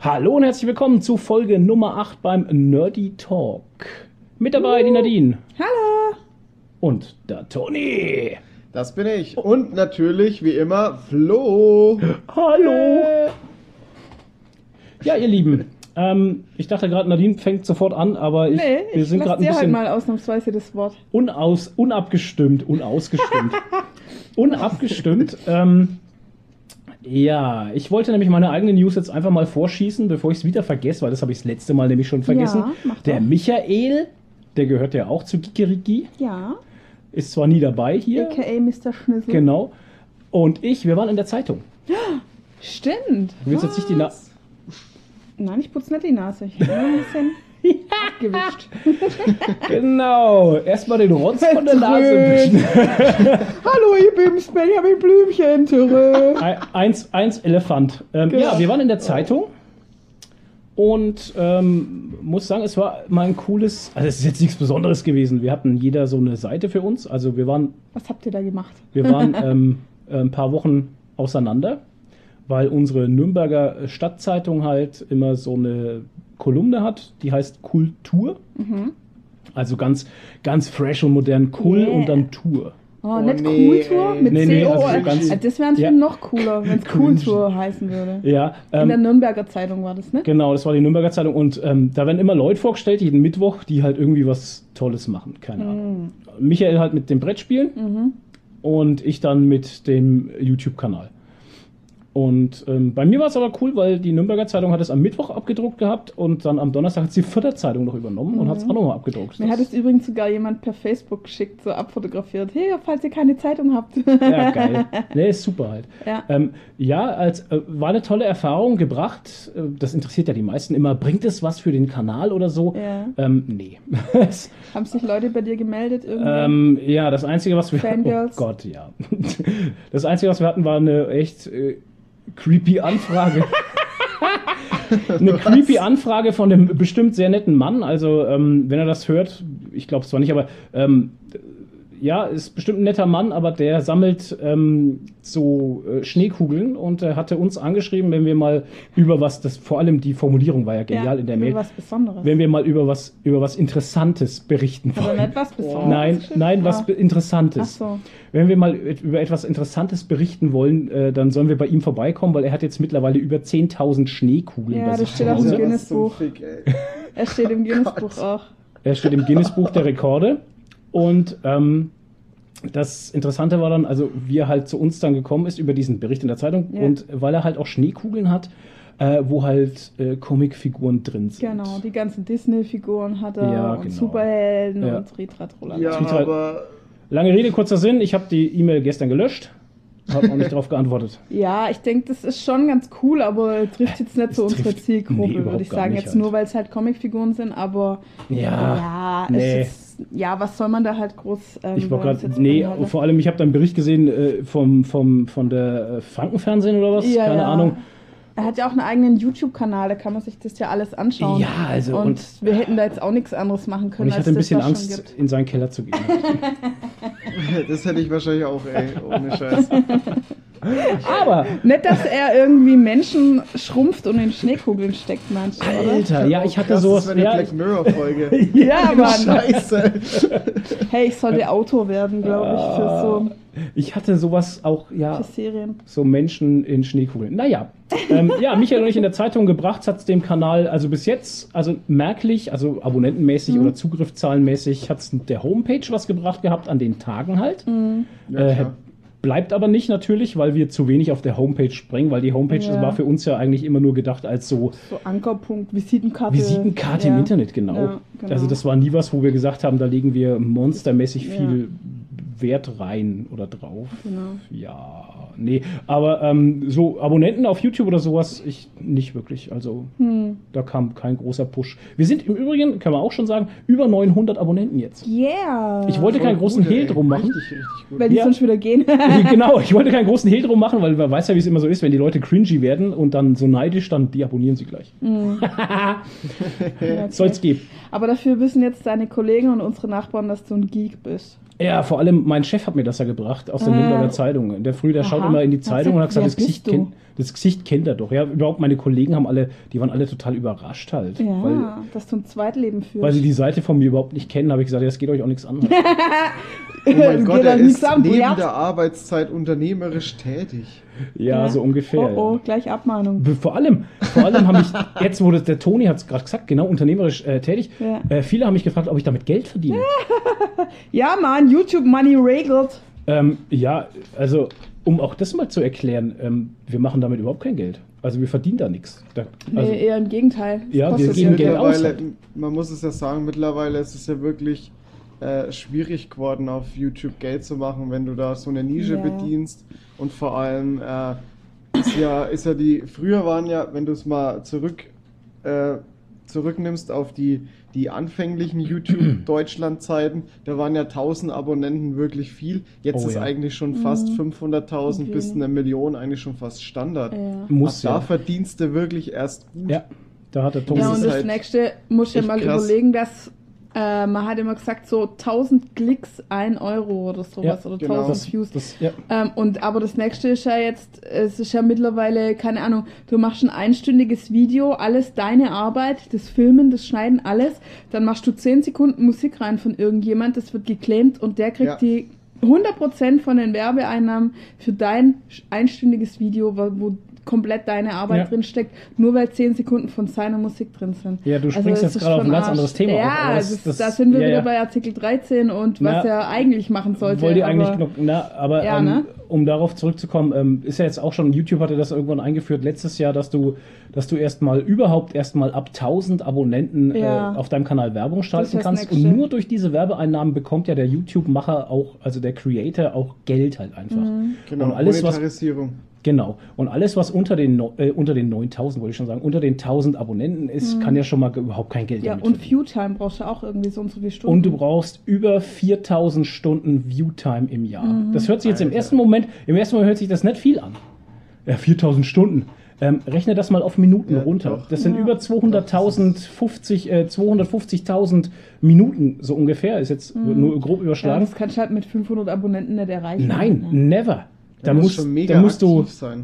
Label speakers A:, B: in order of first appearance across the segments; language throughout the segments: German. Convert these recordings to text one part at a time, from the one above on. A: Hallo und herzlich willkommen zu Folge Nummer 8 beim Nerdy Talk. Mit dabei die Nadine
B: Hallo!
A: und der Toni.
C: Das bin ich. Und natürlich, wie immer, Flo.
B: Äh.
A: Hallo! Ja, ihr Lieben, ähm, ich dachte gerade, Nadine fängt sofort an, aber ich,
B: Nee,
A: wir
B: ich
A: sind
B: lass
A: gerade ein
B: dir halt
A: bisschen
B: mal ausnahmsweise das Wort.
A: unaus, unabgestimmt, unausgestimmt. unausgestimmt. Ähm, ja, ich wollte nämlich meine eigene News jetzt einfach mal vorschießen, bevor ich es wieder vergesse, weil das habe ich das letzte Mal nämlich schon vergessen.
B: Ja, mach doch.
A: der Michael, der gehört ja auch zu Gigerigi,
B: Ja,
A: ist zwar nie dabei hier,
B: aka Mr. Schnüssel.
A: genau. Und ich, wir waren in der Zeitung.
B: Stimmt.
A: Du willst jetzt nicht die Na
B: Was? Nein, ich putze nicht die Nase. Ich habe nur ein bisschen abgewischt.
A: Genau, erstmal den Rotz von der Nase
B: Verdröhnt.
A: wischen.
B: Hallo, ihr bin's, Benjamin Blümchen, Türe.
A: Ein- Eins, eins Elefant. Ähm,
B: Genau.
A: Ja, wir waren in der Zeitung und ähm, muss sagen, es war mal ein cooles, also es ist jetzt nichts Besonderes gewesen. Wir hatten jeder so eine Seite für uns. Also wir waren,
B: Was habt ihr da gemacht?
A: wir waren ähm, äh, ein paar Wochen auseinander, weil unsere Nürnberger Stadtzeitung halt immer so eine Kolumne hat, die heißt Kultur.
B: Mhm.
A: Also ganz, ganz fresh und modern Kul
B: Yeah.
A: und dann Tour.
B: Oh,
C: Oh,
B: nicht
C: nee,
B: Cool-Tour
C: ey.
B: mit
A: Nee, nee,
B: CO.
A: also so ganz-
B: Ah, das wäre ein
A: Ja.
B: Film noch cooler, wenn es
A: Cringe.
B: Cool-Tour heißen würde.
A: Ja,
B: In
A: ähm,
B: der Nürnberger Zeitung war das, ne?
A: Genau, das war die Nürnberger Zeitung. Und ähm, da werden immer Leute vorgestellt, jeden Mittwoch, die halt irgendwie was Tolles machen. Keine Ahnung.
B: Mhm.
A: Michael halt mit dem Brettspielen
B: Mhm.
A: und ich dann mit dem YouTube-Kanal. Und ähm, bei mir war es aber cool, weil die Nürnberger Zeitung hat es am Mittwoch abgedruckt gehabt und dann am Donnerstag hat sie die Fürther Zeitung noch übernommen und hat es auch nochmal abgedruckt.
B: Mir hat es übrigens sogar jemand per Facebook geschickt, so abfotografiert. Hey, falls ihr keine Zeitung habt.
A: ja, geil. Nee, ist super halt.
B: Ja.
A: Ähm, ja, als, äh, war eine tolle Erfahrung gebracht. Äh, Das interessiert ja die meisten immer. Bringt es was für den Kanal oder so?
B: Ja.
A: Ähm, nee.
B: Haben sich Leute bei dir gemeldet irgendwie?
A: Ähm, ja, das Einzige, was wir
B: Fangirls.
A: Oh Gott, ja. Das Einzige, was wir hatten, war eine echt äh, creepy Anfrage. eine creepy Anfrage von einem bestimmt sehr netten Mann. Also, ähm, wenn er das hört, ich glaube zwar nicht, aber ähm, ja, ist bestimmt ein netter Mann, aber der sammelt ähm, so äh, Schneekugeln und er hatte uns angeschrieben, wenn wir mal über was, das vor allem die Formulierung war ja genial in der
B: über
A: Mail,
B: Was Besonderes.
A: wenn wir mal über was über was Interessantes berichten
B: Aber
A: wollen.
B: nicht was Besonderes.
A: Nein,
B: geschickt,
A: nein, was
B: aber-
A: be-
B: Ach
A: Interessantes.
B: so.
A: Wenn wir mal et- über etwas Interessantes berichten wollen, äh, dann sollen wir bei ihm vorbeikommen, weil er hat jetzt mittlerweile über 10.000 Schneekugeln
B: Ja,
A: bei
B: das
A: sich
B: steht
A: zu
B: auf dem
A: Hause.
B: Guinness-
C: Was zum
B: Buch.
C: Fick, ey.
B: Er steht
A: Oh
B: im Guinness-Buch auch.
A: Er steht im Guinness-Buch der Rekorde. Und ähm, das Interessante war dann, also wie er halt zu uns dann gekommen ist über diesen Bericht in der Zeitung
B: Ja.
A: und weil er halt auch Schneekugeln hat, äh, wo halt äh, Comicfiguren drin sind.
B: Genau, die ganzen Disney-Figuren hat er
A: Ja,
B: und
A: genau.
B: Superhelden
A: Ja.
B: und Ritratroller.
C: Ja,
A: Twitter-
C: aber
A: Lange Rede, kurzer Sinn. Ich habe die E-Mail gestern gelöscht, habe auch nicht darauf geantwortet.
B: ja, ich denke, das ist schon ganz cool, aber trifft jetzt nicht so
A: Es
B: unsere
A: trifft- nee,
B: Zielgruppe,
A: überhaupt
B: würde ich
A: gar
B: sagen.
A: nicht
B: Jetzt
A: halt.
B: nur, weil es halt Comicfiguren sind, aber ja,
A: nee.
B: es ist, ja, was soll man da halt groß. Ähm,
A: Ich war
B: wenn man es
A: gerade,
B: jetzt
A: nee,
B: anhalte?
A: vor allem, ich habe da einen Bericht gesehen äh, vom, vom, von der äh, Frankenfernsehen oder was,
B: Ja,
A: keine
B: ja.
A: Ahnung.
B: Er hat ja auch einen eigenen YouTube-Kanal, da kann man sich das ja alles anschauen.
A: Ja, also
B: und,
A: und-
B: wir hätten da jetzt auch nichts anderes machen
A: Und
B: können.
A: ich
B: als
A: hatte ein
B: das,
A: bisschen
B: was schon
A: Angst,
B: gibt.
A: in seinen Keller zu gehen.
C: das hätte ich wahrscheinlich auch, ey. Ohne Scheiß.
A: Aber,
B: Nicht, dass er irgendwie Menschen schrumpft und in Schneekugeln steckt, meinst du, oder?
A: Alter, ja, ich hatte
C: Krass,
A: so,
C: Das wäre
A: ja, Äh,
C: eine Black Mirror-Folge.
B: Ja, Mann.
C: Scheiße.
B: Hey, ich sollte Autor werden, glaube ich, für
A: Ah. ich hatte sowas auch,
B: so
A: ja,
B: für Serien.
A: so Menschen in Schneekugeln. Naja, ähm, ja, Michael und ich in der Zeitung gebracht hat es dem Kanal, also bis jetzt, also merklich, also
B: Mhm.
A: abonnentenmäßig oder zugriffszahlenmäßig hat es der Homepage was gebracht gehabt, an den Tagen halt.
C: Ja,
A: äh,
C: klar.
A: bleibt aber nicht natürlich, weil wir zu wenig auf der Homepage springen, weil die Homepage
B: Ja.
A: das war für uns ja eigentlich immer nur gedacht als so
B: So Ankerpunkt, Visitenkarte.
A: Visitenkarte
B: Ja.
A: im Internet, genau.
B: Ja, genau.
A: Also das war nie was, wo wir gesagt haben, da legen wir monstermäßig
B: Ja.
A: viel Wert rein oder drauf.
B: Genau.
A: Ja, nee, aber ähm, so Abonnenten auf YouTube oder sowas, ich nicht wirklich. Also
B: Hm.
A: da kam kein großer Push. Wir sind im Übrigen, kann man auch schon sagen, über 900 Abonnenten jetzt.
B: Yeah.
A: Ich wollte
C: Voll
A: keinen großen
C: gut, ey.
A: Hehl drum machen.
C: Richtig, richtig gut.
B: Weil die
A: Ja.
B: sonst wieder gehen.
A: genau, ich wollte keinen großen Hehl drum machen, weil man weiß ja, wie es immer so ist, wenn die Leute cringy werden und dann so neidisch, dann die abonnieren sie gleich.
B: Ja, okay.
A: Soll's geben.
B: Aber dafür wissen jetzt deine Kollegen und unsere Nachbarn, dass du ein Geek bist.
A: Ja, vor allem mein Chef hat mir das ja gebracht aus der
B: Ah.
A: Nürnberger Zeitung. In der Früh, der schaut
B: Aha.
A: immer in die
B: Hat
A: Zeitung und hat
B: gesagt,
A: gesagt, das
B: wer
A: Gesicht
B: bist du?
A: kennt. das Gesicht kennt er doch. Ja, überhaupt meine Kollegen haben alle, die waren alle total überrascht halt.
B: Ja,
A: Weil,
B: dass du ein Zweitleben führst.
A: weil sie die Seite von mir überhaupt nicht kennen, habe ich gesagt, ja, das geht euch auch nichts an. halt.
C: Oh mein Gott,
B: Geht
C: er
B: euch
C: ist
B: nichts an,
C: neben
B: Bert.
C: der Arbeitszeit unternehmerisch tätig.
A: ja, so ungefähr.
B: Oh,
A: ja.
B: oh, gleich Abmahnung.
A: Be- Vor allem, vor allem habe ich, jetzt wurde der Toni hat es gerade gesagt, genau, unternehmerisch äh, tätig.
B: Ja.
A: Äh, viele haben mich gefragt, ob ich damit Geld verdiene.
B: Ja, Mann, YouTube Money regelt.
A: Ähm, ja, also, um auch das mal zu erklären, ähm, wir machen damit überhaupt kein Geld. Also, wir verdienen da nichts. Da,
B: Nee,
A: also,
B: eher im Gegenteil. Es
A: Ja, wir
B: kostet
A: geben
B: ja
A: Geld
B: Geld.
A: aus
C: mittlerweile,
A: halt.
C: man muss es ja sagen, mittlerweile ist es ja wirklich äh, schwierig geworden, auf YouTube Geld zu machen, wenn du da so eine Nische
B: Ja.
C: bedienst. Und vor allem äh, ist, ja, ist ja die, früher waren ja, wenn du es mal zurück, äh, zurücknimmst auf die, die anfänglichen YouTube-Deutschland-Zeiten, da waren ja 1000 Abonnenten wirklich viel. Jetzt
A: Oh
C: ist
A: ja.
C: eigentlich schon fast 500.000
B: Mhm. Okay.
C: bis eine Million eigentlich schon fast Standard.
B: Ja.
A: muss
C: Ab da
A: ja.
C: verdienst du wirklich erst gut.
A: ja. Da hat der Toni.
B: Ja,
C: Das
B: und
C: ist
B: das
C: halt
B: nächste muss ja
C: echt
B: mal
C: krass.
B: überlegen, dass äh, man hat immer gesagt, so 1000 Klicks, 1 Euro oder sowas
A: Ja,
B: oder
C: genau.
B: 1000
A: das,
B: Views.
A: das, ja.
B: Ähm, und aber das nächste ist ja jetzt, es ist ja mittlerweile, keine Ahnung, du machst ein einstündiges Video, alles deine Arbeit, das Filmen, das Schneiden, alles. Dann machst du 10 Sekunden Musik rein von irgendjemand, das wird geclaimt und der kriegt
C: Ja.
B: die 100% von den Werbeeinnahmen für dein sch- einstündiges Video, wo, wo komplett deine
A: Ja.
B: Arbeit drinsteckt, nur weil 10 Sekunden von seiner Musik drin sind.
A: Ja, du springst
B: das
A: jetzt
B: ist
A: gerade auf ein
B: schon
A: ganz
B: Arsch.
A: anderes Thema.
B: Ja,
A: aber
B: das, da sind wir wieder bei Artikel 13 und
A: Na,
B: was er eigentlich machen sollte.
A: Wollt ihr eigentlich
B: aber-
A: noch, na, aber
B: Ja,
A: ähm,
B: ne?
A: um darauf zurückzukommen, ähm, ist ja jetzt auch schon, YouTube hatte das irgendwann eingeführt letztes Jahr, dass du, dass du erstmal überhaupt erstmal ab 1000 Abonnenten
B: Ja.
A: äh, auf deinem Kanal Werbung
B: Das ist
A: schalten
B: das
A: kannst.
B: Nächste.
A: Und nur durch diese Werbeeinnahmen bekommt ja der YouTube-Macher auch, also der Creator auch Geld halt einfach.
B: Mhm.
C: Genau,
A: Und alles, was
C: Monetarisierung.
A: Genau. Und alles, was unter den, neu- äh, unter den 9000, wollte ich schon sagen, unter den 1000 Abonnenten ist, kann ja schon mal überhaupt kein Geld
B: Ja,
A: damit
B: und
A: verdienen.
B: Viewtime brauchst du auch irgendwie so und so viele Stunden.
A: Und du brauchst über 4000 Stunden Viewtime im Jahr.
B: Mhm.
A: Das hört sich jetzt im
C: Alter.
A: ersten Moment, im ersten Moment hört sich das nicht viel an. Ja, 4000 Stunden. Ähm, rechne das mal auf Minuten
C: Ja,
A: runter.
C: doch.
A: Das sind
B: Ja.
A: über 200.000, 50, äh, 250.000 Minuten so ungefähr. Ist jetzt nur grob
B: ja,
A: überschlagen.
B: das kannst du halt mit 500 Abonnenten nicht erreichen.
A: Nein,
B: Mhm. Ja.
A: never. Da,
C: muss
A: musst,
C: schon mega
A: da musst du,
C: aktiv sein.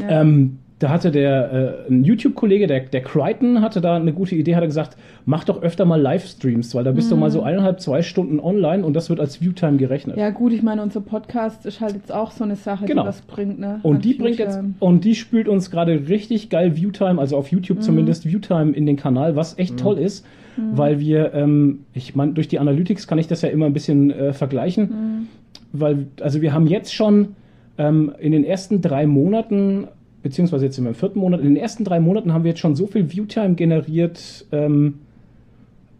B: Ja.
A: ähm, da hatte der äh, ein YouTube-Kollege, der, der Crichton, hatte da eine gute Idee, hat er gesagt, mach doch öfter mal Livestreams, weil da bist du mal so eineinhalb, zwei Stunden online und das wird als Viewtime gerechnet.
B: ja, gut, ich meine, unser Podcast ist halt jetzt auch so eine Sache,
A: Genau.
B: die was bringt, ne?
A: Und
B: An
A: die bringt jetzt
B: Viewtime.
A: und die spült uns gerade richtig geil Viewtime, also auf YouTube zumindest Viewtime in den Kanal, was echt toll ist, weil wir, ähm, ich meine, durch die Analytics kann ich das ja immer ein bisschen äh, vergleichen, weil also wir haben jetzt schon ähm, in den ersten drei Monaten beziehungsweise jetzt sind wir im vierten Monat, in den ersten drei Monaten haben wir jetzt schon so viel Viewtime generiert. Ähm,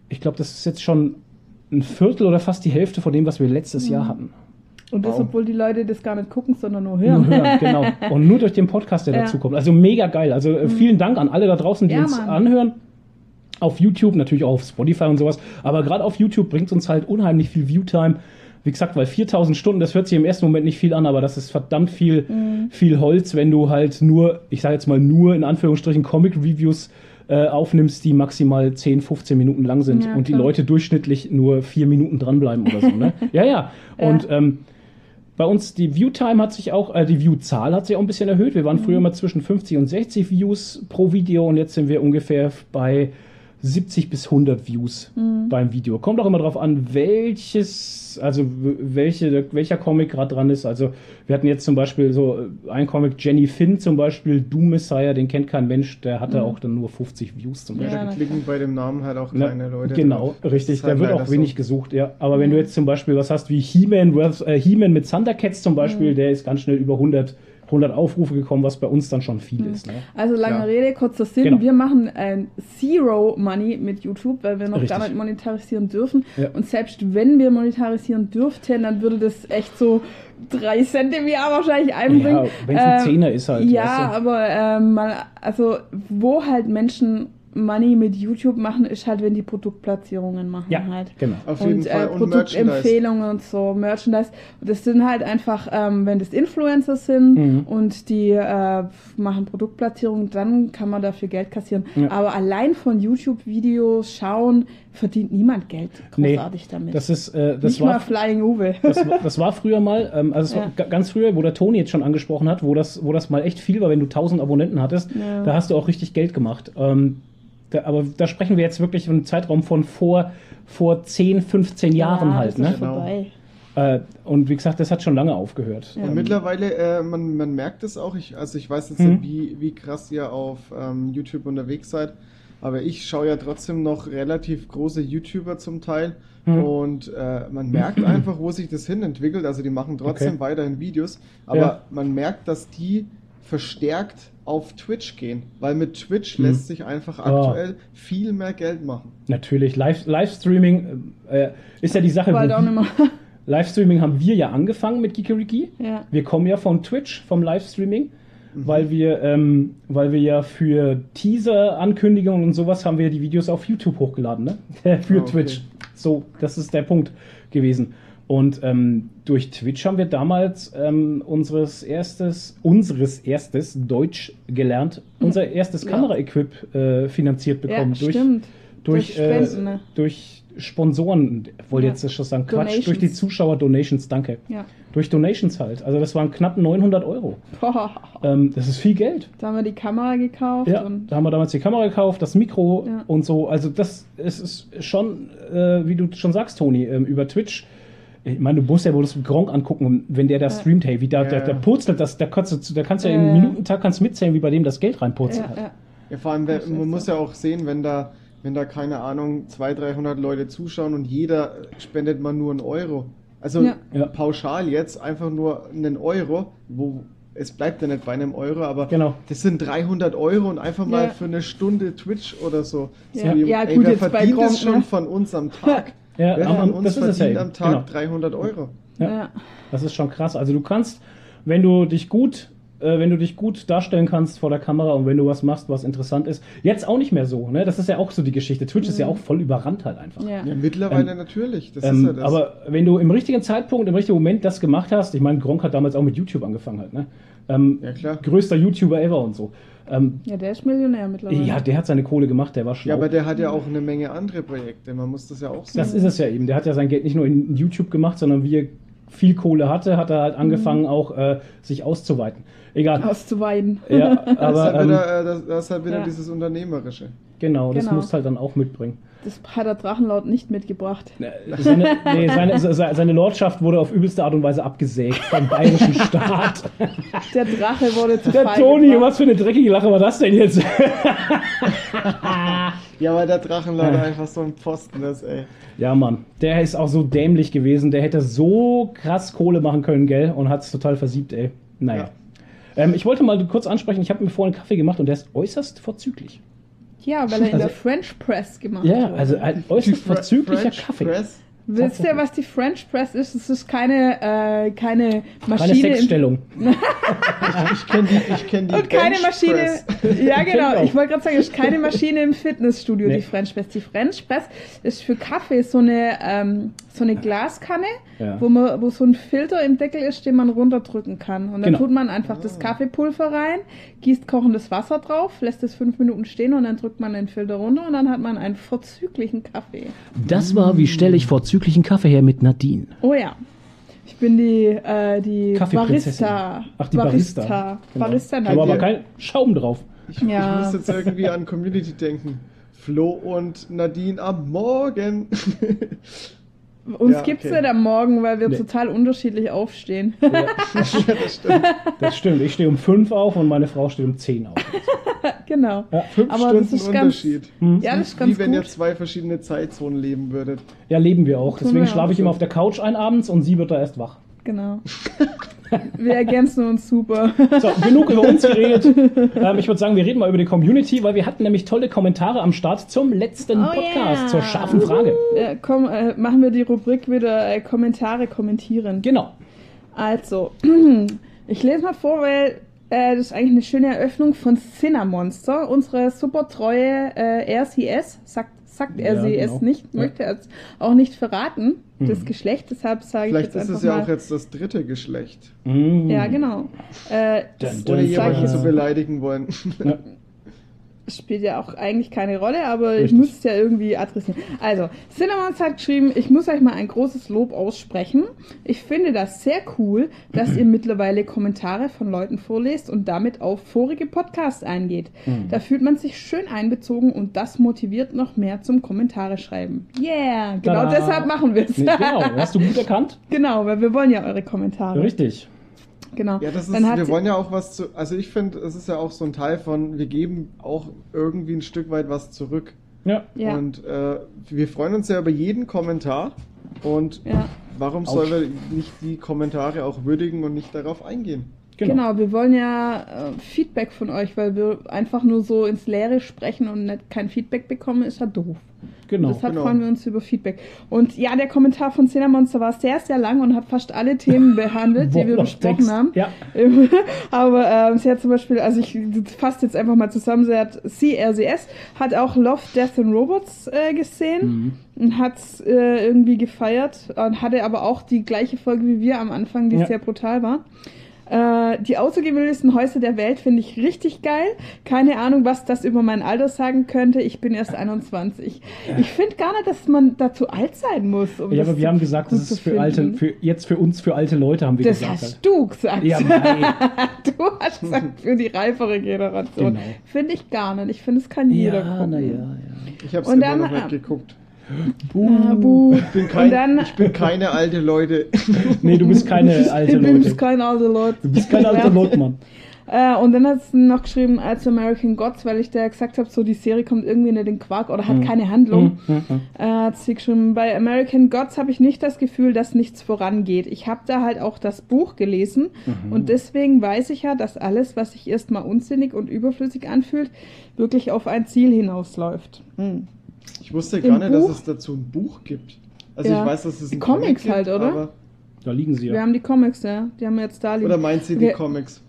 A: ich glaube, das ist jetzt schon ein Viertel oder fast die Hälfte von dem, was wir letztes Jahr hatten.
B: Und das,
C: Wow.
B: obwohl die Leute das gar nicht gucken, sondern nur
A: Nur
B: hören.
A: hören, genau. Und nur durch den Podcast, der
B: Ja. Mhm.
A: dazu kommt. Also mega geil. Also äh, vielen Dank an alle da draußen, die
B: Ja,
A: uns
B: Mann.
A: anhören. Auf YouTube, natürlich auch auf Spotify und sowas. Aber gerade auf YouTube bringt uns halt unheimlich viel Viewtime. Wie gesagt, weil 4000 Stunden, das hört sich im ersten Moment nicht viel an, aber das ist verdammt viel,
B: Mhm.
A: viel Holz, wenn du halt nur, ich sage jetzt mal nur in Anführungsstrichen Comic-Reviews äh, aufnimmst, die maximal 10, 15 Minuten lang sind
B: Ja,
A: und die
B: klar.
A: Leute durchschnittlich nur vier Minuten dranbleiben oder so. Ne? ja, ja. Und Ähm, bei uns die View-Time hat sich auch, äh, die View-Zahl hat sich auch ein bisschen erhöht. Wir waren früher immer zwischen 50 und 60 Views pro Video und jetzt sind wir ungefähr bei 70 bis 100 Views beim Video. Kommt auch immer darauf an, welches, also w- welche, welcher Comic gerade dran ist. Also wir hatten jetzt zum Beispiel so äh, einen Comic, Jenny Finn zum Beispiel, Doom Messiah, den kennt kein Mensch, der hatte auch dann nur 50 Views zum
B: Ja,
A: Beispiel.
C: Ja,
B: na
C: da klicken bei dem Namen halt auch
A: Ne?
C: keine Leute.
A: Genau,
C: drauf.
A: richtig.
C: Ist halt
A: da wird
C: leider
A: auch wenig
C: so.
A: gesucht, ja. Aber
B: Mhm.
A: wenn du jetzt zum Beispiel was hast wie He-Man versus- äh, He mit Thundercats zum
B: Mhm.
A: Beispiel, der ist ganz schnell über 100, 100 Aufrufe gekommen, was bei uns dann schon viel ist. Ne?
B: Also lange
C: Ja.
B: Rede, kurzer Sinn.
A: Genau.
B: Wir machen ein Zero Money mit YouTube, weil wir noch
A: Richtig.
B: gar nicht monetarisieren dürfen.
A: Ja.
B: Und selbst wenn wir monetarisieren dürften, dann würde das echt so drei Cent im Jahr wahrscheinlich einbringen. Ähm,
A: Ja, wenn's ein Zehner ist halt,
B: Ja,
A: weißt du?
B: aber ähm, mal, also wo halt Menschen Money mit YouTube machen, ist halt, wenn die Produktplatzierungen machen
A: Ja,
B: halt
A: genau.
C: Auf jeden
B: und äh,
C: Fall. Und Merchandise.
B: Produktempfehlungen und so, Merchandise. Und das sind halt einfach, ähm, wenn das Influencer sind
A: Mhm.
B: und die äh, machen Produktplatzierung, dann kann man dafür Geld kassieren.
A: Ja.
B: Aber allein von YouTube-Videos schauen, verdient niemand Geld großartig damit.
A: Das ist, äh, das
B: Nicht mal
A: war,
B: Flying Uwe.
A: das, war- das war früher mal, ähm, also es
B: Ja.
A: war ga- ganz früher, wo der Toni jetzt schon angesprochen hat, wo das, wo das mal echt viel war, wenn du 1000 Abonnenten hattest,
B: Ja.
A: da hast du auch richtig Geld gemacht. Ähm, da, aber da sprechen wir jetzt wirklich von einem Zeitraum von vor, vor 10, 15 Jahren
B: ja,
A: halt.
B: Das
A: Ne?
B: ist
C: Genau.
B: vorbei.
A: Äh, und wie gesagt, das hat schon lange aufgehört.
B: Ja.
C: Und mittlerweile, äh, man, man merkt es auch, ich, also ich weiß jetzt
A: Mhm.
C: nicht, wie, wie krass ihr auf ähm, YouTube unterwegs seid, aber ich schaue ja trotzdem noch relativ große YouTuber zum Teil
A: Mhm.
C: und äh, man merkt einfach, wo sich das hin entwickelt. Also die machen trotzdem
A: Okay.
C: weiterhin Videos, aber
A: Ja.
C: man merkt, dass die verstärkt auf Twitch gehen, weil mit Twitch
A: Mhm.
C: lässt sich einfach aktuell viel mehr Geld machen.
A: Natürlich, Live, Livestreaming äh, ist ja die Sache.
B: Bald halt auch
A: Wo,
B: nicht mehr.
A: Livestreaming haben wir ja angefangen mit Gikeriki.
B: Ja.
A: Wir kommen ja von Twitch, vom Livestreaming, weil wir, ähm, weil wir ja für Teaser-Ankündigungen und sowas haben wir die Videos auf YouTube hochgeladen, ne? für
C: Ah, okay.
A: Twitch. So, das ist der Punkt gewesen. Und ähm, durch Twitch haben wir damals ähm, unseres erstes, unseres erstes Deutsch gelernt, unser erstes
B: Ja.
A: Kamera-Equip äh, finanziert bekommen.
B: ja,
A: durch,
B: stimmt.
A: durch,
B: Durch Spenden,
A: äh,
B: ne?
A: durch Sponsoren, wollte
B: Ja.
A: jetzt das schon sagen, Quatsch,
B: Donations.
A: durch die Zuschauer-Donations, danke.
B: Ja.
A: Durch Donations halt. Also das waren knapp 900 Euro.
B: Boah.
A: Ähm, das ist viel Geld.
B: Da haben wir die Kamera gekauft
A: Ja,
B: und
A: da haben wir damals die Kamera gekauft, das Mikro
B: Ja.
A: und so. Also das es ist schon, äh, wie du schon sagst, Toni, ähm, über Twitch. Ich meine, du musst ja wohl das Gronk angucken, und wenn der da
B: Ja.
A: streamt, hey, wie da,
C: Ja,
A: da,
C: ja.
A: da purzelt das, da kannst du, zu- da kannst du ja,
B: Ja,
A: im
B: ja.
A: Minutentag kannst mitzählen, wie bei dem das Geld reinpurzelt
B: ja,
A: hat.
B: ja.
C: Ja, vor allem,
B: Das
C: wenn-
B: ist
C: man
B: so.
C: muss ja auch sehen, wenn da, wenn da keine Ahnung, 200, 300 Leute zuschauen und jeder spendet mal nur einen Euro. Also
B: Ja.
A: Ja.
C: pauschal jetzt einfach nur einen Euro, wo es bleibt ja nicht bei einem Euro, aber
A: Genau.
C: das sind 300 Euro und einfach mal
B: Ja.
C: für eine Stunde Twitch oder so.
B: Ja.
C: So wie-
B: Ja,
C: ey,
B: gut,
C: wer
B: jetzt bei
C: verdient
B: Gronk,
C: es schon
B: ne?
C: von uns am Tag.
A: Ja,
C: Wer
A: am-
C: von
A: am-
C: uns
A: das ist es ja
C: verdient
A: eben.
C: am
A: Genau.
C: Tag 300 Euro?
A: Ja.
B: ja.
A: Das ist schon krass. Also du kannst, wenn du dich gut, äh, wenn du dich gut darstellen kannst vor der Kamera und wenn du was machst, was interessant ist, jetzt auch nicht mehr so. Ne? Das ist ja auch so die Geschichte. Twitch ist ja auch voll überrannt halt einfach.
B: ja.
C: Ja, mittlerweile
A: Ähm,
C: natürlich, das ist
A: Ähm,
C: ja das.
A: Aber wenn du im richtigen Zeitpunkt, im richtigen Moment das gemacht hast, ich meine, Gronk hat damals auch mit YouTube angefangen halt, ne? Ähm,
C: ja klar.
A: Größter YouTuber ever und so. Ähm,
B: Ja, der ist Millionär mittlerweile.
A: ja, der hat seine Kohle gemacht, der war schlau.
C: Ja, aber der hat ja auch eine Menge andere Projekte, man muss das ja auch sehen.
A: Das ist es ja eben. Der hat ja sein Geld nicht nur in YouTube gemacht, sondern wie er viel Kohle hatte, hat er halt angefangen, auch äh, sich auszuweiten. Egal.
B: Auszuweiden.
A: Ja,
C: Das ist
A: aber
C: halt
A: ähm,
C: wieder, äh, das, das ist halt wieder
B: ja.
C: dieses Unternehmerische.
A: genau, das
B: Genau.
A: musst halt dann auch mitbringen.
B: Das hat der Drachenlaut nicht mitgebracht.
A: Äh, Seine, nee, seine, se- seine Lordschaft wurde auf übelste Art und Weise abgesägt vom bayerischen Staat.
B: Der Drache wurde zu
A: Der
B: Fall
A: Toni,
B: gebracht.
A: was für eine dreckige Lache war das denn jetzt?
C: Ja, weil der Drachenlord
A: Ja.
C: einfach so ein Pfosten ist, ey.
A: Ja, Mann, der ist auch so dämlich gewesen. Der hätte so krass Kohle machen können, gell? Und hat's total versiebt, ey. Naja. Ähm, ich wollte mal kurz ansprechen, ich habe mir vorhin einen Kaffee gemacht und der ist äußerst vorzüglich.
B: Ja, weil er in der
A: Also-
B: French Press gemacht
A: Ja,
B: wurde.
A: also ein äußerst
C: Fre-
A: vorzüglicher
C: French
A: Kaffee.
C: Press.
B: Wisst ihr, was die French Press ist? Es ist keine, äh, keine
A: Keine
B: Maschine. im-
A: Sexstellung.
C: Ich kenne die, ich kenn die
B: und keine
C: Bench
B: Maschine.
C: Press.
B: Ja, genau.
A: Genau.
B: Ich wollte gerade sagen, es ist keine Maschine im Fitnessstudio,
A: Nee.
B: die French Press. Die French Press ist für Kaffee so eine, ähm, so eine Glaskanne,
A: Ja.
B: wo, man, wo so ein Filter im Deckel ist, den man runterdrücken kann. Und dann
A: Genau.
B: tut man einfach das Kaffeepulver rein, gießt kochendes Wasser drauf, lässt es fünf Minuten stehen und dann drückt man den Filter runter und dann hat man einen vorzüglichen Kaffee.
A: Das war, wie stelle ich vorzüglichen Kaffee her mit Nadine.
B: Oh ja. Ich bin die, äh, die
A: Kaffeeprinzessin.
B: Barista.
A: Ach, die Barista.
B: Barista,
A: Genau.
B: Barista
A: Da war aber
C: Nadine.
A: kein Schaum drauf.
C: Ich,
B: Ja.
C: ich muss jetzt irgendwie an Community denken. Flo und Nadine am Morgen.
B: Uns
C: Ja,
B: gibt's
C: okay.
B: nicht am Morgen, weil wir
A: Nee.
B: total unterschiedlich aufstehen.
C: ja, das stimmt.
A: Das stimmt. Ich stehe um fünf auf und meine Frau steht um zehn auf.
B: genau.
A: Ja,
C: Fünf
B: Aber das
C: Stunden
B: ist ganz-
C: Unterschied.
A: Hm?
B: Ja, das ist
C: Wie
B: ganz
C: wenn ihr
B: gut.
C: zwei verschiedene Zeitzonen leben würdet.
A: Ja, leben wir auch.
B: Tun wir
A: Deswegen schlafe ich
C: auch.
A: immer auf der Couch ein abends und sie wird da erst wach.
B: Genau. Wir ergänzen uns super.
A: So, genug über uns geredet. Ähm, ich würde sagen, wir reden mal über die Community, weil wir hatten nämlich tolle Kommentare am Start zum letzten
B: Oh
A: Podcast,
B: yeah.
A: zur scharfen Frage.
B: Ja, komm, äh, machen wir die Rubrik wieder äh, Kommentare kommentieren.
A: Genau.
B: Also, ich lese mal vor, weil äh, das ist eigentlich eine schöne Eröffnung von Cinnamonster. Unsere super treue äh, RCS, sagt, sagt
A: Ja,
B: RCS
A: genau.
B: nicht,
A: Ja.
B: möchte jetzt auch nicht verraten, das
A: Mhm.
B: Geschlecht, deshalb sage ich
C: Vielleicht
B: jetzt
C: ist
B: einfach
C: es ja
B: mal.
C: auch jetzt das dritte Geschlecht.
A: Mm.
B: ja, genau. Äh,
A: Dun,
B: das
A: dun, Dann sag
B: sag
C: Ohne
B: ich
C: jemanden
A: ich-
C: zu beleidigen wollen.
A: Ja.
B: spielt ja auch eigentlich keine Rolle, aber ich
A: Richtig.
B: muss es ja irgendwie adressieren. Also, Cinnamons hat geschrieben, ich muss euch mal ein großes Lob aussprechen. Ich finde das sehr cool, dass ihr mittlerweile Kommentare von Leuten vorlest und damit auf vorige Podcasts eingeht.
A: Mhm.
B: Da fühlt man sich schön einbezogen und das motiviert noch mehr zum Kommentare schreiben. Yeah, genau
A: Tada.
B: deshalb machen wir es.
A: Nee, genau, hast du gut erkannt?
B: genau, weil wir wollen ja eure Kommentare.
A: Richtig.
B: Genau.
C: Ja, das ist,
B: Dann hat
C: wir
B: sie-
C: wollen ja auch was zu. Also ich finde, es ist ja auch so ein Teil von, wir geben auch irgendwie ein Stück weit was zurück.
A: Ja.
B: ja.
C: Und äh, wir freuen uns ja über jeden Kommentar. Und
B: ja.
C: warum
A: Autsch.
C: sollen wir nicht die Kommentare auch würdigen und nicht darauf eingehen?
A: Genau.
B: Genau. wir wollen ja äh, Feedback von euch, weil wir einfach nur so ins Leere sprechen und nicht kein Feedback bekommen, ist ja doof.
A: genau.
B: und deshalb
C: genau.
B: freuen wir uns über Feedback. Und ja, der Kommentar von Cinemonster war sehr, sehr lang und hat fast alle Themen behandelt, die wir
A: Wort-
B: besprochen
A: Text.
B: haben.
A: Ja.
B: Aber ähm, sie hat zum Beispiel, also ich fasse jetzt einfach mal zusammen, sie hat CRCS, hat auch Love, Death and Robots äh, gesehen
A: Mhm.
B: und hat's äh, irgendwie gefeiert und hatte aber auch die gleiche Folge wie wir am Anfang, die
A: Ja.
B: sehr brutal war. Äh, die außergewöhnlichsten Häuser der Welt finde ich richtig geil. Keine Ahnung, was das über mein Alter sagen könnte. Ich bin erst 21. Ich finde gar nicht, dass man dazu alt sein muss. Um
A: Ja,
B: das
A: aber wir haben gesagt,
B: gut
A: das
B: zu
A: ist für alte,
B: finden.
A: für, jetzt für uns, für alte Leute haben wir
B: das
A: gesagt. halt.
B: hast du gesagt.
A: Ja, nein.
B: Du hast gesagt, für die reifere Generation.
A: Genau.
B: Finde ich gar nicht. Ich finde, es kann jeder gucken.
C: Ich habe es
B: Und
C: immer
B: dann,
C: noch nicht
B: äh,
C: geguckt.
B: Ah,
A: Mm.
B: buh.
C: Ich bin kein,
B: Und dann,
C: ich bin keine alte Leute.
A: Nee, du bist keine alte
B: ich bin
A: Leute.
B: kein alter Leute.
A: Du bist kein alter Leute, Mann.
B: Äh, und dann hat sie noch geschrieben, als American Gods, weil ich da gesagt habe, so die Serie kommt irgendwie in den Quark oder hat
A: Mhm.
B: keine Handlung.
A: Mhm, mhm.
B: Äh, hat sie geschrieben, bei American Gods habe ich nicht das Gefühl, dass nichts vorangeht. Ich habe da halt auch das Buch gelesen
A: mhm.
B: und deswegen weiß ich ja, dass alles, was sich erstmal unsinnig und überflüssig anfühlt, wirklich auf ein Ziel hinausläuft. Hm.
C: Ich wusste
B: Im
C: gar nicht,
B: Buch-
C: dass es dazu ein Buch gibt. Also
B: Ja.
C: ich weiß, dass es ein
B: Comics halt, oder?
C: aber-
A: Da liegen sie
B: Wir
A: ja.
B: haben die Comics, ja. Die haben wir jetzt da liegen.
C: oder meint sie die
B: Wir-
C: Comics?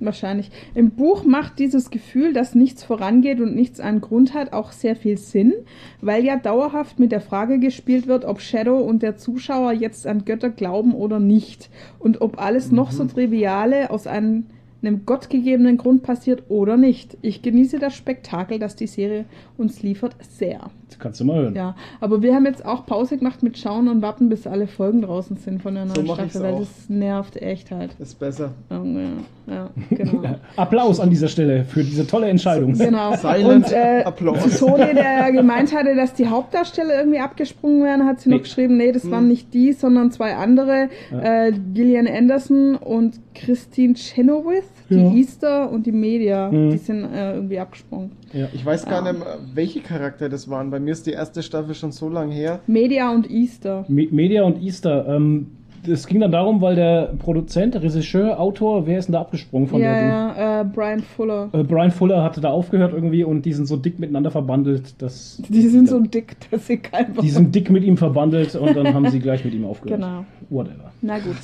B: Wahrscheinlich. Im Buch macht dieses Gefühl, dass nichts vorangeht und nichts einen Grund hat, auch sehr viel Sinn, weil ja dauerhaft mit der Frage gespielt wird, ob Shadow und der Zuschauer jetzt an Götter glauben oder nicht und ob alles noch
C: Mhm.
B: so triviale aus einem, einem gottgegebenen Grund passiert oder nicht. Ich genieße das Spektakel, das die Serie uns liefert, sehr.
A: Das kannst du mal hören.
B: Ja, aber wir haben jetzt auch Pause gemacht mit Schauen und Warten, bis alle Folgen draußen sind von der
C: So
B: neuen
C: mach ich's
B: Staffel, weil
C: auch.
B: das nervt echt halt.
C: Ist besser.
B: Irgendwie, Ja, genau.
A: Applaus an dieser Stelle für diese tolle Entscheidung.
B: Genau.
C: Silent
B: und äh,
C: Applaus.
B: zu Tony, der gemeint hatte, dass die Hauptdarsteller irgendwie abgesprungen wären, hat sie
A: Nee.
B: noch geschrieben, nee, das
C: Mhm.
B: waren nicht die, sondern zwei andere, äh, Gillian Anderson und Christine Chenoweth, die
A: Ja.
B: Easter und die Media,
A: Mhm.
B: die sind äh, irgendwie abgesprungen.
A: Ja.
C: Ich weiß gar
B: Ah.
C: nicht, mehr, welche Charakter das waren. Bei mir ist die erste Staffel schon so lang her.
B: Media und Easter.
A: Me- Media und Easter. Ähm, es ging dann darum, weil der Produzent, Regisseur, Autor, wer ist denn da abgesprungen von
B: ja,
A: der?
B: ja, äh, Brian Fuller.
A: Äh, Brian Fuller hatte da aufgehört irgendwie und die sind so dick miteinander verbandelt, dass.
B: Die sind so dick, dass sie kein
A: Die sind dick mit ihm verbandelt und dann haben sie gleich mit ihm aufgehört.
B: Genau.
A: Whatever.
B: Na gut.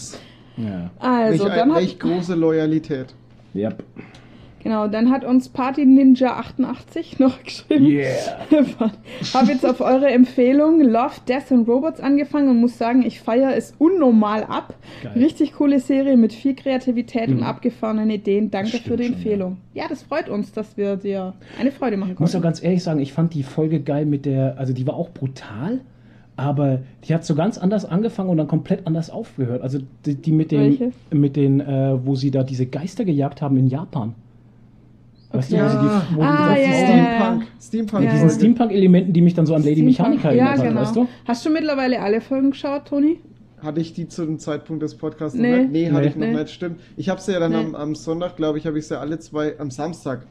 A: Ja.
B: Also,
C: welch, ein-
B: dann hat,
C: welch große Loyalität.
A: Yep.
B: genau, dann hat uns Party Ninja 88 noch geschrieben.
A: Yeah.
B: Habe jetzt auf eure Empfehlung Love, Death and Robots angefangen und muss sagen, ich feiere es unnormal ab.
A: Geil.
B: Richtig coole Serie mit viel Kreativität und
A: Mhm.
B: abgefahrenen Ideen. Danke
A: Stimmt
B: für die
A: schon,
B: Empfehlung. Ja. das freut uns, dass wir dir eine Freude machen
A: Ich muss auch
B: konnten.
A: ganz ehrlich sagen, ich fand die Folge geil mit der, also die war auch brutal, aber die hat so ganz anders angefangen und dann komplett anders aufgehört. Also die, die mit den,
B: Welche?
A: mit den, äh, wo sie da diese Geister gejagt haben in Japan. Weißt du,
B: Okay.
A: wo sie die, wo die
B: Ah,
A: da Frauen-
B: ja, ja, ja.
C: Steampunk. Steampunk.
A: mit
B: Ja,
A: diesen
B: ja.
A: Steampunk-Elementen, die mich dann so an Lady Mechanica
B: ja,
A: erinnert
B: genau.
A: haben, weißt du?
B: Hast du mittlerweile alle Folgen geschaut, Toni?
C: Hatte ich die zu dem Zeitpunkt des Podcasts
B: Nee.
C: noch nicht? Nee, hatte
A: Nee.
C: ich noch
B: Nee.
C: nicht. Stimmt. Ich habe sie ja dann
B: Nee.
C: am, am Sonntag, glaube ich, habe ich sie alle zwei, am Samstag,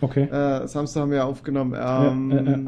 A: Okay.
C: äh, Samstag haben wir ja aufgenommen, ähm,
A: Ja, äh, ja, ja.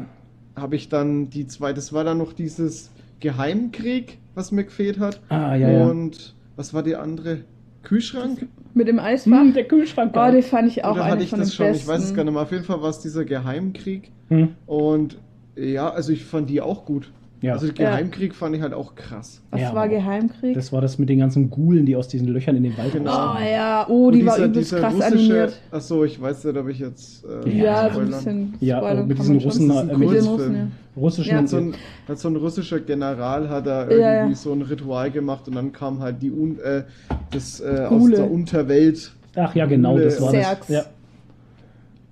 C: habe ich dann die zwei, das war dann noch dieses Geheimkrieg, was mir gefehlt hat.
A: Ah, ja, ja.
C: Und was war die andere? Kühlschrank?
B: Mit dem Eisfach?
A: Hm, der Kühlschrank.
B: oh, die fand ich auch
C: Oder
B: eine
C: hatte ich
B: von
C: das
B: den
C: schon?
B: besten.
C: Ich weiß es gar nicht mehr. Auf jeden Fall war es dieser Geheimkrieg.
A: Hm.
C: Und ja, also ich fand die auch gut.
A: Ja.
C: Also Geheimkrig fand ich halt auch krass.
B: Was
A: Ja,
B: war
A: aber-
B: Geheimkrieg?
A: Das war das mit den ganzen Gulen, die aus diesen Löchern in den Wald
C: Genau.
A: rauskommen.
B: oh ja, oh,
C: Und
B: die war übelst krass animiert.
C: Achso, ich weiß nicht, ob ich jetzt. Äh,
B: Ja, so ein
C: spoilern.
B: bisschen
A: Ja,
B: Spoilern
A: mit
B: kann
A: diesen
B: man schon.
A: Russen,
C: Das ist
A: äh,
C: ein
A: mit
B: Mit den
A: diesen
C: Kurzfilm.
B: Russen, ja.
A: russischen
B: Ja.
C: Hat so, ein, hat so ein russischer General hat da irgendwie
B: Ja, ja.
C: so ein Ritual gemacht und dann kam halt die Un äh, das äh, aus
B: Gule.
C: der Unterwelt.
A: Ach ja, genau, das war das.
B: Serks.
A: Ja.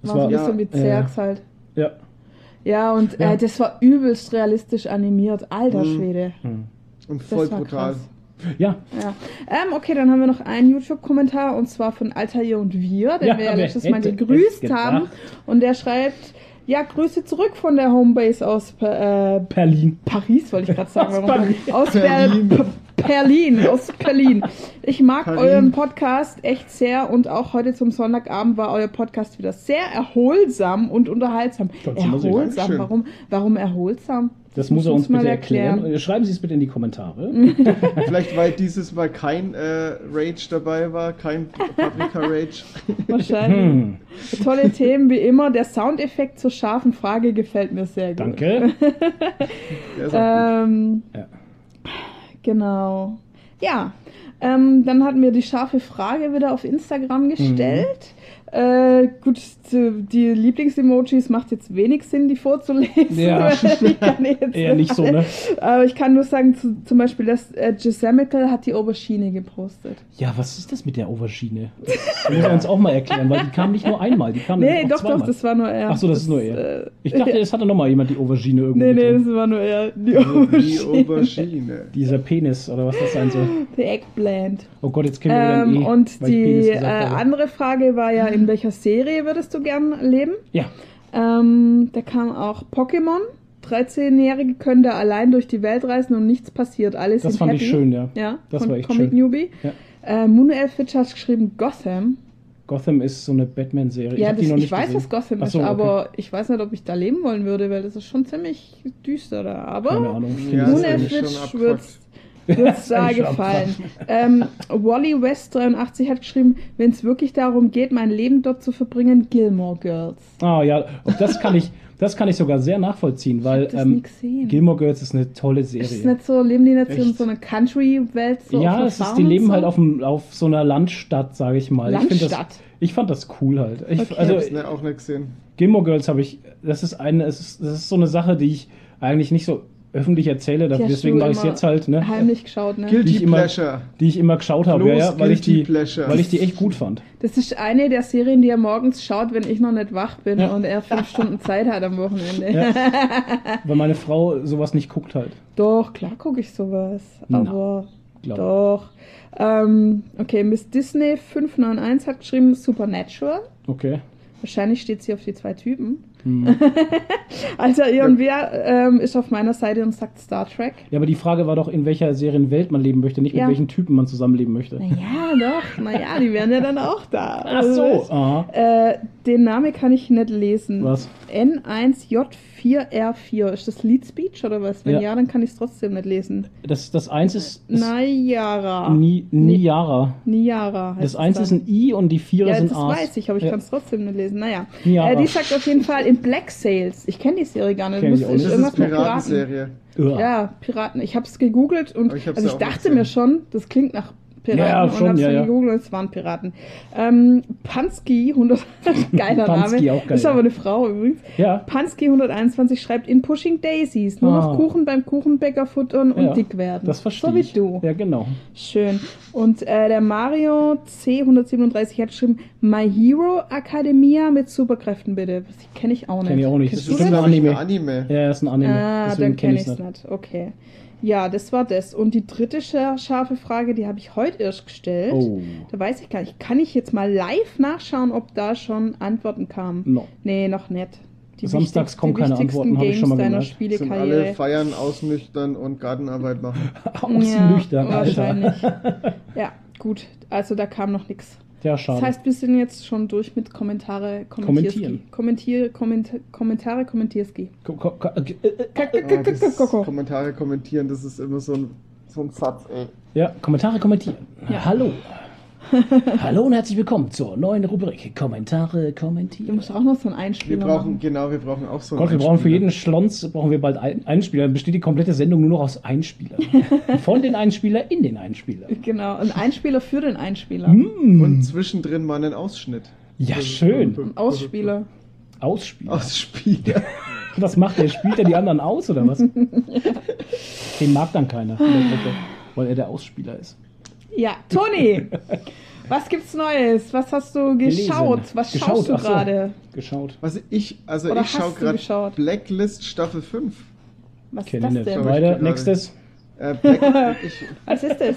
A: Das
B: war so ein
A: war,
C: ja,
B: bisschen wie
A: äh,
B: Zergs halt.
A: ja.
B: Ja, und
A: Ja.
B: Äh, das war übelst realistisch animiert. Alter
C: Mhm.
B: Schwede.
C: Und
B: Das
C: voll
B: war
C: brutal.
B: krass.
A: Ja,
B: Ja. Ähm, okay, dann haben wir noch einen YouTube-Kommentar und zwar von Altair und wir,
A: Ja,
B: den wir ja
A: wer
B: letztes Mal
A: hätte es
B: gegrüßt
A: gedacht?
B: haben. Und der schreibt, ja, Grüße zurück von der Homebase aus Pa- äh,
A: Berlin.
B: Paris, wollte ich gerade sagen.
A: Aus
B: Warum?
A: Paris.
B: Aus Berlin.
C: Berlin.
B: Berlin, aus Berlin. Ich mag
C: Berlin.
B: euren Podcast echt sehr und auch heute zum Sonntagabend war euer Podcast wieder sehr erholsam und unterhaltsam.
A: Stolz muss ich.
B: Erholsam,
C: Dankeschön.
B: warum, warum erholsam?
A: Das muss er uns
B: mal
A: bitte erklären. Äh, Schreiben Sie es bitte in die Kommentare.
C: Vielleicht, weil dieses Mal kein äh, Rage dabei war, kein Paprika Rage.
B: Wahrscheinlich.
A: Hm,
B: Tolle Themen wie immer. Der Soundeffekt zur scharfen Frage gefällt mir sehr gut.
A: danke.
C: Der ist auch
B: Ähm,
A: Ja.
B: Genau. Ja, ähm, dann hatten wir die scharfe Frage wieder auf
A: Mhm.
B: Instagram gestellt. Äh, gut, die die Lieblings-Emojis macht jetzt wenig Sinn, die vorzulesen.
A: Ja.
B: weil ich kann jetzt
A: Eher nicht so, ne?
B: Aber ich kann nur sagen, zu, zum Beispiel, dass äh, Gisamical hat die Aubergine gepostet.
A: Ja, was ist das mit der Aubergine? Das muss er uns auch mal erklären, weil die kam nicht nur einmal, die kam
B: Nee,
A: auch
B: doch,
A: zweimal.
B: doch, das war nur er.
A: Ach so, das ist nur er.
B: äh,
A: Ich dachte, es hatte nochmal jemand die Aubergine irgendwo.
B: Nee,
A: mit
B: nee,
A: drin.
B: das war nur er. Die
C: gut.
B: Aubergine.
C: Die Aubergine.
A: Dieser Penis oder was das sein soll.
B: The Eggplant.
A: Oh Gott, jetzt kennen wir
B: Ähm,
A: wieder ein E,
B: und
A: weil ich Penis
B: die äh,
A: gesagt habe.
B: andere Frage war ja, in welcher Serie würdest du gern leben?
A: Ja,
B: Ähm, da kam auch Pokémon. 13-Jährige können da allein durch die Welt reisen und nichts passiert. Alles
A: das
B: sind
A: fand
B: happy.
A: ich schön, ja.
B: Ja,
A: Das
B: von
A: war echt
B: Comic
A: schön.
B: Newbie.
A: Ja.
B: Äh, Manuel Fitch hat geschrieben Gotham.
A: Gotham ist so eine Batman-Serie.
B: ja,
A: ich hab
B: das,
A: die noch
B: ich
A: nicht
B: weiß,
A: gesehen.
B: was Gotham
A: Ach so, okay.
B: ist, aber ich weiß nicht, ob ich da leben wollen würde, weil das ist schon ziemlich düster da. Aber
A: Keine Ahnung. Ich
C: Ja,
A: kenn das
C: das ist
A: nicht.
C: eigentlich schon
B: Unerfitsch
C: abgefuckt.
B: wird's, wird's da
A: Das ist eigentlich schon
B: gefallen. Ähm, Wally West 83 hat geschrieben, wenn es wirklich darum geht, mein Leben dort zu verbringen, Gilmore Girls.
A: Ah ja, Und das kann ich, das kann ich sogar sehr nachvollziehen, weil
B: das nie
A: ähm,
B: gesehen.
A: Gilmore Girls ist eine tolle Serie.
B: Ist es nicht so, leben die nicht so in
C: Echt?
B: so einer Country-Welt? So
A: ja,
B: auf
A: es ist,
B: Farm
A: die
B: und
A: leben
B: so?
A: halt auf, dem, auf so einer Landstadt, sage ich mal. Ich, find das,
B: Landstadt.
A: ich fand das cool halt. Ich,
B: Okay.
C: Ich
A: Also
C: hab's ne, auch nicht gesehen.
A: Gilmore Girls habe ich, das ist eine, es ist, das ist so eine Sache, die ich eigentlich nicht so öffentlich erzähle,
B: Die
A: dafür,
B: hast
A: deswegen
B: du
A: mache ich es
B: immer
A: jetzt halt, ne?
B: Heimlich geschaut, ne?
A: Die ich
C: Guilty
A: immer-
C: Pleasure.
A: Die ich immer geschaut habe, ja,
C: Bloß
A: ja, weil ich die,
C: Guilty Pleasure.
A: weil ich die echt gut fand.
B: Das ist eine der Serien, die er morgens schaut, wenn ich noch nicht wach bin
A: Ja.
B: und er fünf Stunden Zeit hat am Wochenende.
A: Weil meine Frau sowas nicht guckt halt.
B: Doch, klar gucke ich sowas.
A: Na,
B: Aber
A: glaub.
B: doch. Ähm, okay, Miss Disney 591 hat geschrieben Supernatural.
A: Okay.
B: Wahrscheinlich steht sie auf die zwei Typen.
A: Hm.
B: Also ihr und wer ähm, ist auf meiner Seite und sagt Star Trek.
A: Ja, aber die Frage war doch, in welcher Serienwelt man leben möchte, nicht
B: Ja.
A: mit welchen Typen man zusammenleben möchte.
B: Naja, doch. Naja, die wären ja dann auch da.
A: Ach so. Aha.
B: Äh, den Namen kann ich nicht lesen.
A: Was?
B: N1J4R4. Ist das Lead Speech oder was? Wenn ja,
A: Ja.
B: dann kann ich es trotzdem nicht lesen.
A: Äh, Das, das eins ist, ist
B: Nayara.
A: Ni, Niara.
B: Niara heißt
A: Das eins
B: dann.
A: ist ein I und die Vierer
B: Ja,
A: sind
B: das
A: A's.
B: weiß ich, aber ich
A: Ja.
B: kann es trotzdem nicht lesen. Naja.
A: Ja,
B: äh, die
A: aber-
B: sagt auf jeden Fall in Black Sales. Ich kenne die Serie gar nicht.
A: Kenn ich auch
B: Wusste ich
A: nicht.
C: Das ist
B: irgendwas mit Piraten.
C: Piratenserie.
A: Ja.
B: Ja, Piraten. Ich habe es gegoogelt und
C: Aber ich hab's
B: also ich
C: ja auch
B: dachte
C: gesehen.
B: mir schon, das klingt nach Piraten
A: Ja,
B: und
A: schon,
B: hab's
A: ja,
B: dann
A: ja.
B: gegoogelt und es waren Piraten. Ähm, Pansky 100 geiler
A: Pansky,
B: Name.
A: auch geil,
B: Ist
A: ja.
B: aber eine Frau übrigens.
A: ja.
B: Pansky 121 schreibt in Pushing Daisies nur noch
A: Ah.
B: Kuchen beim Kuchenbäcker futtern und
A: ja.
B: dick werden.
A: Das verstehe
B: So wie
A: ich.
B: du.
A: Ja, genau.
B: Schön. Und äh, der Mario C137 hat geschrieben, My Hero Academia mit Superkräften bitte. Das kenne ich auch nicht.
A: Kenn ich auch nicht.
B: Kennst
A: Das ist
B: du
A: bestimmt
B: das?
A: ein
C: glaub ich,
A: Anime.
C: Anime.
A: Ja, ist ein Anime.
B: Ah,
A: Deswegen
B: dann
A: kenne
B: kenne
A: ich
B: ich es
A: nicht.
B: nicht. Okay. Ja, das war das. Und die dritte scha- scharfe Frage, die habe ich heute erst gestellt.
A: Oh.
B: Da weiß ich gar nicht. Kann ich jetzt mal live nachschauen, ob da schon Antworten kamen?
A: No.
B: Nee, noch nicht.
A: Samstags
B: wichtigsten-
A: kommen keine
B: wichtigsten
A: Antworten, habe ich schon mal
B: Games deiner
A: gemerkt.
C: Zum alle
B: Spielekarriere.
C: feiern, ausnüchtern und Gartenarbeit machen.
A: Ausnüchtern, Alter.
B: wahrscheinlich. ja, gut. Also da kam noch nichts.
A: Ja,
B: Das
A: schade.
B: heißt, wir sind jetzt schon durch mit Kommentare, Kommentierski.
A: Kommentieren.
B: Kommentier, Komment, Kommentare, Kommentierski.
A: Ko- ko- ko- äh, äh,
C: Ah, das
B: Koko.
C: Kommentare kommentieren, das ist immer so ein, so ein Satz, ey.
A: Ja, Kommentare kommentieren. Hallo. Hallo und herzlich willkommen zur neuen Rubrik Kommentare
B: Du
A: kommentieren.
B: musst auch noch so einen
C: Wir
B: Einspieler
C: brauchen,
B: machen.
C: genau, wir brauchen auch so einen
A: Gott, wir brauchen für
C: Einspieler.
A: jeden Schlons brauchen wir bald einen Einspieler. Dann besteht die komplette Sendung nur noch aus Einspielern. Von den Einspieler in den Einspieler.
B: Genau, ein Einspieler für den Einspieler.
C: Und
A: Mm.
C: zwischendrin mal einen Ausschnitt.
A: Ja, schön.
B: Ein Ausspieler.
A: Ausspieler.
C: Ausspieler.
A: Was macht der? Spielt er die anderen aus oder was? Also, äh, Den mag dann keiner, in der Gruppe, weil er der Ausspieler ist.
B: Ja, Toni! Was gibt's Neues? Was hast du geschaut?
A: Gelesen.
B: Was
A: Geschaut,
B: schaust du
A: ach so.
B: gerade?
A: Geschaut.
C: Also ich, also
B: Oder
C: ich schaue
B: hast du
C: gerade
B: geschaut?
C: Blacklist Staffel 5.
B: Was
A: Okay,
B: ist das
A: Linde.
C: Schau
B: denn?
C: mal.
A: Weiter.
C: gerade.
A: Nächstes.
C: Äh, Black, ich,
B: Was ist das?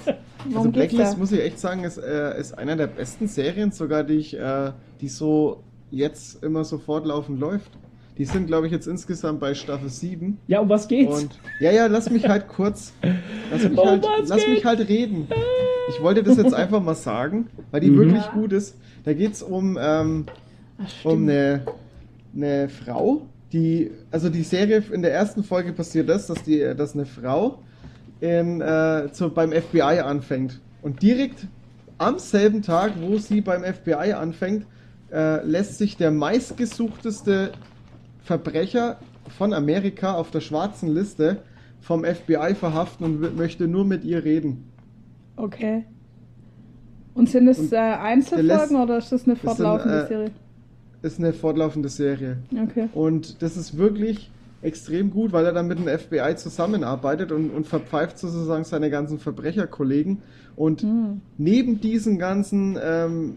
B: Worum
C: also
B: geht's
C: Blacklist
B: da?
C: muss ich echt sagen, ist, äh, ist einer der besten Serien sogar, die ich, äh, die so jetzt immer so fortlaufend läuft. Die sind, glaube ich, jetzt insgesamt bei Staffel 7.
A: Ja, um was geht's?
C: Und ja, ja, lass mich halt kurz. Lass mich,
A: Oh,
C: halt,
A: was
C: lass mich
A: geht?
C: halt reden. Ich wollte das jetzt einfach mal sagen, weil die
A: Mhm.
C: wirklich gut ist. Da geht es um, ähm,
B: Ach,
C: um
B: stimmt.
C: eine, eine Frau, die. Also die Serie in der ersten Folge passiert das, dass, die, dass eine Frau in, äh, zu, beim FBI anfängt. Und direkt am selben Tag, wo sie beim FBI anfängt, äh, lässt sich der meistgesuchteste Verbrecher von Amerika auf der schwarzen Liste vom FBI verhaften und w- möchte nur mit ihr reden.
B: Okay. Und sind es
C: Und
B: äh,
C: lässt-
B: Einzelfolgen oder ist das eine
C: sind,
B: fortlaufende
C: äh,
B: Serie?
C: Ist eine fortlaufende Serie.
B: Okay.
C: Und das ist wirklich extrem gut, weil er dann mit dem FBI zusammenarbeitet und, und verpfeift sozusagen seine ganzen Verbrecherkollegen. Und
B: Hm.
C: neben diesen ganzen ähm,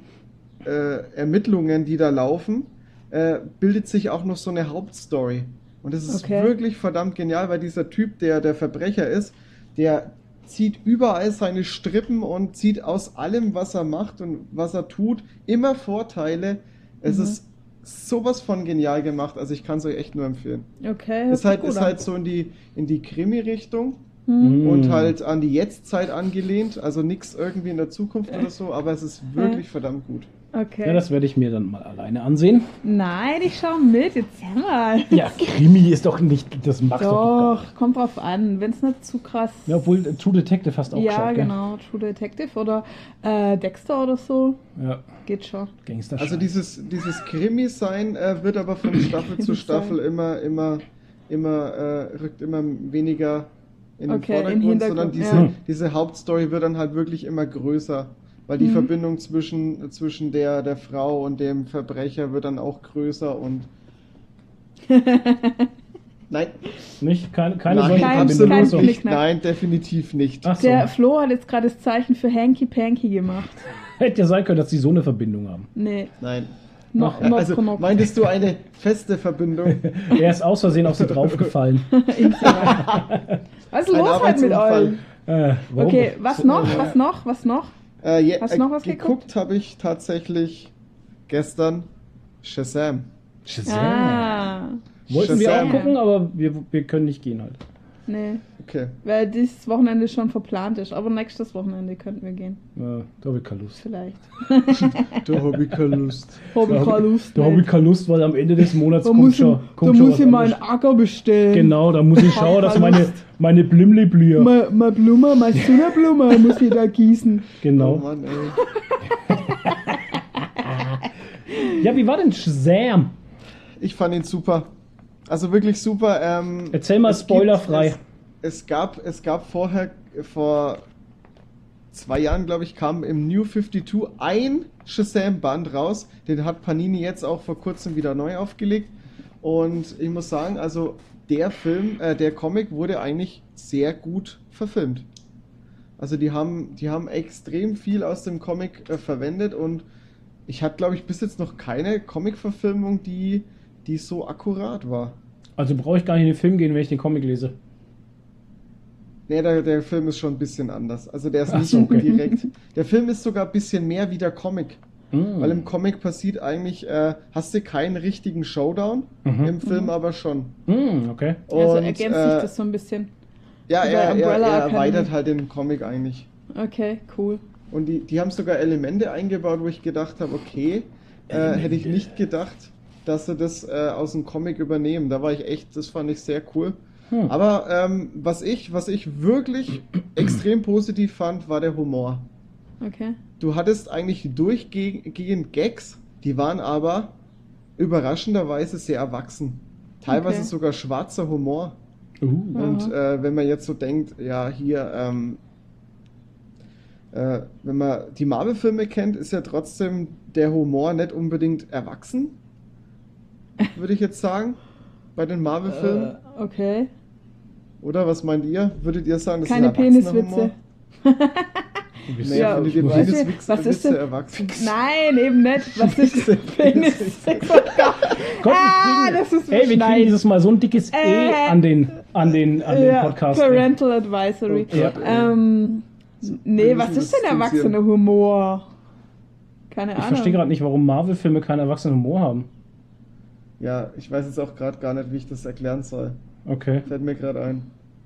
C: äh, Ermittlungen, die da laufen, äh, bildet sich auch noch so eine Hauptstory. Und das ist
B: Okay.
C: wirklich verdammt genial, weil dieser Typ, der der Verbrecher ist, der zieht überall seine Strippen und zieht aus allem, was er macht und was er tut, immer Vorteile. Es
B: Mhm.
C: ist sowas von genial gemacht. Also ich kann es euch echt nur empfehlen.
B: Okay. hört
C: Ist
B: sich
C: halt,
B: gut
C: ist
B: an.
C: halt so in die, in die Krimi-Richtung
B: Hm.
A: Mhm.
C: und halt an die Jetztzeit angelehnt. Also nichts irgendwie in der Zukunft oder so, aber es ist wirklich
B: Hm.
C: verdammt gut.
B: Okay.
A: Ja, das werde ich mir dann mal alleine ansehen.
B: Nein, ich schau mit. Jetzt hör mal.
A: Ja, Krimi ist doch nicht, das magst doch,
B: Doch, kommt drauf an. Wenn es nicht zu krass.
A: du gar nicht. Ja, obwohl äh, True Detective fast auch
B: ja,
A: geschaut, gell?
B: genau. True Detective oder äh, Dexter oder so.
A: Ja,
B: Geht schon.
A: Gangster
C: Also dieses, dieses Krimi-Sein äh, wird aber von Staffel zu
B: Krimi-Sein.
C: Staffel immer, immer, immer, äh, rückt immer weniger in den
B: Okay, in den
C: Vordergrund, sondern
B: Hintergrund,
C: diese,
A: ja.
C: diese Hauptstory wird dann halt wirklich immer größer. Weil die
B: Mhm.
C: Verbindung zwischen, zwischen der, der Frau und dem Verbrecher wird dann auch größer und. Nein,
A: Nicht? Keine, keine
C: nein,
A: solche
B: kein-
A: Verbindung.
B: kein
A: Ach so. Ah.
C: absolut nicht.
B: Knickknack.
C: Nein, definitiv nicht.
A: Ach so.
B: Der Flo hat jetzt gerade das Zeichen für Hanky Panky gemacht.
A: Hätte ja sein können, dass die so eine Verbindung haben.
B: Nee,
C: Nein.
B: noch,
A: Ach,
B: noch,
C: also
B: noch.
C: meintest du eine feste Verbindung?
A: Er ist aus Versehen auf sie draufgefallen.
B: Instagram. Was ist
C: Ein
B: los halt mit
C: Arbeitsunfall.
B: euch?
A: Äh, warum?
B: Okay, was noch? Was noch? Was noch?
C: Äh, je,
B: Hast du noch
C: äh,
B: was geguckt?
C: geguckt? habe ich tatsächlich gestern Shazam.
A: Shazam.
B: Ah.
A: Wollten wir auch
C: Shazam.
A: gucken, aber wir, wir können nicht gehen halt.
B: Nee,
C: Okay.
B: weil dieses Wochenende schon verplant ist. Aber nächstes Wochenende könnten wir gehen.
A: Äh, da habe ich keine Lust.
B: Vielleicht.
C: Da habe ich keine Lust.
B: Hobby
A: Da habe ich,
B: Lust.
A: da hab ich keine Lust, weil am Ende des Monats
B: Da
A: kommt
B: muss ich,
A: schon, kommt
B: da
A: schon
B: muss
A: was
B: ich meinen
A: anderes.
B: Acker bestellen.
A: Genau, da muss ich schauen, dass meine, meine Blimli blühen.
B: Meine mein Blume, meine Sonnenblume muss ich da gießen.
C: Oh
A: Genau.
C: Mann, ey.
A: Ja, wie war denn Shazam?
C: Ich fand ihn super. Also wirklich super. Ähm,
A: Erzähl mal
C: es gibt-
A: spoilerfrei.
C: Es, es, gab, es gab vorher, vor zwei Jahren, glaube ich, kam im New 52 ein Shazam-Band raus. Den hat Panini jetzt auch vor kurzem wieder neu aufgelegt. Und ich muss sagen, also der Film, äh, der Comic wurde eigentlich sehr gut verfilmt. Also die haben, die haben extrem viel aus dem Comic äh, verwendet und ich hatte, glaube ich, bis jetzt noch keine Comic-Verfilmung, die, die so akkurat war.
A: Also brauche ich gar nicht in den Film gehen, wenn ich den Comic lese.
C: Nee, der, der Film ist schon ein bisschen anders. Also der ist
A: Ach
C: nicht
A: so, okay.
C: direkt. Der Film ist sogar ein bisschen mehr wie der Comic.
A: Hm.
C: Weil im Comic passiert eigentlich, äh, hast du keinen richtigen Showdown,
A: Mhm.
C: im Film aber schon.
A: Hm, okay.
C: Und,
B: also ergänzt
C: äh,
B: sich das so ein bisschen.
C: Ja,
B: bei
C: er, er,
B: Umbrella
C: er
B: Academy.
C: erweitert halt den Comic eigentlich.
B: Okay, cool.
C: Und die, die haben sogar Elemente eingebaut, wo ich gedacht habe, okay, äh, hätte ich
A: Elemente.
C: nicht gedacht, dass sie das äh, aus dem Comic übernehmen. Da war ich echt, das fand ich sehr cool.
A: Hm.
C: Aber ähm, was, ich, was ich wirklich extrem positiv fand, war der Humor.
B: Okay.
C: Du hattest eigentlich durchgehend Gags, die waren aber überraschenderweise sehr erwachsen. Teilweise
B: Okay.
C: sogar schwarzer Humor.
A: Uh.
C: Und äh, wenn man jetzt so denkt, ja, hier, ähm, äh, wenn man die Marvel-Filme kennt, ist ja trotzdem der Humor nicht unbedingt erwachsen, würde ich jetzt sagen, bei den Marvel-Filmen.
B: Äh, okay.
C: Oder was meint ihr? Würdet ihr sagen, das
B: Keine
C: ist ein erwachsener
B: Peniswitze.
C: Humor? Naja,
B: Ja,
C: findet ihr
A: ich muss-
C: beides
B: Weißt du,
C: Wichs-
B: was ist
C: Witze
B: denn-
C: erwachsen?
B: Nein, eben nicht. Was ist
C: Diese
B: Penis?
A: Komm, wir
B: ah,
A: kriegen-
B: das ist
A: Ey, wir kriegen
B: beschneiden.
A: dieses Mal so ein dickes E
B: Äh.
A: an den, an den, an den
B: Ja,
A: Podcast. ey.
B: Parental Advisory.
C: Oh Gott, ey.
B: ähm, nee,
C: Wir
B: was
C: müssen
B: ist
C: das
B: denn erwachsener
C: zensieren.
B: Humor? Keine
A: Ich
B: Ahnung.
A: verstehe gerade nicht, warum Marvel-Filme keinen erwachsenen Humor haben.
C: Ja, ich weiß jetzt auch gerade gar nicht, wie ich das erklären soll.
A: Okay.
C: Fällt mir gerade ein.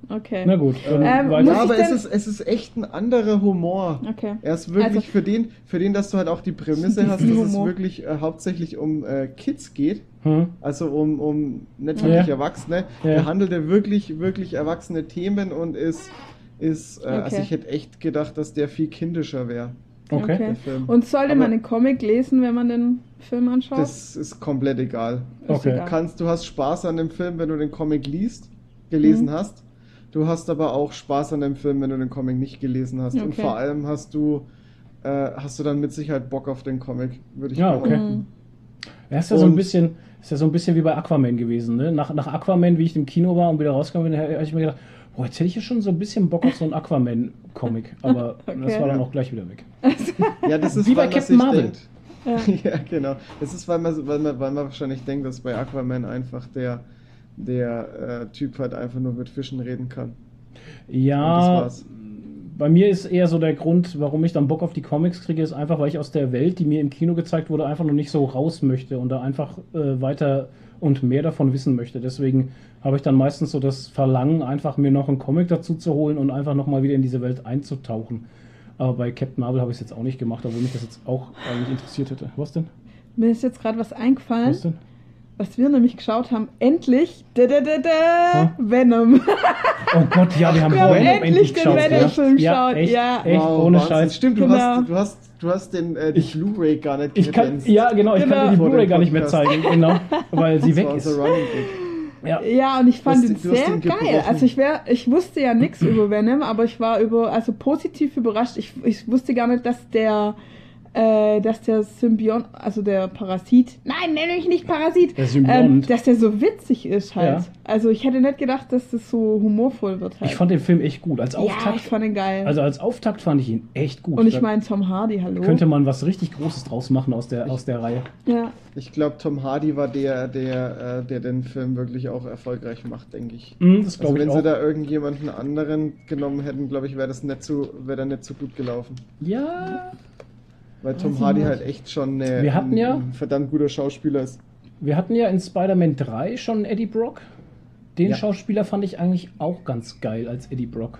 B: Okay.
A: Na gut, dann
B: Ähm,
A: weiter.
B: Muss
C: Ja,
B: ich
C: aber es
B: denn-
C: ist, es ist echt ein anderer Humor.
B: Okay.
C: Er ist wirklich
B: Also-
C: für den, für den, dass du halt auch die Prämisse hast, dass es
B: Humor.
C: wirklich äh, hauptsächlich um äh, Kids geht,
A: Hm?
C: also um, um nicht
A: Ja.
C: wirklich Erwachsene,
A: Ja.
C: behandelt er wirklich, wirklich erwachsene Themen und ist, ist äh, also
B: Okay.
C: ich hätte echt gedacht, dass der viel kindischer wäre.
A: Okay.
B: Okay.
C: der Film.
B: Und sollte
C: Aber-
B: man den Comic lesen, wenn man den Film anschaut?
C: Das ist komplett egal.
B: Ist
A: Okay.
B: egal.
C: Kannst, du hast Spaß an dem Film, wenn du den Comic liest, gelesen
B: Mhm.
C: hast. Du hast aber auch Spaß an dem Film, wenn du den Comic nicht gelesen hast. Und
B: Okay.
C: vor allem hast du, äh, hast du dann mit Sicherheit Bock auf den Comic, würde ich
A: Ja, okay.
C: behaupten.
B: Hm.
A: Ja, ist ja so ein
C: Und-
A: bisschen, ist ja so ein bisschen wie bei Aquaman gewesen, ne? Nach, nach Aquaman, wie ich im Kino war und wieder rausgekommen bin, habe ich mir gedacht, boah, jetzt hätte ich ja schon so ein bisschen Bock auf so einen Aquaman-Comic. Aber das
B: Okay.
A: war dann
C: Ja.
A: auch gleich wieder weg.
C: Ja, das ist,
A: Wie bei
C: weil man
A: Captain
C: sich
A: Marvel.
C: denkt.
B: Ja.
C: Ja, genau. Das ist, weil man, weil man, weil man wahrscheinlich denkt, dass bei Aquaman einfach der, der äh, Typ halt einfach nur mit Fischen reden kann. Und
A: Ja,
C: das war's.
A: bei mir ist eher so der Grund, warum ich dann Bock auf die Comics kriege, ist einfach, weil ich aus der Welt, die mir im Kino gezeigt wurde, einfach noch nicht so raus möchte und da einfach äh, weiter und mehr davon wissen möchte. Deswegen habe ich dann meistens so das Verlangen, einfach mir noch einen Comic dazu zu holen und einfach nochmal wieder in diese Welt einzutauchen. Aber bei Captain Marvel habe ich es jetzt auch nicht gemacht, obwohl mich das jetzt auch eigentlich interessiert hätte. Was denn?
B: Mir ist jetzt gerade was eingefallen,
A: Was
B: was,
A: denn?
B: wir nämlich geschaut haben. Endlich da, da, da,
A: Hä?
B: da, Venom.
A: Oh Gott, ja, wir haben
B: Wir haben
A: Venom
B: endlich den Venom-Film
A: Ja,
B: geschaut,
A: echt,
B: ja.
A: echt
C: Wow,
A: ohne
C: Wahnsinn.
A: Scheiß.
C: Stimmt, du,
B: Genau.
C: hast, du, hast, du hast den äh, die
A: Ich-
C: Blu-ray gar nicht
A: Ich kann,
C: kredenzt.
A: ja, genau, ich
B: Genau.
A: kann dir die
C: Vor dem
A: Blu-ray gar nicht mehr
C: Podcast.
A: zeigen, genau, weil sie
C: Das
A: weg
C: war
A: ist.
C: unser Running Gag.
A: Ja,
B: Ja, und ich
C: hast
B: fand ihn
C: den- du hast
B: sehr
C: den
B: geil.
C: gebrochen.
B: Also ich wär, ich wusste ja nichts über Venom, aber ich war über, also positiv überrascht. Ich, ich wusste gar nicht, dass der, äh, dass der Symbiont, also der Parasit, nein, nenne ich nicht Parasit,
A: Der Symbiont.
B: ähm, dass der so witzig ist halt.
A: Ja.
B: Also ich hätte nicht gedacht, dass das so humorvoll wird halt.
A: ich fand den Film echt gut. Als
B: ja,
A: Auftakt,
B: ich fand ihn geil.
A: also als Auftakt fand ich ihn echt gut.
B: und ich
A: Da
B: meine Tom Hardy, hallo.
A: könnte man was richtig Großes draus machen aus der, aus der Reihe.
B: ja.
C: Ich glaube, Tom Hardy war der, der, äh, der den Film wirklich auch erfolgreich macht, denke ich.
A: Mhm, das
C: Also
A: glaube
C: wenn
A: ich
C: sie
A: auch.
C: da irgendjemanden anderen genommen hätten, glaube ich, wäre das nicht so, wäre da nicht so gut gelaufen.
A: ja,
C: Weil Tom
B: ich
C: Hardy
B: nicht.
C: halt echt schon äh,
A: Wir hatten
C: ein,
A: ja-
C: ein verdammt guter Schauspieler ist.
A: wir hatten ja in Spider-Man 3 schon Eddie Brock. Den
C: Ja.
A: Schauspieler fand ich eigentlich auch ganz geil als Eddie Brock.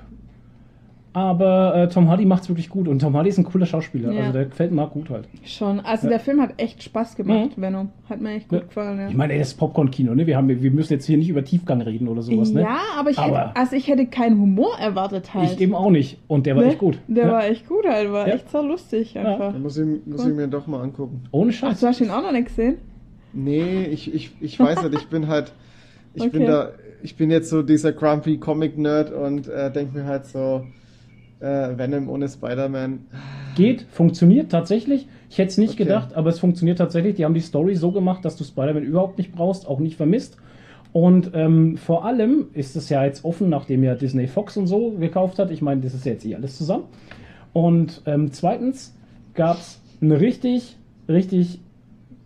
A: Aber äh, Tom Hardy macht's wirklich gut und Tom Hardy ist ein cooler Schauspieler.
B: Ja.
A: Also der gefällt mir gut halt.
B: Schon.
A: Ja.
B: Also
A: Mhm.
B: der Film hat echt Spaß gemacht, Venom. Hat mir echt gut
A: Ja.
B: gefallen, ja.
A: Ich meine, ey, das ist Popcorn-Kino, ne? Wir, haben, wir müssen jetzt hier nicht über Tiefgang reden oder sowas, ne?
B: Ja, aber ich hätte,
A: Aber-
B: also ich hätte keinen Humor erwartet halt.
A: Ich eben auch nicht. Und der war
B: Ne?
A: echt gut.
B: Der
A: ja.
B: war echt gut, halt, war
A: Ja.
B: echt so lustig einfach.
C: Da muss ich, muss
B: Cool.
C: ich mir doch mal angucken.
A: Ohne
B: Ach,
A: Scheiß.
B: du hast ihn auch noch nicht gesehen?
C: Nee, ich, ich, ich weiß nicht, ich bin halt, ich bin
B: Okay.
C: da, ich bin jetzt so dieser grumpy Comic-Nerd und äh, denke mir halt so, äh, Venom ohne Spider-Man,
A: Geht, funktioniert tatsächlich. Ich hätte es nicht
C: Okay.
A: gedacht, aber es funktioniert tatsächlich. Die haben die Story so gemacht, dass du Spider-Man überhaupt nicht brauchst, auch nicht vermisst. Und ähm, vor allem ist es ja jetzt offen, nachdem ja Disney Fox und so gekauft hat. Ich meine, das ist ja jetzt eh alles zusammen. Und ähm, zweitens gab es eine richtig, richtig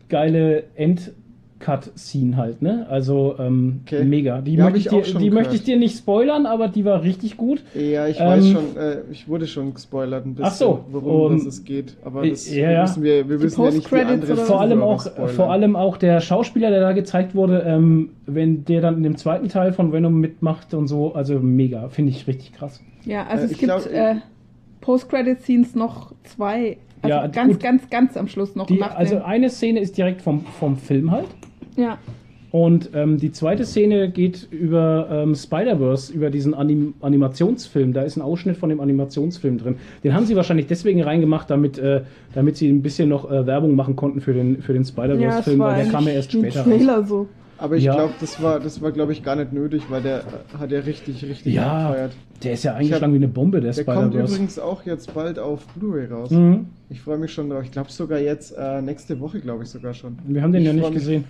A: geile End-Cut-Scene halt, ne? Also ähm,
C: Okay.
A: mega. Die,
C: Ja, hab
A: möchte, ich
C: ich
A: dir,
C: auch schon
A: die möchte ich
C: gehört.
A: dir nicht spoilern, aber die war richtig gut.
C: Ja, ich weiß
A: Ähm,
C: schon, äh, ich wurde schon gespoilert ein bisschen,
A: Ach so,
C: worum
A: um,
C: das es geht. Aber
A: äh,
C: das
A: ja,
C: wir
A: ja.
C: wissen wir, wir
B: Die
C: wissen ja nicht die
B: Post-Credits
C: andere
B: oder
A: Vor allem,
C: Zuhörer
A: auch, äh,
C: spoilern.
A: vor allem auch der Schauspieler, der da gezeigt wurde, ähm, wenn der dann in dem zweiten Teil von Venom mitmacht und so, also mega, finde ich richtig krass.
B: Ja, also
C: Äh,
B: es
C: ich
B: gibt
C: glaub, ich-
B: äh, Post-Credit-Scenes noch zwei. Also
A: Ja,
B: ganz,
A: gut.
B: ganz, ganz am Schluss noch
A: Die,
B: nach dem-
A: also eine Szene ist direkt vom, vom Film halt
B: ja.
A: und ähm, die zweite Szene geht über ähm, Spider-Verse, über diesen Anim Animationsfilm, da ist ein Ausschnitt von dem Animationsfilm drin. Den haben sie wahrscheinlich deswegen reingemacht, damit, äh, damit sie ein bisschen noch äh, Werbung machen konnten für den, für den
B: ja, es
A: Spider-Verse-Film, weil der kam ja
B: eigentlich
A: erst
B: ein
A: später raus.
B: Trailer so.
C: Aber ich
A: Ja.
C: glaube, das war, das war glaube ich, gar nicht nötig, weil der äh, hat ja richtig, richtig
A: Ja,
C: abgefeiert.
A: der ist ja
C: Ich hab-
A: eingeschlagen wie eine Bombe, der,
C: Der kommt
A: Spider-Verse.
C: übrigens auch jetzt bald auf Blu-ray raus.
A: Mhm.
C: Ich freue mich schon drauf. Ich glaube sogar jetzt, äh, nächste Woche glaube ich sogar schon.
A: Wir haben den
C: Ich
A: ja
C: freu
A: nicht
C: mich-
A: gesehen.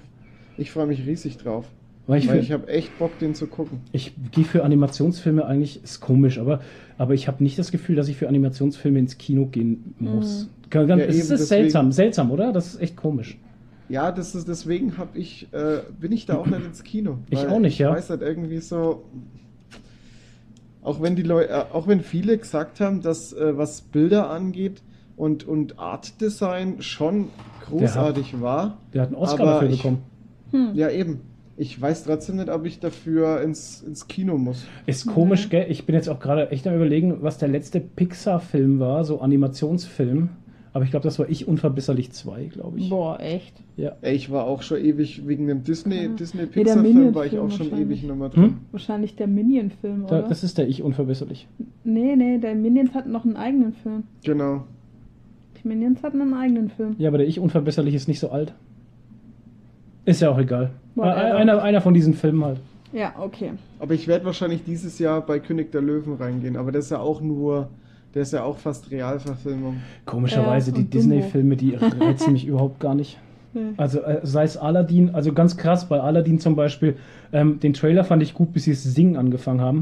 C: Ich freue mich riesig drauf.
A: Weil ich,
C: Weil
A: find-
C: ich habe echt Bock, den zu gucken.
A: Ich gehe für Animationsfilme eigentlich, ist komisch, aber, aber ich habe nicht das Gefühl, dass ich für Animationsfilme ins Kino gehen muss. Kann- kann-
C: Hm. Ja,
A: es
C: eben,
A: ist
C: deswegen-
A: seltsam, seltsam, oder? Das ist echt komisch.
C: Ja, das ist, deswegen hab ich, äh, bin ich da auch nicht ins Kino.
A: Ich
C: Weil
A: auch nicht, ja.
C: Ich weiß halt irgendwie so. Auch wenn die Leute, äh, auch wenn viele gesagt haben, dass äh, was Bilder angeht und, und Art Design schon großartig war.
A: Der hat einen Oscar
C: Aber
A: dafür
C: ich-
A: bekommen.
B: Hm.
C: Ja, eben. Ich weiß trotzdem nicht, ob ich dafür ins, ins Kino muss.
A: Ist komisch, gell? Ich bin jetzt auch gerade echt am überlegen, was der letzte Pixar-Film war, so Animationsfilm. Aber ich glaube, das war Ich Unverbesserlich 2, glaube ich.
B: Boah, echt.
A: Ja.
C: Ey, ich war auch schon ewig wegen dem Disney,
B: Ja.
C: Disney
B: Nee, der
C: Pixar Film war ich
B: Minion-Film
C: auch schon
B: wahrscheinlich.
C: ewig nochmal drin.
A: Hm?
B: Wahrscheinlich der Minion-Film,
A: Da,
B: oder?
A: das ist der Ich Unverbesserlich.
B: nee, nee, der Minions hatten noch einen eigenen Film.
C: Genau.
B: Die Minions hatten einen eigenen Film.
A: Ja, aber der Ich Unverbesserlich ist nicht so alt. Ist ja auch egal. Äh,
B: Whatever.
A: Einer, einer von diesen Filmen halt.
B: Ja, okay.
C: Aber ich werde wahrscheinlich dieses Jahr bei König der Löwen reingehen, aber das ist ja auch nur, der ist ja auch fast Realverfilmung.
A: Komischerweise,
B: Ja,
A: die
B: und Dumbo.
A: Disney-Filme, die reizen mich überhaupt gar nicht.
B: Nee.
A: Also äh, sei es Aladdin, also ganz krass bei Aladdin zum Beispiel, ähm, den Trailer fand ich gut, bis sie das Singen angefangen haben.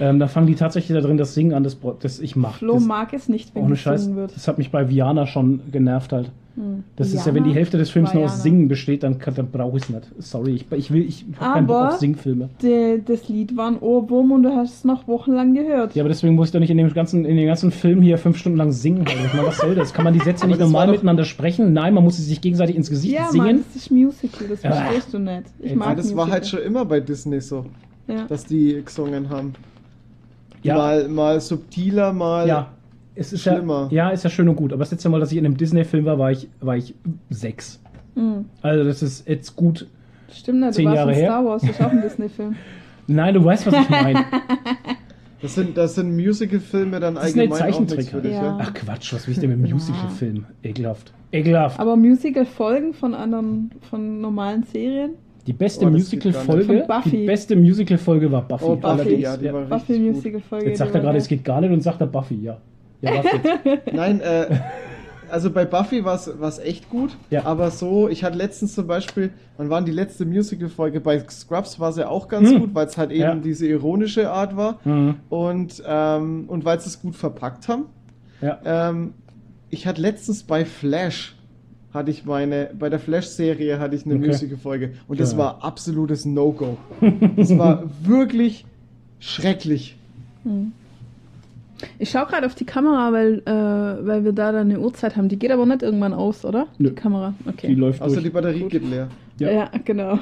A: ähm, da fangen die tatsächlich da drin das Singen an, das, bra- das ich mache.
B: Flo
A: Das,
B: mag es nicht, wenn
A: ohne Scheiß,
B: gesungen wird.
A: das hat mich bei Viana schon genervt halt.
B: Hm.
A: Das ist ja, wenn die Hälfte des Films nur aus
B: Vajana.
A: Singen besteht, dann, kann- dann brauche ich es nicht. Sorry, ich, ich will, ich habe keinen Bock
B: Aber-
A: auf Singfilme.
B: D- das Lied war ein Ohrwurm und du hast es noch wochenlang gehört.
A: Ja, aber deswegen muss ich doch nicht in dem ganzen, in dem ganzen Film hier fünf Stunden lang singen. Halt. Ich meine, was soll das? Kann man die Sätze
C: Aber
A: nicht
C: das war
A: normal
C: doch-
A: miteinander sprechen? Nein, man muss sie sich gegenseitig ins Gesicht
B: Ja, Mann,
A: singen.
B: das ist Musical, das
A: Ah.
B: verstehst du nicht.
A: Ey,
B: Ich
C: Weil
B: mag
C: das war
B: Musical.
C: halt schon immer bei Disney so,
B: Ja.
C: dass die gesungen haben.
A: Ja.
C: Mal, mal subtiler, mal.
A: Ja, es ist
C: schlimmer.
A: ja, ja, ist ja schön und gut. Aber das letzte Mal, dass ich in einem Disney-Film war, war ich, war ich sechs.
B: Hm.
A: Also das ist jetzt gut.
B: Stimmt nicht, du
A: Zehn
B: warst
A: Jahre
B: in
A: her.
B: Star Wars, das ist auch ein Disney-Film.
A: Nein, du weißt, was ich meine.
C: Das sind, das sind Musical-Filme dann
A: Das ist ein
C: allgemein auch nichts für
A: Zeichentrick.
C: dich, ja.
B: Ja.
A: Ach Quatsch, was will ich denn mit einem
B: Ja.
A: Musical-Film? Ekelhaft. Ekelhaft.
B: Aber Musical-Folgen von anderen, von normalen Serien?
A: die beste
C: Oh, das geht gar nicht.
A: Musical-Folge,
B: Von Buffy.
A: die beste Musical-Folge war Buffy.
C: Oh, Buffy,
A: allerdings.
C: ja, die
A: Ja.
C: war
B: Was für
C: richtig
B: eine
C: gut.
B: Musical-Folge?
A: Jetzt sagt
B: die
A: er
B: war
A: gerade, es
B: geil.
A: geht gar nicht und sagt er Buffy, ja. Ja, was jetzt?
C: Nein, äh, also bei Buffy war es echt gut,
A: Ja.
C: aber so, ich hatte letztens zum Beispiel, wann waren die letzte Musical-Folge? Bei Scrubs war es ja auch ganz
A: Hm.
C: gut, weil es halt eben
A: Ja.
C: diese ironische Art war
A: mhm.
C: und, ähm, und weil sie es gut verpackt haben.
A: ja.
C: Ähm, ich hatte letztens bei Flash hatte ich meine, bei der Flash-Serie hatte ich eine
A: Okay.
C: Musical-Folge und das
A: Ja.
C: war absolutes No-Go. Das war wirklich schrecklich.
B: Hm. Ich schaue gerade auf die Kamera, weil, äh, weil wir da dann eine Uhrzeit haben. Die geht aber nicht irgendwann aus, oder?
A: Nö.
B: Die Kamera. Okay.
A: Die läuft
C: Außer die
A: durch.
C: Batterie
B: Gut.
C: geht leer.
A: ja.
B: ja. genau.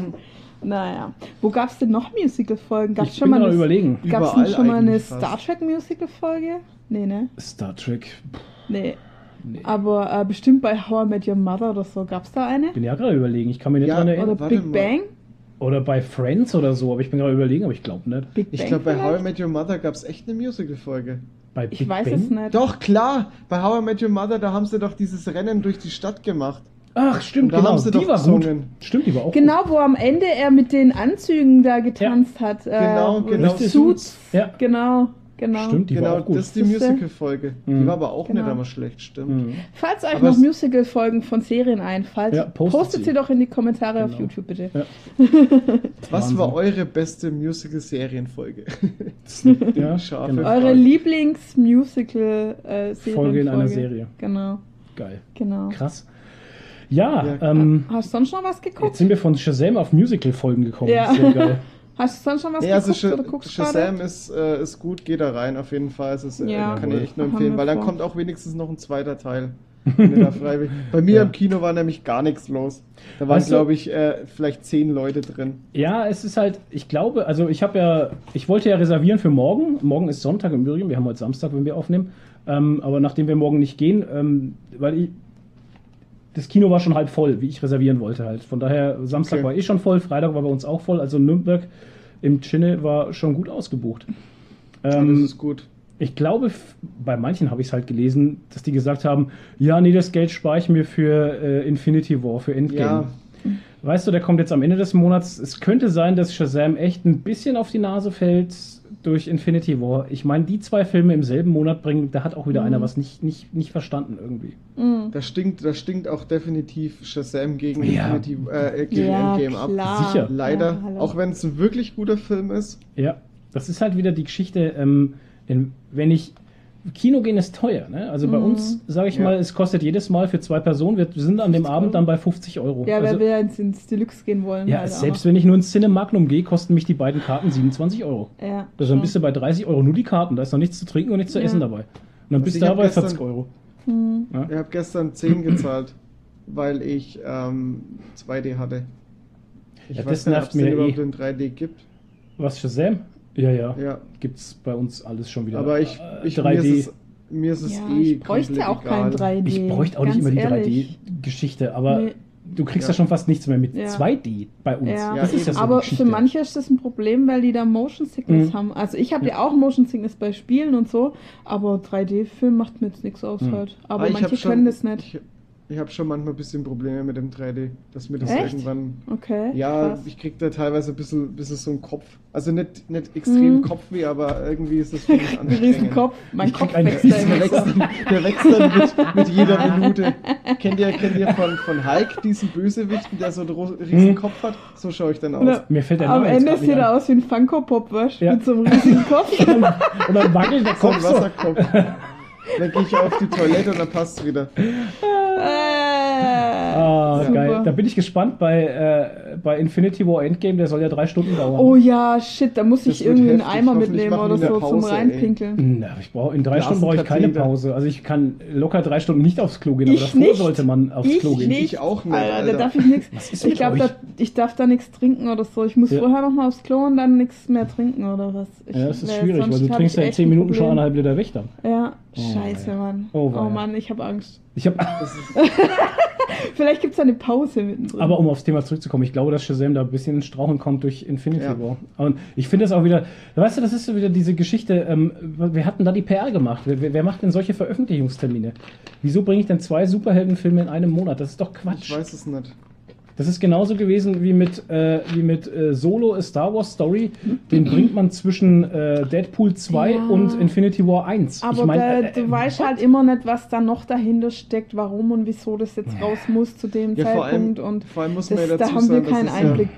B: naja. Wo gab es denn noch Musical-Folgen? Gab es
A: Ich bin
B: schon mal
A: mal
B: eine,
A: überlegen.
B: gab's denn
C: Überall
B: schon mal eine
C: eigentlich fast.
B: Star Trek-Musical-Folge? Nee, ne?
A: Star Trek. Pff,
B: Nee.
A: Nee.
B: Aber äh, bestimmt bei How I Met Your Mother oder so. Gab es da eine?
A: Bin ja gerade überlegen. Ich kann mich nicht
C: Ja,
A: dran erinnern.
B: Oder
C: warte
B: Big
C: mal.
B: Bang?
A: Oder bei Friends oder so, aber ich bin gerade überlegen, aber ich glaube nicht.
B: Big
C: Ich
B: Bang
C: glaube, bei How I
B: vielleicht?
C: Met Your Mother gab es echt eine Musical-Folge.
A: Bei
B: Ich weiß es nicht.
C: Doch, klar! Bei How I Met Your Mother, da haben sie doch dieses Rennen durch die Stadt gemacht.
A: Ach, stimmt,
C: Und da
A: genau.
C: haben sie
A: die
C: doch
A: war
C: gesungen.
A: gut. Stimmt, die war auch
B: Genau, wo am Ende er mit den Anzügen da getanzt hat.
C: Genau,
B: wo
C: genau.
B: die Suits.
A: gut. Ja,
B: Genau, genau.
A: stimmt, die war
C: genau,
A: auch gut.
C: das ist die
B: Siehste?
C: Musical-Folge.
A: Mhm.
C: Die war aber auch
B: Genau.
C: nicht einmal schlecht, stimmt.
A: Mhm.
B: Falls euch
C: Aber
B: noch
C: es-
B: Musical-Folgen von Serien einfallen,
A: Ja, postet
B: postet,
A: sie.
B: sie. doch in die Kommentare auf
A: Genau.
B: YouTube bitte.
A: Ja.
C: Was war
A: Wahnsinn.
C: eure beste Musical-Serienfolge?
A: Ja,
C: Scharfe
A: genau.
C: Frage.
B: Eure Lieblings-Musical-Serie.
A: Folge in einer Serie.
B: Genau,
A: Geil.
B: genau.
A: Krass. Ja,
C: Ja.
A: ähm,
B: Hast du sonst noch was
A: jetzt
B: geguckt?
A: sind wir von Shazam auf Musical-Folgen gekommen.
B: Ja.
A: Das ist ja geil.
B: Hast du sonst noch was
C: Ja, also
B: geguckt
C: Sh
B: oder guckst
C: Shazam
B: gerade?
C: ist, äh, ist gut, geht da rein auf jeden Fall. Es ist, äh,
B: Ja.
C: Kann ich echt nur
B: Haben
C: empfehlen,
B: wir
C: weil dann
B: vor.
C: kommt auch wenigstens noch ein zweiter Teil. wenn ihr da frei bin. Bei mir
A: Ja.
C: im Kino war nämlich gar nichts los. Da waren,
A: Weißt du-
C: glaube ich, äh, vielleicht zehn Leute drin.
A: Ja, es ist halt, ich glaube, also ich habe ja, ich wollte ja reservieren für morgen. Morgen ist Sonntag im Übrigen, wir haben heute Samstag, wenn wir aufnehmen. Ähm, aber nachdem wir morgen nicht gehen, ähm, weil ich, das Kino war schon halb voll, wie ich reservieren wollte halt. Von daher, Samstag
C: Okay.
A: war eh schon voll, Freitag war bei uns auch voll. Also Nürnberg im Chinne war schon gut ausgebucht.
C: Also das
A: Ähm,
C: ist gut.
A: ich glaube, f- bei manchen habe ich es halt gelesen, dass die gesagt haben, ja, nee, das Geld spare ich mir für äh, Infinity War, für Endgame.
C: Ja,
A: Weißt du, der kommt jetzt am Ende des Monats. Es könnte sein, dass Shazam echt ein bisschen auf die Nase fällt. durch Infinity War. Ich meine, die zwei Filme im selben Monat bringen, da hat auch wieder einer was nicht, nicht, nicht verstanden irgendwie.
B: Mhm.
C: Da stinkt, da stinkt auch definitiv Shazam gegen,
A: Ja.
C: Infinity, äh, gegen Endgame ab.
A: Sicher.
C: Leider,
B: Ja, hallo.
C: auch wenn es ein wirklich guter Film ist.
A: Ja, das ist halt wieder die Geschichte, ähm, in, wenn ich. Kino gehen ist teuer, ne? Also bei
B: Mhm.
A: uns, sage ich
C: Ja.
A: mal, es kostet jedes Mal für zwei Personen, wir sind an dem
B: 50
A: Abend
B: Euro?
A: dann bei 50 Euro.
B: Ja,
A: also,
B: wer will ins, ins Deluxe gehen wollen? halt
A: ja
B: Alter.
A: selbst wenn ich nur ins Cinemagnum gehe, kosten mich die beiden Karten 27 Euro.
B: Ja,
A: Also dann
B: schon.
A: bist du bei 30 Euro nur die Karten, da ist noch nichts zu trinken und nichts zu
B: Ja.
A: essen dabei. Und dann
C: Also
A: bist
C: ich
A: du da
C: hab
A: bei
C: gestern-
A: 40 Euro.
B: Mhm.
C: Ich habe gestern 10 gezahlt, weil ich ähm, 2D hatte. Ich
A: Ja, das
C: nicht,
A: nervt
C: ob's den
A: mir
C: überhaupt
A: eh.
C: in 3D gibt.
A: Was Shazam? Ja, ja.
C: Ja,
A: Gibt's bei uns alles schon wieder.
C: aber ich,
A: Äh,
C: ich
A: 3D.
C: mir ist es, mir ist es
B: ja,
C: eh
B: ich bräuchte
C: komplett
B: auch
C: egal.
B: kein 3D.
A: ich bräuchte auch nicht
B: ganz
A: immer die
B: ehrlich.
A: 3D-Geschichte, aber
B: Nee.
A: du kriegst ja.
C: Ja.
A: schon fast nichts mehr mit
B: Ja.
A: 2D bei uns.
B: Ja.
A: das ist ja so
B: aber
A: die Geschichte.
B: für manche ist das ein Problem, weil die da Motion Sickness
A: Mhm.
B: haben. Also ich habe
A: Ja.
B: ja. auch Motion Sickness bei Spielen und so, aber 3D-Film macht mir jetzt nichts aus
A: Mhm.
B: halt. Aber
C: Ah, ich
B: manche
C: hab schon-
B: können das nicht.
C: Ich, ich habe schon manchmal ein bisschen Probleme mit dem 3D, dass mir das
B: Echt?
C: irgendwann.
B: Okay.
C: Ja,
B: krass.
C: ich krieg da teilweise ein bisschen, bisschen so einen Kopf. Also nicht, nicht extrem
B: Mhm.
C: Kopfweh, aber irgendwie ist das für mich
B: Ein Riesenkopf. Mein
A: Ich krieg
B: Kopf
A: einen
B: wächst da
C: Der
B: immer
C: wächst,
B: so.
C: der wächst dann mit, mit jeder Minute. Kennt ihr, kennt ihr von, von Hulk diesen Bösewichten, der so einen ro-
A: Hm?
C: riesen Kopf hat? So schaue ich dann aus.
B: Oder-
A: Mir fällt der
B: Am
A: Name jetzt
B: Ende
A: grad nicht
B: sieht er
A: ein.
B: aus wie ein Funko-Pop, weißt du?
A: Ja.
B: Mit so einem riesigen Kopf.
A: Und dann wackelt der
C: So
A: Kopf
C: ein
A: so.
C: Wasserkopf. Dann gehe ich auf die Toilette und dann passt wieder.
B: Äh.
A: Ah,
B: Super.
A: geil. Da bin ich gespannt bei, äh, bei Infinity War Endgame, der soll ja drei Stunden dauern.
B: Oh ja, shit, da muss
C: Das
B: ich
C: wird
B: irgendwie einen
C: heftig.
B: Eimer
C: Hoffentlich
B: mitnehmen
C: machen
B: oder
C: die
B: so
C: eine
B: zum
C: Pause, ey.
B: Reinpinkeln.
A: Na, ich brauch, in drei Stunden brauche ich keine
C: Blasenkatheter.
A: Pause. Also ich kann locker drei Stunden nicht aufs Klo gehen, Genau, aber
B: Ich
A: davor
B: nicht.
A: sollte man aufs
B: Ich
A: Klo gehen.
B: nicht.
C: Ich auch nicht.
B: Alter, da
C: Alter.
B: darf ich nichts.
A: Was ist
B: Ich
A: mit
B: glaube,
A: euch?
B: da, ich darf da nichts trinken oder so. Ich muss
A: Ja.
B: vorher nochmal aufs Klo und dann nichts mehr trinken oder was. Ich,
A: Ja, das ist
B: weil
A: schwierig,
B: sonst
A: weil du
B: hab
A: trinkst
B: ich
A: ja in
B: echt
A: 10
B: ein
A: Minuten
B: Problem.
A: schon eineinhalb Liter Wächter.
B: Ja,
A: Oh,
B: scheiße,
A: weia.
B: Mann.
A: Oh,
B: Oh,
A: weia.
B: Mann, ich habe Angst.
A: Ich hab,
B: Also
C: Das ist,
B: Vielleicht gibt es da eine Pause mittendrin.
A: aber um aufs Thema zurückzukommen, ich glaube, dass Shazam da ein bisschen ins Strauchen kommt durch Infinity
C: Ja.
A: War. Und ich finde das auch wieder, weißt du, das ist so wieder diese Geschichte, ähm, wir hatten da die PR gemacht. Wer, wer- wer macht denn solche Veröffentlichungstermine? Wieso bringe ich denn zwei Superheldenfilme in einem Monat? Das ist doch
C: ich
A: Quatsch.
C: weiß es nicht.
A: Das ist genauso gewesen wie mit, äh, wie mit äh, Solo A Star Wars Story. Den bringt man zwischen äh, Deadpool 2
B: Mhm. Ja.
A: und Infinity War 1.
B: Aber
A: ich mein,
B: da,
A: äh, äh,
B: du weißt halt immer nicht, was da noch dahinter steckt, warum und wieso das jetzt raus muss zu dem
C: Ja, vor allem,
B: Zeitpunkt. und
C: vor allem muss man
B: das,
C: ja
B: da
C: dazu
B: haben wir
C: sagen,
B: keinen
C: dass, es ja,
B: Einblick.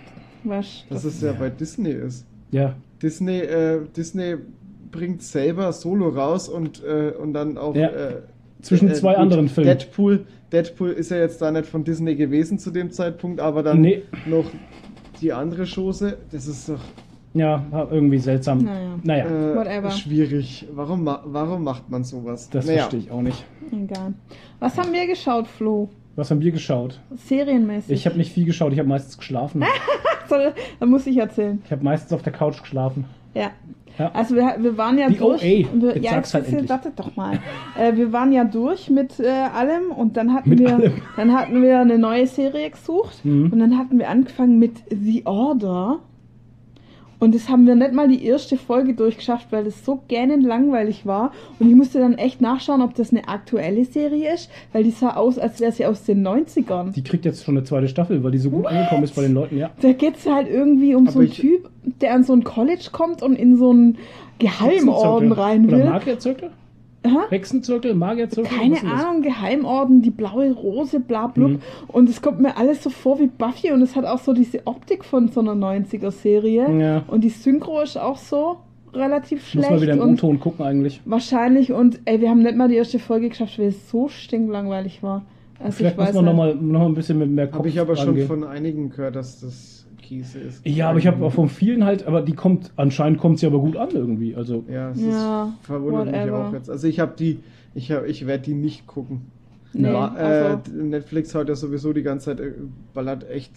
B: Weißt du?
C: dass es ja bei Disney ist.
A: ja.
C: Disney, äh, Disney bringt selber Solo raus und, äh, und dann auch
A: Ja.
C: äh,
A: Zwischen
C: äh,
A: zwei
C: gut,
A: anderen Filmen.
C: Deadpool, Deadpool ist ja jetzt da nicht von Disney gewesen zu dem Zeitpunkt, aber dann
A: Nee.
C: noch die andere Chose. Das ist doch
A: Ja, war irgendwie seltsam.
B: Naja.
A: naja
B: Whatever.
C: äh, schwierig. Warum, ma warum macht man sowas?
A: das verstehe ich auch nicht.
B: Egal. Was haben wir geschaut, Flo?
A: Was haben wir geschaut?
B: Serienmäßig.
A: Ich habe nicht viel geschaut, ich habe meistens geschlafen.
B: Soll- Da muss ich erzählen.
A: Ich habe meistens auf der Couch geschlafen.
B: Ja.
A: Ja.
B: Also wir, wir waren ja
A: Die
B: durch.
A: OA.
B: Wir,
A: Jetzt
B: ja,
A: sag's
B: jetzt
A: halt
B: ist-
A: endlich.
B: Warte doch mal. Äh, wir waren ja durch mit äh, allem und dann hatten
A: Mit
B: wir
A: allem.
B: dann hatten wir eine neue Serie gesucht
A: Mhm.
B: und dann hatten wir angefangen mit The Order. Und das haben wir nicht mal die erste Folge durchgeschafft, weil das so gähnend langweilig war. Und ich musste dann echt nachschauen, ob das eine aktuelle Serie ist, weil die sah aus, als wäre sie aus den 90ern.
A: Die kriegt jetzt schon eine zweite Staffel, weil die so gut
B: What?
A: angekommen ist bei den Leuten, ja.
B: Da geht es halt irgendwie um
C: Aber
B: so einen
C: ich-
B: Typ, der an so ein College kommt und in so einen Geheimorden
A: Hexenzirkel.
B: rein
A: Oder
B: will.
A: Magierzirkel?
B: Aha.
A: Hexenzirkel, Magierzirkel?
B: Keine
A: was ist das?
B: Ahnung, Geheimorden, die blaue Rose, bla blub.
A: Mhm.
B: Und es kommt mir alles so vor wie Buffy und es hat auch so diese Optik von so einer 90er-Serie.
A: Ja.
B: Und die Synchro ist auch so relativ
A: Muss
B: schlecht.
A: mal wieder im
B: und
A: O-Ton gucken eigentlich.
B: wahrscheinlich, und ey, wir haben nicht mal die erste Folge geschafft, weil es so stinklangweilig war. Also
A: Vielleicht
B: ich
A: muss
B: weiß
A: man
B: nicht.
A: nochmal noch mal ein bisschen mit mehr Kopf
C: Habe ich aber schon
A: rangehen.
C: von einigen gehört, dass das Käse ist.
A: Ja, aber ich habe auch von vielen halt, aber die kommt, anscheinend kommt sie aber gut an irgendwie. Also,
C: Ja, es
B: Ja,
C: ist, verwundert mich
B: whatever.
C: auch jetzt. Also ich habe die, ich, hab, ich werde die nicht gucken.
B: Nee,
C: War, äh,
B: also
C: Netflix hat ja sowieso die ganze Zeit äh, ballert echt,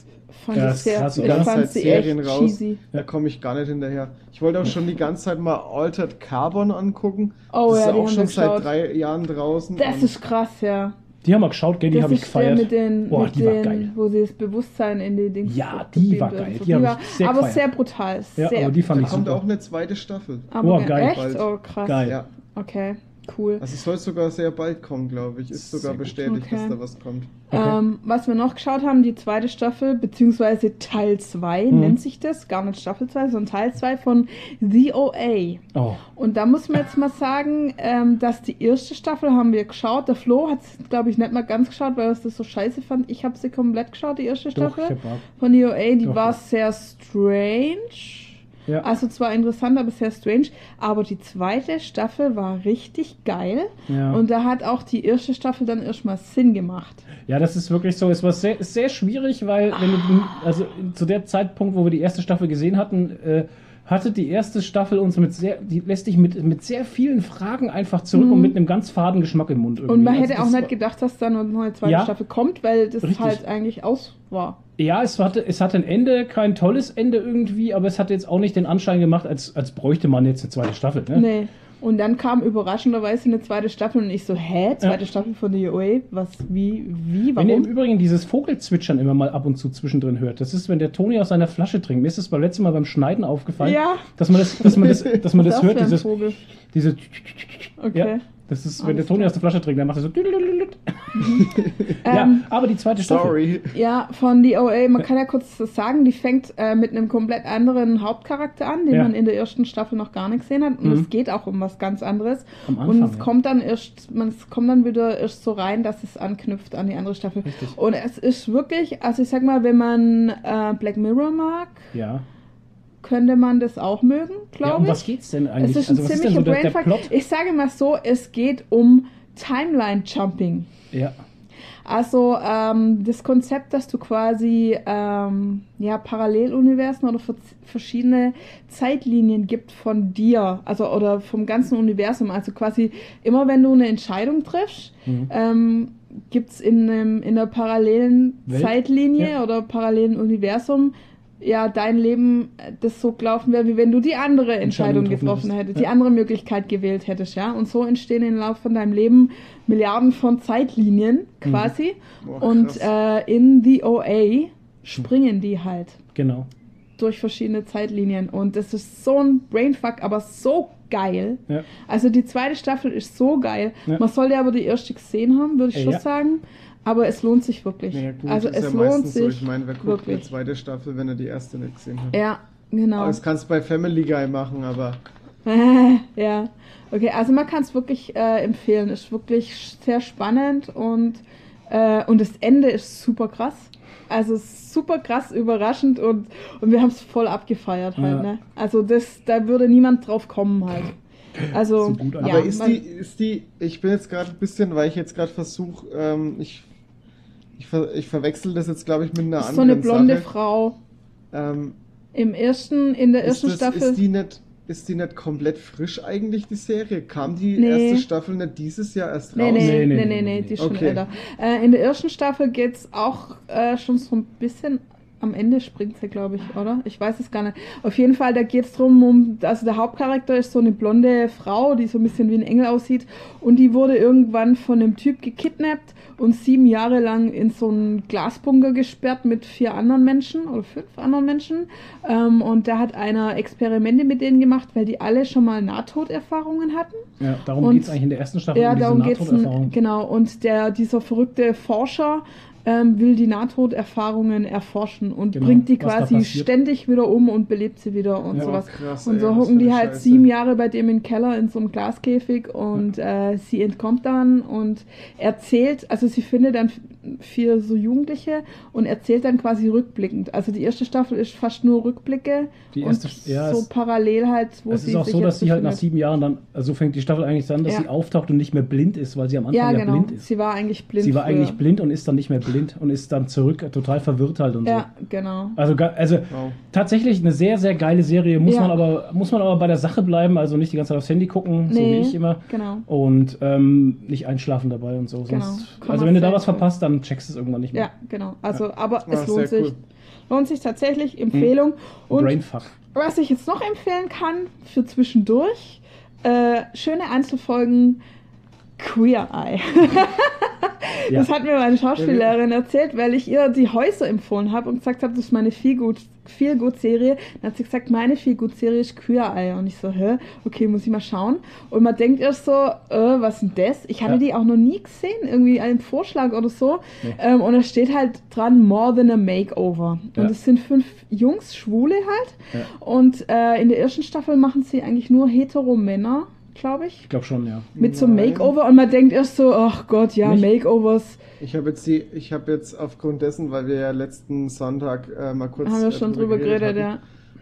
B: fand
A: Ja,
B: ich
A: ist
B: sehr,
A: krass,
B: ich
A: oder?
B: fand
C: Ganze
B: sie
C: Zeit Serien
B: echt
C: raus.
B: cheesy.
C: da komme ich gar nicht hinterher. Ich wollte auch schon die ganze Zeit mal Altered Carbon angucken.
B: Oh ja,
C: das ist
B: die
C: auch
B: haben
C: schon
B: wir geschaut.
C: seit drei Jahren draußen.
B: Das
A: Mhm.
C: und
B: ist krass, ja.
A: die haben wir geschaut, gell, die
B: das
A: habe ich
B: ist der
A: gefeiert.
B: mit den,
A: Boah,
B: mit
A: die
B: den
A: war geil.
B: wo sie das Bewusstsein in die Dings.
A: Ja, die war
B: gebeamt
A: geil.
B: haben.
A: Die hab ich
B: war-
A: sehr
B: aber
A: gefeiert.
B: sehr brutal.
A: Ja,
B: sehr,
A: aber die
C: da
A: fand ich
C: kommt
A: super.
B: Ah.
C: auch eine zweite Staffel.
B: aber
A: Oh, geil.
B: Echt? Oh, krass.
A: Geil.
C: Ja,
B: Okay. Cool.
C: Also es soll sogar sehr bald kommen, glaube ich. Ist sogar
A: Sehr gut.
C: bestätigt,
B: Okay.
C: dass da was kommt.
A: Okay.
B: Ähm, was wir noch geschaut haben, die zweite Staffel, beziehungsweise Teil 2
A: Mhm.
B: nennt sich das, gar nicht Staffel 2, sondern Teil 2 von The OA.
A: Oh,
B: Und da muss man jetzt mal sagen, ähm, dass die erste Staffel haben wir geschaut. Der Flo hat es, glaube ich, nicht mal ganz geschaut, weil er das so scheiße fand. Ich habe sie komplett geschaut, die erste
A: doch,
B: Staffel
A: ich hab Bock.
B: von The OA. Die
A: Doch,
B: war
A: doch.
B: sehr strange.
A: Ja.
B: Also zwar interessant, aber sehr strange. Aber die zweite Staffel war richtig geil.
A: ja.
B: Und da hat auch die erste Staffel dann erstmal Sinn gemacht.
A: Ja, das ist wirklich so. Es war sehr, ist sehr schwierig, weil wenn du, also zu der Zeitpunkt, wo wir die erste Staffel gesehen hatten, äh, hatte die erste Staffel uns mit sehr, die lässt dich mit, mit sehr vielen Fragen einfach zurück
B: Mhm.
A: und mit einem ganz faden Geschmack im Mund.
B: Und
A: irgendwie.
B: man
A: Also
B: hätte auch
A: das
B: nicht
A: war-
B: gedacht, dass da noch eine neue zweite
A: Ja.
B: Staffel kommt, weil das
A: Richtig.
B: halt eigentlich aus war.
A: Ja, es hatte, es hatte ein Ende, kein tolles Ende irgendwie, aber es hat jetzt auch nicht den Anschein gemacht, als, als bräuchte man jetzt eine zweite Staffel. Ne?
B: Nee. Und dann kam überraschenderweise eine zweite Staffel und ich so, hä? Zweite
A: Ja.
B: Staffel von der UA? Was, wie, wie,
A: Wenn ihr im
B: warum?
A: Übrigen dieses Vogelzwitschern immer mal ab und zu zwischendrin hört, das ist, wenn der Toni aus seiner Flasche trinkt. Mir ist es beim letzten Mal beim Schneiden aufgefallen,
B: Ja.
A: dass man das, dass man das, dass man das,
B: ist auch
A: hört,
B: für ein
A: dieses,
B: Vogel.
A: diese Ja,
B: Okay.
A: das ist, wenn
B: Alles
A: der Toni
B: klar.
A: aus der Flasche trinkt, dann macht er so.
B: Ja.
A: Ja,
B: Ähm,
A: aber die zweite Staffel.
C: Sorry.
B: ja, von The OA, man kann ja kurz das sagen, die fängt äh, mit einem komplett anderen Hauptcharakter an, den
A: Ja.
B: man in der ersten Staffel noch gar nicht gesehen hat. Und
A: Mhm.
B: es geht auch um was ganz anderes.
A: Am
B: und
A: Anfang.
B: es kommt dann erst, man es kommt dann wieder erst so rein, dass es anknüpft an die andere Staffel.
A: Richtig.
B: Und es ist wirklich, also ich sag mal, wenn man äh, Black Mirror mag,
A: ja.
B: könnte man das auch mögen,
A: ja,
B: glaube
A: um was
B: ich.
A: geht's denn eigentlich? Also,
B: Es ist ein
A: was ist denn
B: ziemlicher
A: so der, der
B: Brainfuck.
A: Plot?
B: Ich sage mal so, es geht um Timeline Jumping.
A: Ja,
B: Also ähm, das Konzept, dass du quasi ähm, ja, Paralleluniversen oder ver verschiedene Zeitlinien gibt von dir, also oder vom ganzen Universum. Also quasi immer wenn du eine Entscheidung triffst,
A: Mhm.
B: ähm, gibt es in, einem- in einer parallelen
A: Welt?
B: Zeitlinie
A: Ja.
B: oder parallelen Universum ja dein Leben äh, das so gelaufen wäre, wie wenn du die andere Entscheidung,
A: Entscheidung
B: getroffen
A: getroffen hättest.
B: hättest, die
A: Ja.
B: andere Möglichkeit gewählt hättest, ja. Und so entstehen im Laufe von deinem Leben Milliarden von Zeitlinien
A: Mhm.
B: quasi.
C: Boah,
B: Und
C: krass.
B: äh, in The OA springen die halt
A: genau.
B: durch verschiedene Zeitlinien. Und das ist so ein Brainfuck, aber so geil.
A: Ja.
B: Also die zweite Staffel ist so geil.
A: Ja.
B: Man sollte aber die erste gesehen haben, würde ich
A: Äh,
B: schon
A: ja.
B: sagen. Aber es lohnt sich wirklich.
C: Naja, gut,
B: also
C: ist
B: es
C: ja
B: lohnt
C: meistens so.
B: sich.
C: Ich meine, wer guckt die
B: wirklich.
C: zweite Staffel, wenn er die erste nicht gesehen hat?
B: Ja, genau.
C: Aber das kannst du bei Family Guy machen, aber
B: ja. Okay, also man kann es wirklich äh, empfehlen. Ist wirklich sch- sehr spannend und, äh, und das Ende ist super krass. Also super krass, überraschend und, und wir haben es voll abgefeiert halt,
A: Ja.
B: ne? Also das, da würde niemand drauf kommen halt. Also,
A: So gut
B: ja,
A: einfach.
C: Aber ist
B: man-
C: die, ist die, ich bin jetzt gerade ein bisschen, weil ich jetzt gerade versuche, ähm, ich, ich, ver, ich verwechsel das jetzt, glaube ich, mit einer
B: ist
C: anderen
B: so eine blonde
C: Sache.
B: Frau
C: Ähm,
B: im ersten, in der
C: ist,
B: ersten
C: das,
B: Staffel.
C: ist die nicht, ist die nicht komplett frisch eigentlich, die Serie? Kam die
B: Nee.
C: erste Staffel nicht dieses Jahr erst
B: Nee,
C: raus?
A: Nee,
B: nee, nee, nee,
A: nee,
B: nee,
A: nee, nee.
B: die ist schon
C: Okay.
B: älter. Äh, in der ersten Staffel geht's auch äh, schon so ein bisschen. Am Ende springt sie, glaube ich, oder? Ich weiß es gar nicht. Auf jeden Fall, da geht's drum, um, also der Hauptcharakter ist so eine blonde Frau, die so ein bisschen wie ein Engel aussieht. Und die wurde irgendwann von einem Typ gekidnappt und sieben Jahre lang in so einen Glasbunker gesperrt mit vier anderen Menschen oder fünf anderen Menschen. Ähm, und da hat einer Experimente mit denen gemacht, weil die alle schon mal Nahtoderfahrungen hatten.
A: Ja, darum
B: Und-
A: geht's eigentlich in der ersten Staffel
B: Ja,
A: um diese
B: darum geht es.
A: Nahtoderfahrung.
B: Genau, und der, dieser verrückte Forscher ähm, will die Nahtoderfahrungen erforschen und
A: Genau,
B: bringt die
A: was da
B: quasi
A: passiert.
B: ständig wieder um und belebt sie wieder und
A: Ja.
B: sowas.
C: krass,
B: Und
C: ey,
B: so
C: was
B: hocken
C: für
B: die
C: eine
B: halt
C: Scheiße.
B: sieben Jahre bei dem im Keller in so einem Glaskäfig und äh, sie entkommt dann und erzählt, also sie findet dann f- vier so Jugendliche und erzählt dann quasi rückblickend. Also die erste Staffel ist fast nur Rückblicke
A: Die erste-
B: und
A: ja,
B: so
A: es-
B: parallel halt, wo
A: Es
B: sie
A: ist auch
B: sich
A: so,
B: jetzt
A: dass sie halt nach
B: befindet.
A: sieben Jahren dann, also fängt die Staffel eigentlich an, dass
B: Ja.
A: sie auftaucht und nicht mehr blind ist, weil sie am Anfang
B: ja,
A: ja,
B: genau.
A: blind ist.
B: Sie war eigentlich blind.
A: sie war
B: früher.
A: eigentlich blind und ist dann nicht mehr blind und ist dann zurück äh, total verwirrt halt und
B: Ja, genau.
A: so. Also, ga- also
C: Wow.
A: Tatsächlich eine sehr, sehr geile Serie. Muss,
B: Ja.
A: man aber, muss man aber bei der Sache bleiben, also nicht die ganze Zeit aufs Handy gucken, so
B: Nee,
A: wie ich immer.
B: Genau.
A: Und ähm, nicht einschlafen dabei und so.
B: Genau.
A: Sonst,
B: Kann
A: also
B: man
A: wenn du da
B: sehr
A: was
B: cool.
A: verpasst, dann checkst du es irgendwann nicht
B: Ja,
A: mehr.
B: genau. Also, aber
C: Ah,
B: es lohnt
C: sehr
B: sich.
C: cool.
B: Lohnt sich tatsächlich. Empfehlung. Und
A: Brainfuck.
B: was ich jetzt noch empfehlen kann für zwischendurch, äh, schöne Einzelfolgen Queer Eye.
A: Ja.
B: Das hat mir meine Schauspielerin erzählt, weil ich ihr die Häuser empfohlen habe und gesagt habe, das ist meine Feelgood-Serie. Dann hat sie gesagt, meine Feelgood-Serie ist Kühe-Ei. Und ich so, hä? Okay, muss ich mal schauen. Und man denkt erst so, äh, was ist denn das? Ich hatte
A: Ja.
B: die auch noch nie gesehen, irgendwie einen Vorschlag oder so.
A: Nee.
B: Ähm, und da steht halt dran, More Than a Makeover.
A: Ja.
B: Und es sind fünf Jungs, Schwule halt.
A: Ja.
B: Und äh, in der ersten Staffel machen sie eigentlich nur Hetero-Männer, glaube ich.
A: Ich glaube schon, ja.
B: Mit so einem
C: Nein.
B: Makeover und man denkt erst so, ach Gott, ja,
A: Nicht?
B: Makeovers
C: Ich habe jetzt die, ich habe jetzt aufgrund dessen, weil wir ja letzten Sonntag äh, mal kurz
B: haben wir
C: äh,
B: schon drüber geredet, ja.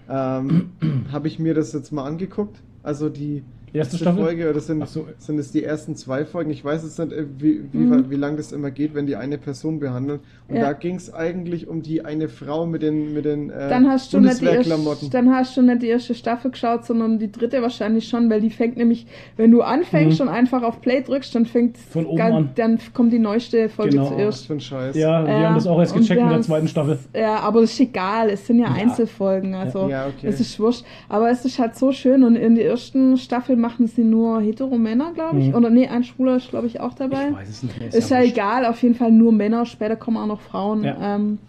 C: hatten, ähm, habe ich mir das jetzt mal angeguckt. Also die
A: Die erste Staffel?
C: Folge oder sind,
A: Ach so.
C: sind es die ersten zwei Folgen? Ich weiß jetzt nicht, äh, wie, wie,
B: Mhm.
C: wie lange das immer geht, wenn die eine Person behandelt. Und
B: Ja.
C: da ging es eigentlich um die eine Frau mit den mit den äh,
B: Dann hast, du nicht die erste,
C: Bundeswehrklamotten.
B: dann hast du nicht die erste Staffel geschaut, sondern die dritte wahrscheinlich schon, weil die fängt nämlich, wenn du anfängst und einfach auf Play drückst, dann fängt
A: Mhm. Von oben
B: ganz-
A: an.
B: dann kommt die neueste Folge
A: Genau.
C: Oh, Was
B: zuerst.
C: für ein Scheiß.
A: Ja, wir
B: Ja,
A: haben das auch erst
B: und
A: gecheckt
B: wir
A: mit der
B: haben's-
A: zweiten Staffel.
B: Ja, aber es ist egal, es sind ja,
A: Ja.
B: Einzelfolgen, also
C: Ja, okay.
B: es ist wurscht. Aber es ist halt so schön und in der ersten Staffel machen sie nur Hetero-Männer, glaube ich.
A: Mhm.
B: Oder nee, ein Schwuler ist, glaube ich, auch dabei.
A: Ich weiß es nicht mehr.
B: Ist ja
A: wurscht.
B: egal, auf jeden Fall nur Männer, später kommen auch noch Frauen.
A: Ja.
B: Ähm,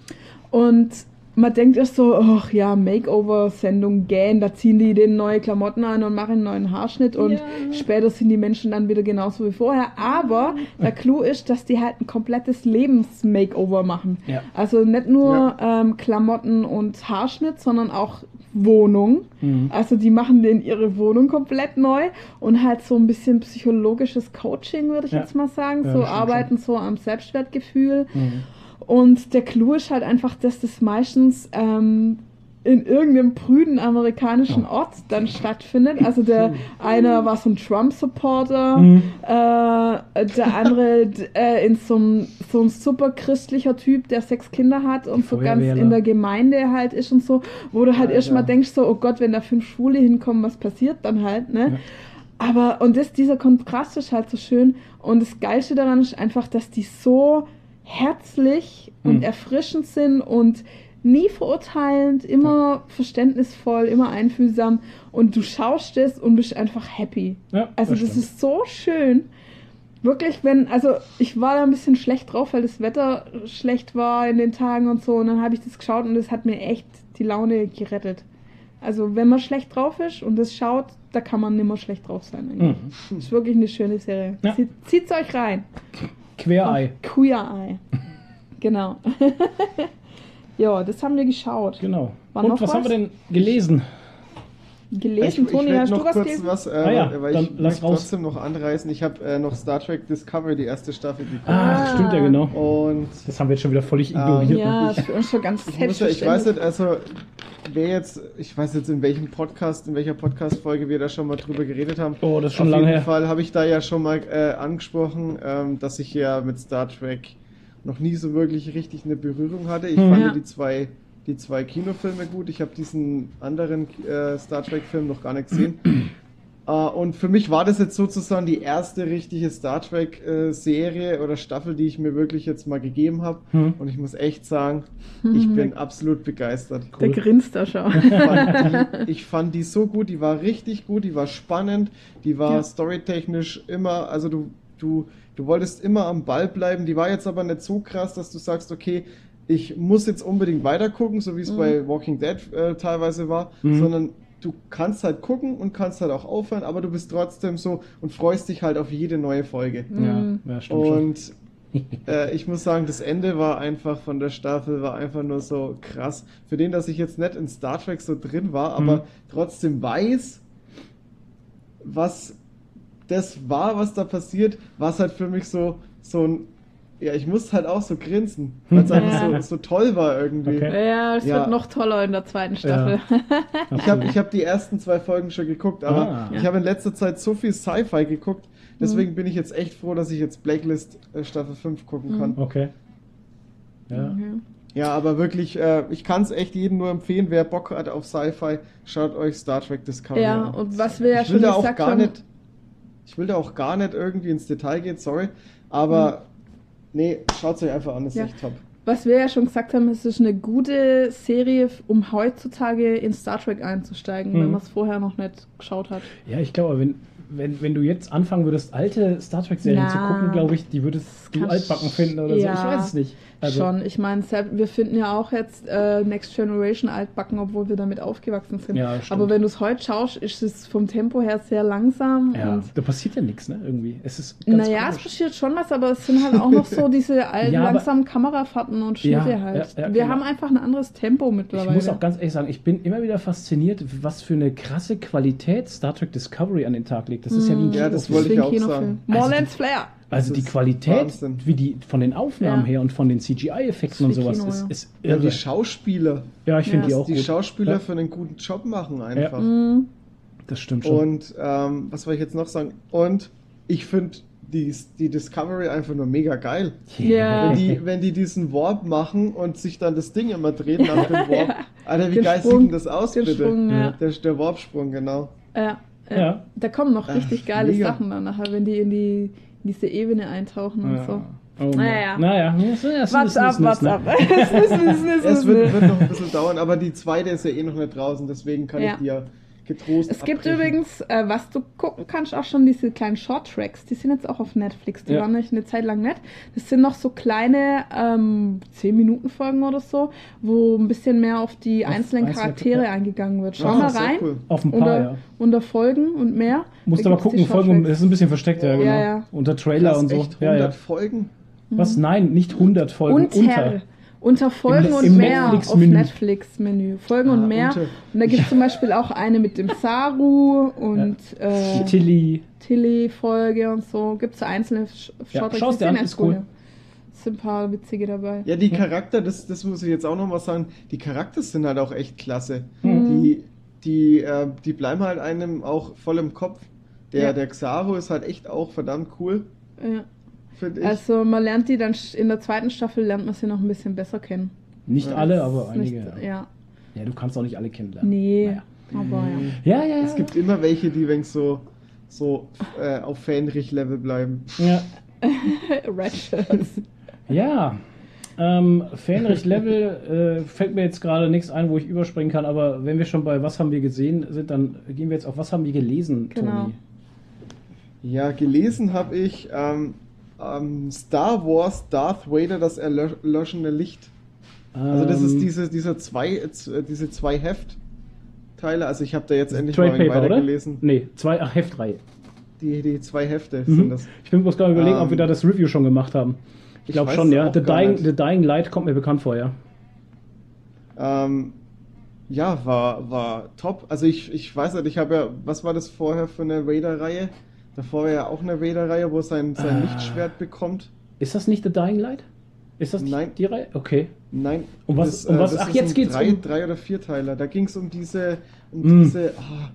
B: und man denkt erst so, ach ja, Makeover-Sendung, gähn, da ziehen die den neue Klamotten an und machen einen neuen Haarschnitt und später sind die Menschen dann wieder genauso wie vorher. Aber der Clou ist, dass die halt ein komplettes Lebens-Makeover machen.
A: Ja.
B: Also nicht nur ähm, Klamotten und Haarschnitt, sondern auch Wohnung.
A: Mhm.
B: Also die machen denen ihre Wohnung komplett neu und halt so ein bisschen psychologisches Coaching, würde ich
A: Ja.
B: jetzt mal sagen.
A: Ja,
B: so
A: stimmt
B: arbeiten so am Selbstwertgefühl.
A: Mhm.
B: Und der Clou ist halt einfach, dass das meistens ähm, in irgendeinem prüden amerikanischen Ort dann stattfindet. Also der einer war so ein Trump-Supporter,
A: Mhm.
B: äh, der andere d- äh, in so einem so ein super christlicher Typ, der sechs Kinder hat und so ganz
A: Feuerwehrler.
B: in der Gemeinde halt ist und so, wo du halt
C: Alter.
B: erstmal denkst so, oh Gott, wenn da fünf Schwule hinkommen, was passiert dann halt, ne? Aber, und das, dieser Kontrast ist halt so schön. Und das Geilste daran ist einfach, dass die so herzlich und
A: Hm.
B: erfrischend sind und nie verurteilend, immer verständnisvoll, immer einfühlsam. Und du schaust es und bist einfach happy.
A: Ja,
B: Also das,
A: stimmt.
B: ist so schön. Wirklich, wenn, also ich war da ein bisschen schlecht drauf, weil das Wetter schlecht war in den Tagen und so. Und dann habe ich das geschaut und das hat mir echt die Laune gerettet. Also wenn man schlecht drauf ist und das schaut, da kann man nimmer schlecht drauf sein. Eigentlich.
A: Mhm.
B: Ist wirklich eine schöne Serie.
A: Ja.
B: Zieht, zieht's euch rein.
A: Querei.
B: Queer Eye. Genau. ja, das haben wir geschaut.
A: Genau.
B: War
A: Und
B: noch
A: was,
B: was?
A: haben wir denn gelesen?
B: Gelesen,
C: ich,
B: Toni,
C: ich werd
B: hast
C: noch
B: du was
C: kurz
B: gelesen?
C: was, äh,
A: Ah ja,
C: weil
A: dann
C: ich
A: lass
C: möchte
A: raus.
C: trotzdem noch anreißen. Ich habe äh, noch Star Trek Discovery, die erste Staffel geguckt.
A: Ah,
B: Ah.
A: stimmt ja genau.
C: Und
A: Das haben wir jetzt schon wieder völlig
C: Ähm,
A: ignoriert. ne?
B: Ja, das ist für uns schon ganz
C: ich, muss ja, ich weiß
B: selbstverständlich.
C: nicht, also wer jetzt, ich weiß jetzt in welchem Podcast, in welcher Podcast-Folge wir da schon mal drüber geredet haben.
A: Oh, das ist schon
C: Auf
A: lange
C: jeden
A: her.
C: Fall habe ich da ja schon mal äh, angesprochen, ähm, dass ich ja mit Star Trek noch nie so wirklich richtig eine Berührung hatte. Ich
A: Hm.
C: fand
B: Ja.
C: die zwei die zwei Kinofilme gut. Ich habe diesen anderen äh, Star Trek-Film noch gar nicht gesehen. Äh, und für mich war das jetzt sozusagen die erste richtige Star Trek-Serie oder Staffel, die ich mir wirklich jetzt mal gegeben habe.
A: Hm.
C: Und ich muss echt sagen, ich
B: Mhm.
C: bin absolut begeistert.
B: Der grinst da schon.
C: Ich fand, die, ich fand die so gut, die war richtig gut, die war spannend, die war
B: Ja.
C: storytechnisch immer, also du, du, du wolltest immer am Ball bleiben, die war jetzt aber nicht so krass, dass du sagst, okay, ich muss jetzt unbedingt weitergucken, so wie es
B: Mhm.
C: bei Walking Dead äh, teilweise war,
A: Mhm.
C: sondern du kannst halt gucken und kannst halt auch aufhören, aber du bist trotzdem so und freust dich halt auf jede neue Folge.
B: Mhm.
A: Ja, ja, stimmt schon.
C: Und äh, ich muss sagen, das Ende war einfach von der Staffel, war einfach nur so krass. Für den, dass ich jetzt nicht in Star Trek so drin war, aber
A: Mhm.
C: trotzdem weiß, was das war, was da passiert, war es halt für mich so, so ein. Ja, ich musste halt auch so grinsen, weil es
A: Ja.
C: einfach so, so toll war irgendwie.
A: Okay.
B: Ja, es
C: Ja.
B: wird noch toller in der zweiten Staffel.
C: Ich habe ich hab die ersten zwei Folgen schon geguckt, aber
A: Ah. Mhm.
C: ich habe in letzter Zeit so viel Sci-Fi geguckt, deswegen bin ich jetzt echt froh, dass ich jetzt Blacklist äh, Staffel 5
A: Mhm.
C: gucken kann.
A: Okay. Ja.
B: Mhm.
C: Ja, aber wirklich, äh, ich kann es echt jedem nur empfehlen, wer Bock hat auf Sci-Fi, schaut euch Star Trek Discovery
B: Ja,
C: an.
B: und was wir ja
C: ich will
B: schon
C: da auch
B: gesagt
C: gar
B: haben,
C: nicht, ich will da auch gar nicht irgendwie ins Detail gehen, sorry, aber nee, schaut euch einfach an, ist
B: Hm. Ja.
C: echt top.
B: was wir ja schon gesagt haben, es ist eine gute Serie, um heutzutage in Star Trek einzusteigen,
A: Mhm.
B: wenn man es vorher noch nicht geschaut hat.
A: ja, ich glaube, wenn wenn, wenn du jetzt anfangen würdest, alte Star Trek-Serien
B: Na.
A: zu gucken, glaube ich, die würdest du
B: Kannst-
A: altbacken finden oder
B: ja.
A: so. Ich weiß es nicht. Also,
B: Schon, ich meine, Sam- wir finden ja auch jetzt äh, Next Generation altbacken, obwohl wir damit aufgewachsen sind.
A: Ja, stimmt.
B: Aber wenn du es heute schaust, ist es vom Tempo her sehr langsam.
A: Ja,
B: Und
A: da passiert ja nichts, ne? Irgendwie. Es ist ganz
B: naja, es
A: komisch.
B: passiert schon was, aber es sind halt auch noch so diese alten
A: Ja, aber-
B: langsamen Kamerafahrten und Schnitte
A: Ja,
B: halt.
A: ja, ja,
B: wir
A: genau.
B: haben einfach ein anderes Tempo mittlerweile.
A: Ich muss auch ganz ehrlich sagen, ich bin immer wieder fasziniert, was für eine krasse Qualität Star Trek Discovery an den Tag legt. Das ist
B: Mhm.
A: ja wie ein
C: Ja, das wollte ich
B: Deswegen
C: auch
B: Kinofilm.
C: sagen.
A: Also
B: Morlands
A: die-
B: Flair.
A: Also
C: Das
A: die
C: ist
A: Qualität,
C: Wahnsinn.
A: wie die von den Aufnahmen
B: Ja.
A: her und von den CGI-Effekten und
B: Das ist wie
A: sowas
B: Kino,
A: ist,
B: ja.
A: ist
C: Ja,
A: irre.
C: die Schauspieler.
A: Ja, ich finde
B: Ja.
A: die auch
C: Die
A: gut.
C: Schauspieler
A: Ja.
C: für einen guten Job machen einfach.
B: Mhm.
A: Das stimmt schon.
C: Und ähm, was wollte ich jetzt noch sagen? Und ich finde die, die Discovery einfach nur mega geil.
B: Ja.
C: Wenn die, wenn die diesen Warp machen und sich dann das Ding immer dreht nach dem Warp.
B: Ja.
C: Alter, wie
B: Den
C: geil
B: Sprung.
C: sieht denn das aus,
B: Den
C: bitte?
B: Sprung, ja.
C: Der, der Warpsprung, genau.
B: Ja, ja.
A: Ja.
B: Da kommen noch richtig
C: Ach,
B: geile
C: mega.
B: Sachen dann nachher, wenn die in, die in diese Ebene eintauchen und so.
A: Oh Mann.
B: Naja.
A: Naja. Ja, so- ja, so
B: What's
A: ist- ist-
B: up,
A: ist-
B: what's
A: ne?
B: up? Es ist, es ist, es
C: Es
B: ist,
C: wird,
B: ne?
C: wird noch ein bisschen dauern, aber die zweite ist ja eh noch nicht draußen, deswegen kann
B: Ja.
C: ich dir getrost.
B: Es gibt
C: abbrechen.
B: übrigens, äh, was du gucken kannst, auch schon diese kleinen Short-Tracks. Die sind jetzt auch auf Netflix. Die
A: Ja.
B: waren nämlich eine Zeit lang nett. Das sind noch so kleine ähm, 10-Minuten-Folgen oder so, wo ein bisschen mehr auf die
A: Auf
B: einzelnen
A: einzelne-
B: Charaktere
A: ja.
B: eingegangen wird. Schau
C: Ja,
B: mal
C: sehr
B: rein.
C: cool.
A: Auf ein paar,
B: unter,
A: ja.
B: unter Folgen und mehr.
A: Musst
B: Da
A: aber
B: gibt's die
A: gucken, Folgen,
B: Short-Tracks.
A: das ist ein bisschen versteckt, ja,
C: Ja,
A: genau.
B: ja.
A: Unter Trailer
C: Krass,
A: und so.
C: echt 100
A: ja, ja.
C: Folgen?
B: Mhm.
A: Was? Nein, nicht 100 Folgen.
B: unter.
A: Unter.
B: Unter Folgen
A: Im-
B: und
A: im
B: mehr auf
A: Netflix-Menü.
B: Netflix-Menü. Folgen
C: Ah,
B: und mehr.
C: unter.
B: Und da gibt es zum Beispiel auch eine mit dem Saru und
A: Die
B: äh,
A: Tilly.
B: Tilly-Folge und so. Gibt es einzelne Sch-
A: Ja,
B: Shorttracks,
A: schau's
B: die
A: dir
B: sind
A: an,
B: echt
A: ist cool.
B: Es sind ein paar witzige dabei.
C: Ja,
A: Hm.
C: die Charakter, das, das muss ich jetzt auch nochmal sagen, die Charakter sind halt auch echt klasse.
B: Mhm.
C: Die, die, äh, die bleiben halt einem auch voll im Kopf. Der,
B: Ja.
C: der Xaro ist halt echt auch verdammt cool,
B: Ja.
C: finde ich.
B: Also man lernt die dann sch- in der zweiten Staffel lernt man sie noch ein bisschen besser kennen.
A: Nicht
C: Ja.
A: alle,
B: Das
A: aber
B: ist nicht-
A: einige. ja.
B: ja.
A: ja, du kannst auch nicht alle kennenlernen.
B: Nee,
A: Naja.
B: aber
C: Mhm.
B: ja.
A: Ja, ja, ja.
C: Es gibt immer welche, die wenn so, so äh, auf Fähnrich-Level bleiben.
A: ja.
B: Ratchets.
A: Ja. Ähm, Fähnrich-Level äh, fällt mir jetzt gerade nichts ein, wo ich überspringen kann, aber wenn wir schon bei Was haben wir gesehen sind, dann gehen wir jetzt auf Was haben wir gelesen,
B: Genau.
A: Toni.
C: Ja, gelesen habe ich ähm, ähm, Star Wars Darth Vader, das erlöschende Licht. Also das ist
A: Ähm,
C: diese, dieser zwei, äh, diese zwei Heftteile. Also ich habe da jetzt endlich
A: Trade
C: mal einen
A: Paper, oder?
C: weitergelesen.
A: Nee, zwei, ach, Heftreihe.
C: Die, die zwei Hefte sind
A: Mhm.
C: das.
A: Ich bin bloß gerade überlegen, ob wir
C: Ähm,
A: da das Review schon gemacht haben. Ich
C: ich
A: glaube
C: weiß
A: schon,
C: es
A: ja.
C: auch
A: The
C: gar
A: Dying,
C: nicht.
A: The Dying Light kommt mir bekannt vor, ja.
C: Ähm, ja, war, war top. Also ich, ich weiß nicht, ich habe ja, was war das vorher für eine Raider-Reihe? Davor war ja auch eine Raider-Reihe, wo er sein, sein
A: Ah.
C: Lichtschwert bekommt.
A: Ist das nicht The Dying Light? Ist das nicht
C: Nein.
A: die Reihe? Okay.
C: Nein. äh,
A: Um was- um was- ach,
C: ist
A: jetzt
C: ein
A: geht's
C: drei,
A: um-
C: drei oder vier Teile. Da ging es um diese, um
A: Mm.
C: diese, ah,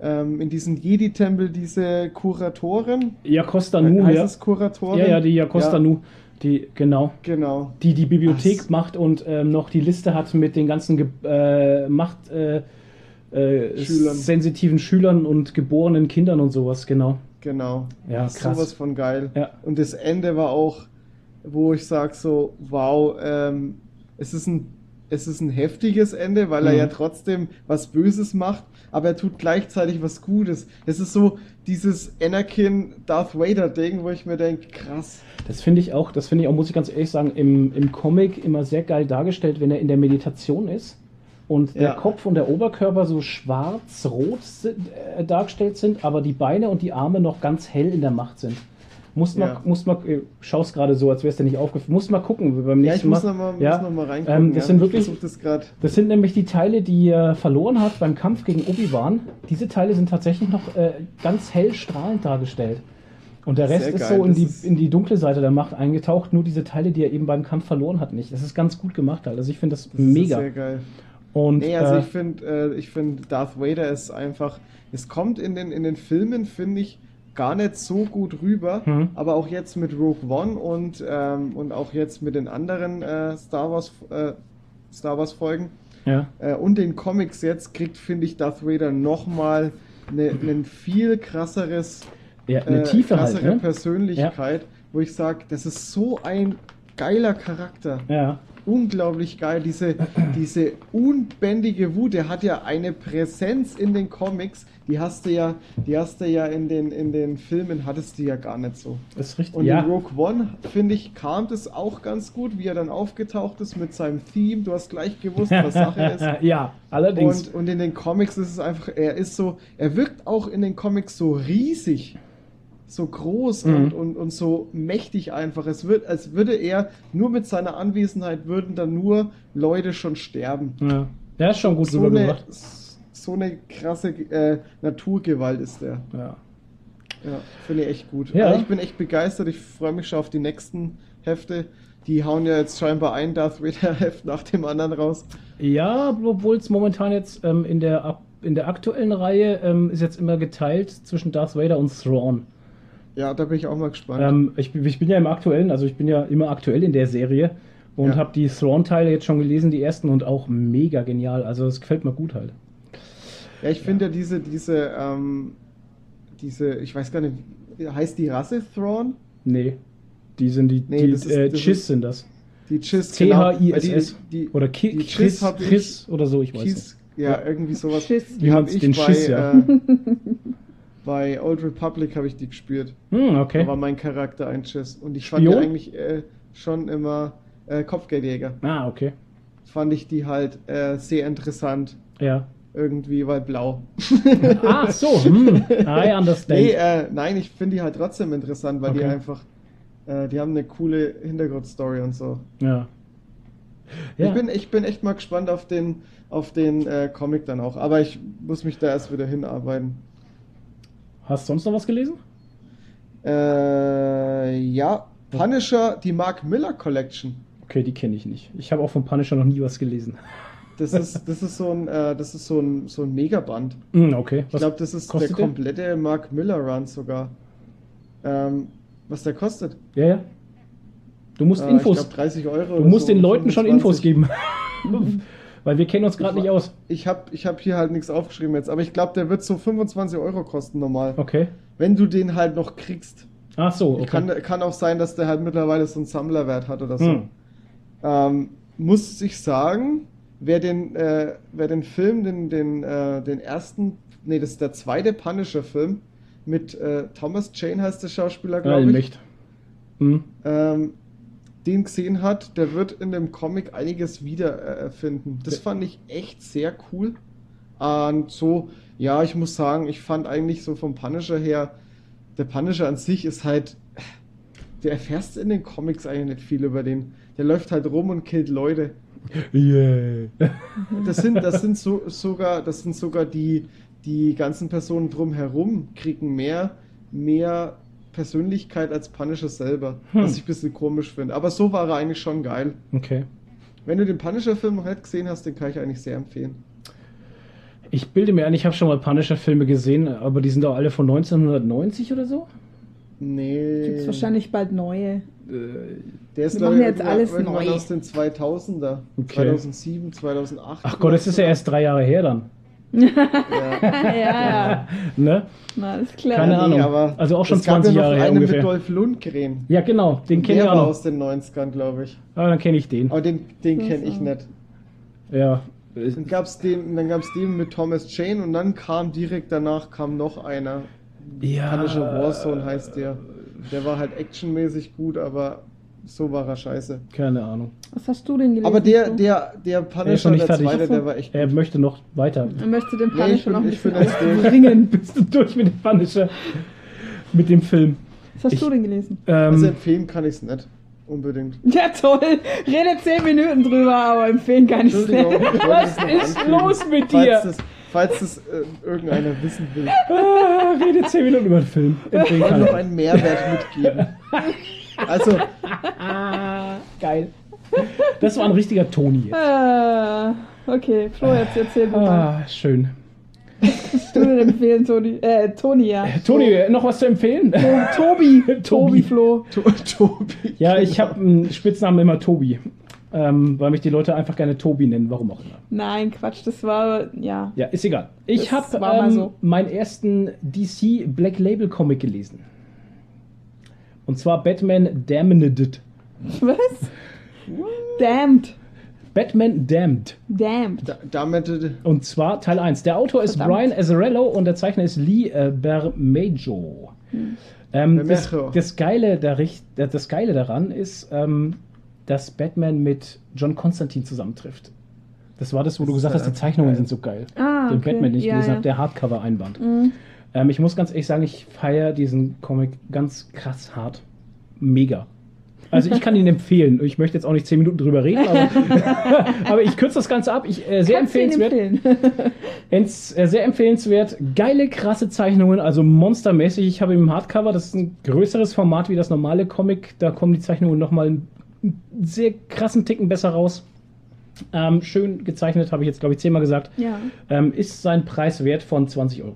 C: ähm, in diesem Jedi-Tempel diese Kuratorin.
A: Yakosta Nu,
C: Äh, heißt
A: ja.
C: es Kuratorin?
A: Ja, ja, die Yakosta
C: Ja,
A: Nu. Die, genau.
C: Genau.
A: die die Bibliothek
C: Was?
A: macht und ähm, noch die Liste hat mit den ganzen Ge äh, Macht äh, äh,
C: Schülern.
A: sensitiven Schülern und geborenen Kindern und sowas, genau.
C: Genau.
A: Ja,
C: Das ist
A: krass.
C: Sowas von geil.
A: Ja.
C: Und das Ende war auch, wo ich sag so, wow, ähm, es ist ein es ist ein heftiges Ende, weil er
A: Mhm.
C: ja trotzdem was Böses macht, aber er tut gleichzeitig was Gutes. Es ist so dieses Anakin Darth Vader Ding, wo ich mir denke, krass.
A: Das finde ich auch, das finde ich auch, muss ich ganz ehrlich sagen, im, im Comic immer sehr geil dargestellt, wenn er in der Meditation ist und der
C: Ja.
A: Kopf und der Oberkörper so schwarz-rot sind, äh, dargestellt sind, aber die Beine und die Arme noch ganz hell in der Macht sind. Muss man,
C: Ja.
A: muss man, äh, schaust gerade so, als wär's dir nicht aufgefallen. Muss mal gucken beim
C: Ja, ich
A: nächsten
C: muss
A: Mal.
C: nochmal
A: ja.
C: ja. noch mal reingucken.
A: Ähm, das
C: ja.
A: sind
C: Ich
A: wirklich-
C: versuch das gerade.
A: Das sind nämlich die Teile, die er verloren hat beim Kampf gegen Obi-Wan. Diese Teile sind tatsächlich noch äh, ganz hell strahlend dargestellt. Und der Rest
C: Sehr
A: ist
C: geil,
A: so in
C: das
A: die,
C: ist-
A: in die dunkle Seite der Macht eingetaucht, nur diese Teile, die er eben beim Kampf verloren hat, nicht. Das ist ganz gut gemacht halt. Also ich finde das,
C: Das ist
A: mega.
C: sehr geil.
A: Und
C: Nee, also
A: äh,
C: ich finde, äh, ich finde Darth Vader ist einfach, es kommt in den, in den Filmen, finde ich, gar nicht so gut rüber,
A: Hm.
C: aber auch jetzt mit Rogue One und, ähm, und auch jetzt mit den anderen äh, Star Wars äh, Star Wars Folgen
A: ja.
C: äh, und den Comics jetzt kriegt, finde ich, Darth Vader nochmal ne, ein viel krasseres
A: ja, eine
C: äh,
A: Tiefe halt,
C: krassere
A: ne?
C: Persönlichkeit, wo ich sage, das ist so ein geiler Charakter.
A: Ja.
C: unglaublich geil. Diese, diese unbändige Wut, der hat ja eine Präsenz in den Comics, die hast du ja, die hast du ja in den, in den Filmen, hattest du ja gar nicht so.
A: Das ist richtig.
C: Und
A: ja.
C: in Rogue One, finde ich, kam das auch ganz gut, wie er dann aufgetaucht ist mit seinem Theme. Du hast gleich gewusst, was Sache ist.
A: ja, allerdings.
C: Und, und in den Comics ist es einfach, er ist so, er wirkt auch in den Comics so riesig, so groß
A: Mhm.
C: und, und, und so mächtig einfach. Es wird, als würde er, nur mit seiner Anwesenheit würden dann nur Leute schon sterben.
A: ja. Der ist schon gut
C: So eine,
A: rübergebracht.
C: so eine krasse äh, Naturgewalt ist er.
A: Ja.
C: Ja, finde ich echt gut.
A: Ja.
C: Also ich bin echt begeistert. Ich freue mich schon auf die nächsten Hefte. Die hauen ja jetzt scheinbar ein Darth Vader-Heft nach dem anderen raus.
A: Ja, obwohl es momentan jetzt ähm, in, der, ak- in der aktuellen Reihe ähm, ist jetzt immer geteilt zwischen Darth Vader und Thrawn.
C: Ja, da bin ich auch mal gespannt.
A: Ähm, ich, bin- ich bin ja im aktuellen, also ich bin ja immer aktuell in der Serie und
C: Ja.
A: habe die Thrawn-Teile jetzt schon gelesen, die ersten und auch mega genial. Also das gefällt mir gut halt.
C: Ja, ich finde ja diese, diese, ähm, diese, ich weiß gar nicht, heißt die Rasse Thrawn?
A: Nee, die sind die,
C: Nee,
A: die
C: das ist-
A: äh,
C: das
A: Chiss
C: ist-
A: sind das.
C: Die Chiss, genau,
A: C-H-I-S-S
C: Weil Die, die,
A: oder Ki
C: die
A: Chiss,
C: Chiss hab ich-
A: Chiss oder so, ich weiß nicht.
C: Kies, ja, irgendwie sowas.
B: Schiss.
A: Wie
C: hab
A: man's- den Schiss, ja.
C: äh, bei Old Republic habe ich die gespürt.
A: Hm,
C: Da
A: okay.
C: war mein Charakter ein Chiss. Und ich fand
A: Spion?
C: die eigentlich äh, schon immer äh, Kopfgeldjäger.
A: Ah, okay.
C: Fand ich die halt äh, sehr interessant.
A: Ja.
C: Irgendwie, weil blau.
A: Ach so, hm. I understand.
C: Nee, äh, nein, ich finde die halt trotzdem interessant, weil die
A: Okay.
C: einfach, äh, die haben eine coole Hintergrundstory und so.
A: Ja. Ja.
C: Ich, bin, ich bin echt mal gespannt auf den, auf den äh, Comic dann auch. Aber ich muss mich da erst wieder hinarbeiten.
A: Hast du sonst noch was gelesen?
C: Äh, ja, Punisher, die Mark Miller Collection.
A: Okay, die kenne ich nicht. Ich habe auch von Punisher noch nie was gelesen.
C: Das ist, das ist so ein, äh, das ist so ein, so ein Megaband.
A: Hm, okay.
C: Ich glaube, das ist der
A: kostet der?
C: komplette Mark Miller Run sogar. Ähm, was der kostet?
A: Ja, ja. Du musst
C: Äh,
A: Infos.
C: Ich glaub, 30 Euro.
A: du
C: oder
A: musst
C: so,
A: den Leuten schon
C: 25.
A: Infos geben. Weil wir kennen uns gerade
C: Ich
A: nicht aus.
C: Ich habe ich hab hier halt nichts aufgeschrieben jetzt, aber ich glaube, der wird so 25 Euro kosten normal.
A: Okay.
C: Wenn du den halt noch kriegst.
A: Ach so, Oh, okay.
C: Ich Kann, kann auch sein, dass der halt mittlerweile so einen Sammlerwert hat oder so.
A: hm.
C: Ähm, muss ich sagen, wer den, äh, wer den Film, den, den, äh, den ersten, nee, das ist der zweite Punisher-Film mit äh, Thomas Jane heißt der Schauspieler,
A: Ja,
C: glaube ich,
A: nicht. Hm.
C: ähm, den gesehen hat, der wird in dem Comic einiges wieder äh, erfinden. Das
A: Ja.
C: fand ich echt sehr cool. Und so, ja, ich muss sagen, ich fand eigentlich so vom Punisher her, der Punisher an sich ist halt, der erfährst in den Comics eigentlich nicht viel über den. Der läuft halt rum und killt Leute.
A: Yeah.
C: Das sind, das sind so, sogar, das sind sogar die, die ganzen Personen drumherum kriegen mehr, mehr Persönlichkeit als Punisher selber,
A: Hm.
C: was ich ein bisschen komisch finde. Aber so war er eigentlich schon geil.
A: Okay.
C: Wenn du den Punisher-Film noch nicht gesehen hast, den kann ich eigentlich sehr empfehlen.
A: Ich bilde mir ein, ich habe schon mal Punisher-Filme gesehen, aber die sind doch alle von 1990 oder so.
C: Nee.
B: Gibt's wahrscheinlich bald neue.
A: Äh,
C: Der ist
B: Wir
C: glaub
B: machen
C: ich,
B: jetzt
C: irgendwann-
B: alles
C: irgendwann
B: neu.
C: aus den 2000er.
A: Okay.
C: 2007, 2008.
A: Ach Gott, das ist ja erst drei Jahre her dann.
C: Ja.
B: ja, ja.
A: Ne?
B: Na, alles klar.
A: Keine Ahnung.
C: aber
A: Also auch schon
C: es gab
A: 20
C: ja
A: Jahre
C: noch
A: her
C: einen
A: ungefähr.
C: mit Dolph Lundgren.
A: Ja, genau, den kenne
C: der
A: ich
C: war
A: auch noch.
C: aus den 90ern, glaube ich.
A: Aber dann kenne ich den.
C: Aber den, den kenne ich
B: Mhm.
C: nicht.
A: Ja.
C: Dann gab's den, dann gab's den mit Thomas Jane und dann kam direkt danach kam noch einer.
A: Ja.
C: Punisher Warzone heißt der. Der war halt actionmäßig gut, aber so war er scheiße.
A: Keine Ahnung.
B: Was hast du denn gelesen?
C: Aber der,
B: so?
C: der, der
A: Er ist noch
C: Punisher,
A: nicht
C: der
A: fertig.
C: zweite, der war echt
A: er
C: gut.
A: möchte noch weiter.
B: Er möchte den
C: Nee, ich
B: Punisher
C: bin-
B: noch ein
C: ich
B: bisschen
C: bin jetzt durch.
B: ausbringen.
A: Bist du durch mit dem Punisher? mit dem Film.
B: Was hast
A: Ich-
B: du denn gelesen?
A: Ähm,
C: Also empfehlen kann ich's nicht. Unbedingt.
B: Ja, toll. Rede 10 Minuten drüber, aber empfehlen kann ich nicht.
C: Entschuldigung, ich wollte
A: was
C: es noch
A: ist
C: anfügen.
A: los mit
C: Falls
A: dir?
C: das, falls das äh, irgendeiner wissen will,
A: Ah, rede 10 Minuten über den Film. Empfehlen
C: wollte
A: kann
C: noch
A: ich.
C: einen Mehrwert mitgeben. Also,
A: Ah, geil. Das war ein richtiger Toni jetzt.
B: Äh, okay, Flo, jetzt erzähl du mal.
A: Ah, schön.
B: Was hast du denn empfehlen, Toni? Äh, Toni, ja.
A: Toni, noch was zu empfehlen?
C: Oh,
B: Tobi. Tobi,
A: Tobi.
B: Flo.
C: to Tobi.
A: Ja, ich habe einen Spitznamen immer Tobi. Ähm, weil mich die Leute einfach gerne Tobi nennen, warum auch immer.
B: Nein, Quatsch, das war, ja.
A: Ja, ist egal. Ich habe
B: Das war mal
A: ähm,
B: so.
A: meinen ersten DC Black Label Comic gelesen. Und zwar Batman Damned.
B: Was? Damned.
A: Batman Damned.
B: Damned.
C: genau. Da, damit
A: Und zwar Teil 1. Der Autor ist
B: Verdammt.
A: Brian Azzarello und der Zeichner ist Lee äh, Bermejo.
B: Hm.
A: Ähm, das,
C: Bermejo.
A: das, Geile darich- äh, das Geile daran ist, ähm, dass Batman mit John Constantine zusammentrifft. Das war das, wo du
C: Das ist
A: gesagt
C: halt
A: hast, die
C: einfach
A: Zeichnungen
C: geil.
A: sind so geil.
B: Ah,
A: Den
B: okay.
A: Batman, den ich
B: Ja,
A: gelesen
B: ja.
A: habe, der Hardcover-Einband.
B: Mhm.
A: Ähm, ich muss ganz ehrlich sagen, ich feiere diesen Comic ganz krass hart. Mega. Also ich kann ihn empfehlen. Ich möchte jetzt auch nicht zehn Minuten drüber reden, aber, aber ich kürze das Ganze ab. Ich, äh, sehr
B: Kannst du ihn
A: empfehlenswert.
B: empfehlen?
A: Ents, äh, sehr empfehlenswert. Geile, krasse Zeichnungen, also monstermäßig. Ich habe im Hardcover, das ist ein größeres Format wie das normale Comic. Da kommen die Zeichnungen nochmal einen einen sehr krassen Ticken besser raus. Ähm, schön gezeichnet, habe ich jetzt, glaube ich, zehnmal gesagt.
B: ja.
A: Ähm, ist sein Preis wert von 20 Euro.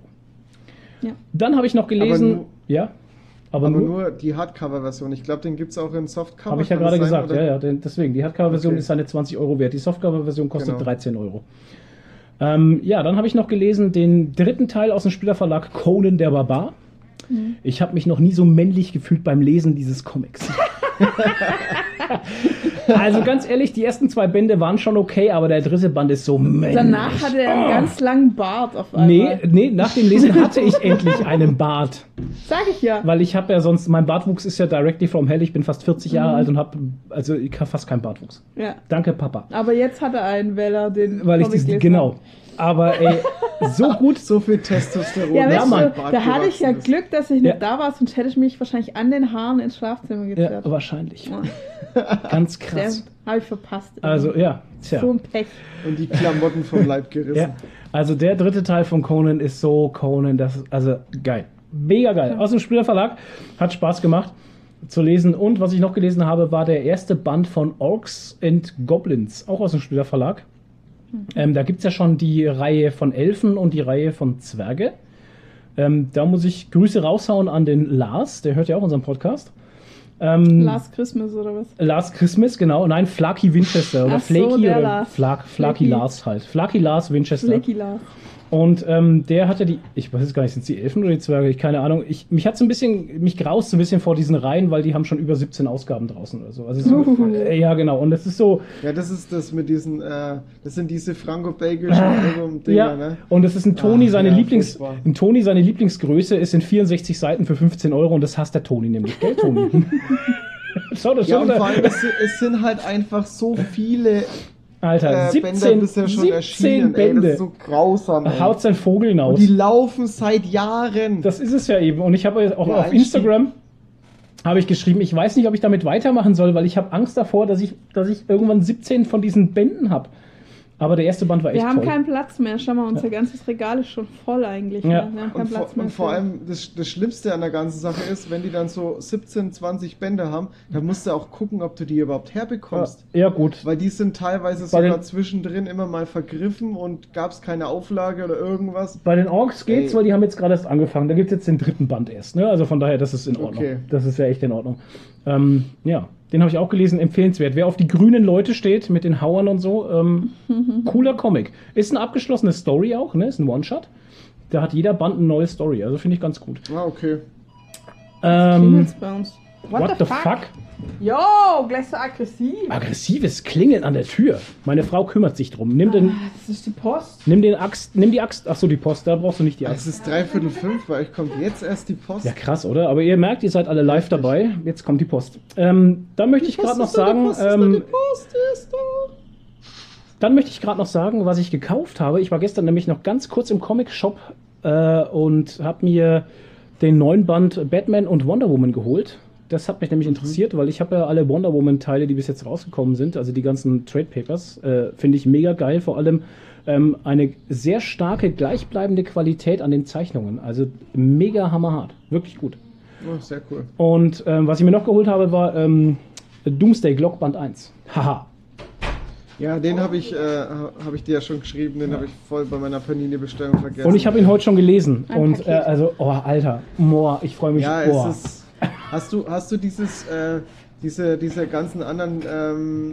B: Ja.
A: Dann habe ich noch gelesen.
C: Aber nur-
A: ja, aber,
C: aber
A: nur.
C: nur die Hardcover-Version. Ich glaube, den gibt es auch in Softcover.
A: Habe ich ja
C: kann das
A: gerade
C: sein,
A: gesagt,
C: oder?
A: ja, ja, denn deswegen. Die Hardcover-Version
C: Okay.
A: ist seine 20 Euro wert. Die Softcover-Version kostet
C: Genau.
A: 13 Euro. Ähm, ja, dann habe ich noch gelesen den dritten Teil aus dem Spielerverlag Conan der Barbar.
B: Mhm.
A: Ich habe mich noch nie so männlich gefühlt beim Lesen dieses Comics. also ganz ehrlich, die ersten zwei Bände waren schon okay, aber der dritte Band ist so männlich.
B: Danach hatte er einen ganz langen Bart auf
A: nee,
B: einmal.
A: Äh, oh. nee, nach dem Lesen hatte ich endlich einen Bart.
B: Sag ich ja.
A: Weil ich habe ja sonst, mein Bartwuchs ist ja directly from hell. Ich bin fast 40 Jahre alt und habe also ich hab fast keinen Bartwuchs.
B: ja.
A: Danke, Papa.
B: Aber jetzt hat er einen, weil er den.
A: Weil ich
B: Comic
A: diesen,
B: gelesen
A: genau. Aber ey, so gut.
C: So viel Testosteron.
B: hat. Ja,
A: Ja,
B: weißt
A: Mann.
B: du, da hatte ich ja Glück, dass ich nicht
A: Ja.
B: da war, sonst hätte ich mich wahrscheinlich an den Haaren ins Schlafzimmer
A: Ja,
B: gezerrt.
A: wahrscheinlich.
B: Ja,
A: Ganz krass.
B: Habe ich verpasst.
A: Also, ja, tja.
B: So ein Pech.
C: Und die Klamotten vom Leib gerissen.
A: Ja, also der dritte Teil von Conan ist so Conan, das ist also geil. Mega geil. Aus dem Spielerverlag. Hat Spaß gemacht zu lesen. Und was ich noch gelesen habe, war der erste Band von Orcs and Goblins, auch aus dem Spielerverlag.
B: Hm.
A: Ähm, da gibt es ja schon die Reihe von Elfen und die Reihe von Zwerge. Ähm, da muss ich Grüße raushauen an den Lars, der hört ja auch unseren Podcast. Ähm,
B: Last Christmas oder was?
A: Last Christmas, genau. Nein, Flaky Winchester oder
B: Ach so,
A: Flaky
B: der
A: oder
B: Lars. Mhm.
A: Flak, Flaky
B: Flaky.
A: Lars halt. Flaky Lars Winchester.
B: Lecky Last.
A: Und ähm, der hatte die, ich weiß jetzt gar nicht, sind es die Elfen oder die Zwerge? Ich keine Ahnung. Ich, mich hat's ein bisschen, mich graust ein bisschen vor diesen Reihen, weil die haben schon über 17 Ausgaben draußen oder so. Also so,
B: Uhuhu.
A: äh, ja genau. Und das ist so,
C: Ja, das ist das mit diesen, äh, das sind diese franco-belgischen Dinger,
A: Ah, ja.
C: ne?
A: Und das ist ein Toni,
C: Ah,
A: seine
C: ja,
A: Lieblings,
C: furchtbar.
A: ein Toni, seine Lieblingsgröße ist in 64 Seiten für 15 Euro und das hasst der Toni nämlich, gell Toni? schau da,
C: Ja,
A: schau
C: und vor
A: da.
C: allem, es, es sind halt einfach so viele
A: Alter,
C: äh,
A: 17,
C: Bänder bisher schon
A: 17
C: erschienen. Ey, das
A: Bände.
C: ist so grausam. Ey.
A: Haut sein Vogel
C: Und
A: hinaus.
C: die laufen seit Jahren.
A: Das ist es ja eben. Und ich habe jetzt auch
C: Ja,
A: auf
C: ich-
A: Instagram habe ich geschrieben, ich weiß nicht, ob ich damit weitermachen soll, weil ich habe Angst davor, dass ich, dass ich irgendwann 17 von diesen Bänden habe. Aber der erste Band war echt
B: Wir haben
A: toll.
B: keinen Platz mehr. Schau mal, unser ganzes Regal ist schon voll eigentlich.
A: Ja.
B: ne? Wir haben keinen
C: und, vor,
B: Platz mehr.
C: und vor
B: für-
C: allem das, das Schlimmste an der ganzen Sache ist, wenn die dann so 17, 20 Bänder haben, dann musst du auch gucken, ob du die überhaupt herbekommst.
A: ja, gut.
C: Weil die sind teilweise
A: Bei den-
C: sogar zwischendrin immer mal vergriffen und gab es keine Auflage oder irgendwas.
A: Bei den Orks geht's,
C: Ey.
A: weil die haben jetzt gerade erst angefangen. Da gibt es jetzt den dritten Band erst. Ne? Also von daher, das ist in Ordnung.
C: Okay.
A: Das ist ja echt in Ordnung. Ähm, ja, den habe ich auch gelesen. Empfehlenswert. Wer auf die grünen Leute steht mit den Hauern und so, ähm, cooler Comic. Ist eine abgeschlossene Story auch, ne? Ist ein One-Shot. Da hat jeder Band eine neue Story. Also finde ich ganz gut.
C: Ah, okay.
A: Ähm,
B: Klingelt's bei uns.
A: what, the fuck?
B: Yo, gleich so aggressiv.
A: Aggressives Klingeln an der Tür. Meine Frau kümmert sich drum. Nimm den,
B: Ah, das ist die Post.
A: nimm den Axt, nimm die Axt. Ach so, die Post, da brauchst du nicht die
C: Es
A: Axt.
C: ist dreiviertel fünf, weil ich kommt jetzt erst die Post.
A: Ja, krass, oder? Aber ihr merkt, ihr seid alle live dabei. Jetzt kommt die Post. Ähm, dann möchte ich gerade noch sagen, ähm,
C: Post ist da.
A: dann möchte ich gerade noch sagen, was ich gekauft habe. Ich war gestern nämlich noch ganz kurz im Comic Shop äh, und habe mir den neuen Band Batman und Wonder Woman geholt. Das hat mich nämlich interessiert, weil ich habe ja alle Wonder Woman Teile, die bis jetzt rausgekommen sind, also die ganzen Trade Papers, äh, finde ich mega geil. Vor allem ähm, eine sehr starke gleichbleibende Qualität an den Zeichnungen, also mega hammerhart, wirklich gut.
C: Oh, sehr cool.
A: Und ähm, was ich mir noch geholt habe, war ähm, Doomsday Glock Band 1. Haha.
C: Ja, den habe ich, äh, habe ich dir ja schon geschrieben, den habe ich voll bei meiner Panini-Bestellung vergessen.
A: Und ich habe ihn heute schon gelesen.
B: Ein
A: und äh,
B: Paket.
A: also, oh, Alter, boah, ich freue mich.
C: Ja,
A: boah.
C: es ist. Hast du, hast du dieses, äh, diese, diese ganzen anderen, ähm,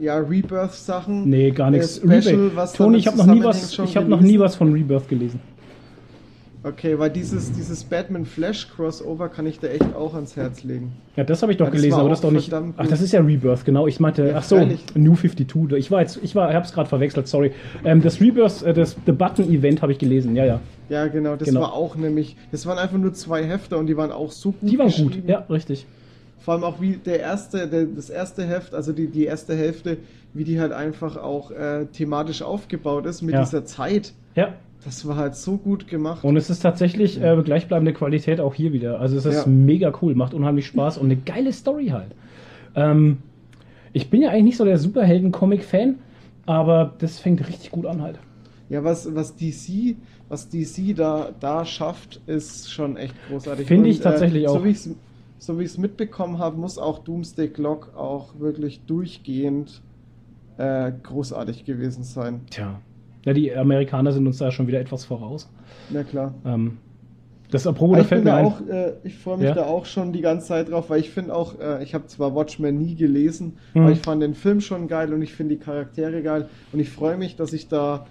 C: ja, Rebirth-Sachen?
A: nee, gar nichts.
C: Äh, Special,
A: Rebirth.
C: was
A: Toni,
C: damit
A: ich habe noch nie
C: zusammenhängt,
A: was,
C: schon
A: ich habe noch nie
C: gelesen?
A: was von Rebirth gelesen.
C: Okay, weil dieses, dieses Batman Flash Crossover kann ich dir echt auch ans Herz legen.
A: Ja, das habe ich doch
C: Ja, das
A: gelesen,
C: war
A: aber das ist
C: auch
A: doch nicht.
C: verdammt
A: Ach, das ist ja Rebirth, genau. Ich meinte,
C: Ja,
A: ach so,
C: freilich.
A: New 52. Ich war jetzt, ich war, hab's gerade verwechselt, sorry. Ähm, das Rebirth, äh, das The Button Event habe ich gelesen, ja, ja.
C: Ja, genau, das
A: Genau.
C: war auch nämlich. Das waren einfach nur zwei Hefte und die waren auch so gut.
A: Die waren gut,
C: geschrieben.
A: ja, richtig.
C: Vor allem auch wie der erste, der, das erste Heft, also die, die erste Hälfte, wie die halt einfach auch äh, thematisch aufgebaut ist mit
A: Ja.
C: dieser Zeit.
A: Ja.
C: Das war halt so gut gemacht.
A: Und es ist tatsächlich äh, gleichbleibende Qualität auch hier wieder. Also es ist
C: Ja.
A: mega cool, macht unheimlich Spaß und eine geile Story halt. Ähm, ich bin ja eigentlich nicht so der Superhelden-Comic-Fan, aber das fängt richtig gut an halt.
C: Ja, was, was DC, was DC da, da schafft, ist schon echt großartig.
A: Finde
C: Und, äh,
A: ich tatsächlich auch.
C: So wie ich es so wie ich's mitbekommen habe, muss auch Doomsday Clock auch wirklich durchgehend äh, großartig gewesen sein.
A: Tja. Ja, die Amerikaner sind uns da schon wieder etwas voraus.
C: Na klar.
A: Ähm, das Apropos, Oh, da
C: ich bin
A: fällt mir
C: da
A: ein.
C: auch, äh, ich freue mich
A: Ja?
C: da auch schon die ganze Zeit drauf, weil ich finde auch, äh, ich habe zwar Watchmen nie gelesen,
A: Hm.
C: aber ich fand den Film schon geil und ich finde die Charaktere geil und ich freue mich, dass ich da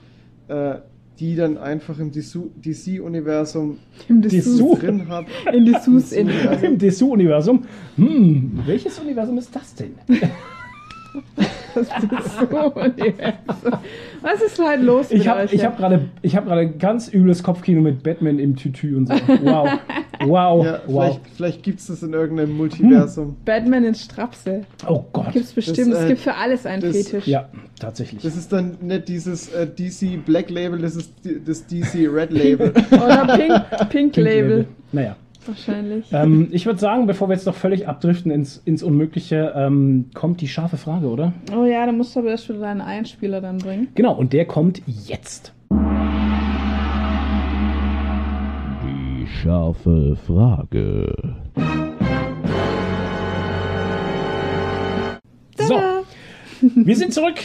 C: äh, die dann einfach im DC-Universum
B: Im
A: Dessous.
B: Dessous.
C: drin habe.
B: In Dessous. In
C: Dessous.
A: Im Dessous-Universum. Hm, welches Universum ist das denn?
B: das Dessous-Universum. Was ist heute los
A: Ich
B: mit
A: habe
B: euch?
A: ich hab gerade ich hab gerade ganz übles Kopfkino mit Batman im Tütü und so. Wow. Wow.
C: ja,
A: Oh, wow. Hm.
C: Vielleicht, vielleicht gibt es das in irgendeinem Multiversum.
B: Batman in Strapse.
A: Oh Gott.
B: Gibt's bestimmt.
C: Das, äh,
B: es gibt für alles einen
C: das-
B: Fetisch.
A: Ja, tatsächlich.
C: Das ist dann nicht dieses äh, DC Black Label, das ist die- das DC Red Label.
B: Oder Pink, Pink
A: Pink
B: Label.
A: Naja.
B: Wahrscheinlich.
A: Ähm, ich würde sagen, bevor wir jetzt noch völlig abdriften ins, ins Unmögliche, ähm, kommt die scharfe Frage, oder?
B: Oh ja, da musst du aber erst wieder deinen Einspieler dann bringen.
A: Genau, und der kommt jetzt.
D: Die scharfe Frage.
A: So, wir sind zurück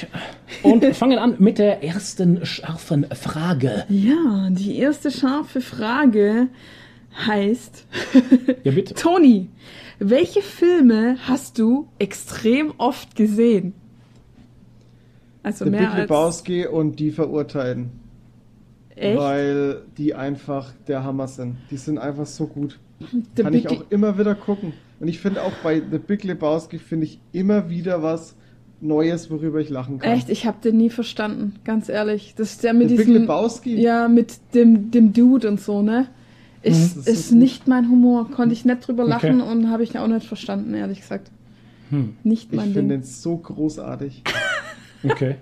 A: und fangen an mit der ersten scharfen Frage.
B: Ja, die erste scharfe Frage heißt:
A: Ja, bitte.
B: Toni, welche Filme hast du extrem oft gesehen? Also
C: Der
B: mehr
C: Big
B: als
C: Lebowski und die verurteilen.
B: echt.
C: Weil die einfach der Hammer sind. Die sind einfach so gut.
B: The
C: Kann
B: Big
C: ich auch immer wieder gucken. Und ich finde auch bei The Big Lebowski finde ich immer wieder was Neues, worüber ich lachen kann.
B: Echt, ich habe den nie verstanden, ganz ehrlich. Das ist der mit
C: The Big
B: diesem
C: Lebowski?
B: ja mit dem dem Dude und so ne. Ist,
C: Mhm. Das ist
B: ist
C: gut.
B: nicht mein Humor, konnte ich nicht drüber
A: Okay.
B: lachen und habe ich auch nicht verstanden, ehrlich gesagt.
A: Hm.
B: Nicht
C: Ich
B: mein
C: finde
B: Ding.
C: den so großartig.
A: Okay.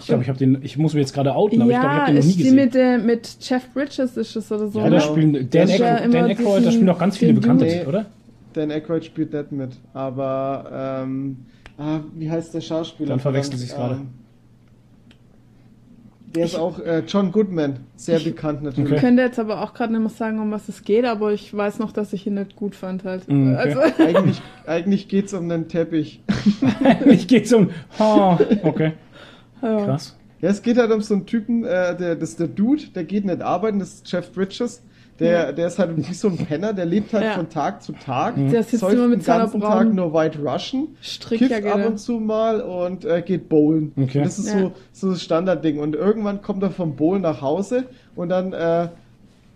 A: Ich glaube, ich habe den. Ich muss mir jetzt gerade outen, aber ich glaube, ich habe den noch nie
B: ist die
A: gesehen.
B: mit, äh, mit Jeff Bridges ist es oder so.
A: ja, da
C: Genau.
B: ne?
A: spielen Dan,
C: Das ist
A: Aykroyd-
B: ja immer
A: Dan Aykroyd, da
B: diesen-
A: spielen auch ganz viele
B: den
A: Bekannte
C: Dude.
A: mit, oder?
C: Dan Aykroyd spielt nicht mit, aber ähm, ah, wie heißt der Schauspieler?
A: Dann verwechseln
C: Verdammt,
A: sie's gerade.
C: ähm, Der ist auch äh, John Goodman, sehr bekannt natürlich.
B: Ich
A: Okay.
B: könnte jetzt aber auch gerade nicht mehr sagen, um was es geht, aber ich weiß noch, dass ich ihn nicht gut fand halt.
A: Mhm, okay.
B: Also,
C: Eigentlich, eigentlich geht es um den Teppich.
A: ich gehe zum. Oh, okay,
B: ja.
A: krass.
C: Ja, es geht halt um so einen Typen, äh, der, das ist der Dude, der geht nicht arbeiten, das ist Jeff Bridges. Der, der ist halt wie so ein Penner, der lebt halt
B: Ja.
C: von Tag zu Tag.
B: Der sitzt
C: säuft
B: immer mit
C: den
B: seiner
C: ganzen
B: braunen
C: Tag nur White Russian.
B: Strickjacke,
C: kifft ab
B: ne?
C: und zu mal und äh, geht bowlen.
A: Okay.
C: Und Das ist
B: Ja.
C: so, so das Standardding. Und irgendwann kommt er vom Bowlen nach Hause und dann äh,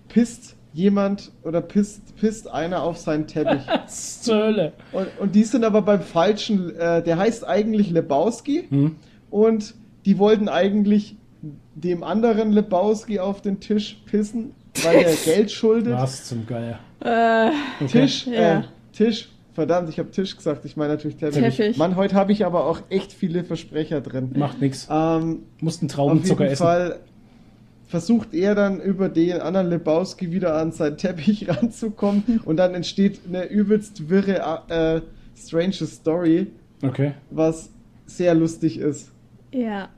C: pisst jemand oder pisst, pisst einer auf seinen Teppich.
A: Zölle.
C: und, und die sind aber beim falschen, äh, der heißt eigentlich Lebowski
A: Hm.
C: und die wollten eigentlich dem anderen Lebowski auf den Tisch pissen, weil der Geld schuldet.
A: Was zum Geier.
B: Äh,
A: Okay.
C: Tisch, äh,
B: Ja.
C: Tisch. Verdammt, ich habe Tisch gesagt. Ich meine natürlich Teppich.
B: Teppich.
C: Mann, heute habe ich aber auch echt viele Versprecher drin.
A: Macht nichts.
B: Ah,
C: Ähm,
A: Mussten
C: auf
A: Traubenzucker
C: jeden
A: essen.
C: Fall versucht er dann über den anderen Lebowski wieder an seinen Teppich ranzukommen und dann entsteht eine übelst wirre, äh, strange Story,
A: Okay.
C: was sehr lustig ist.
B: ja.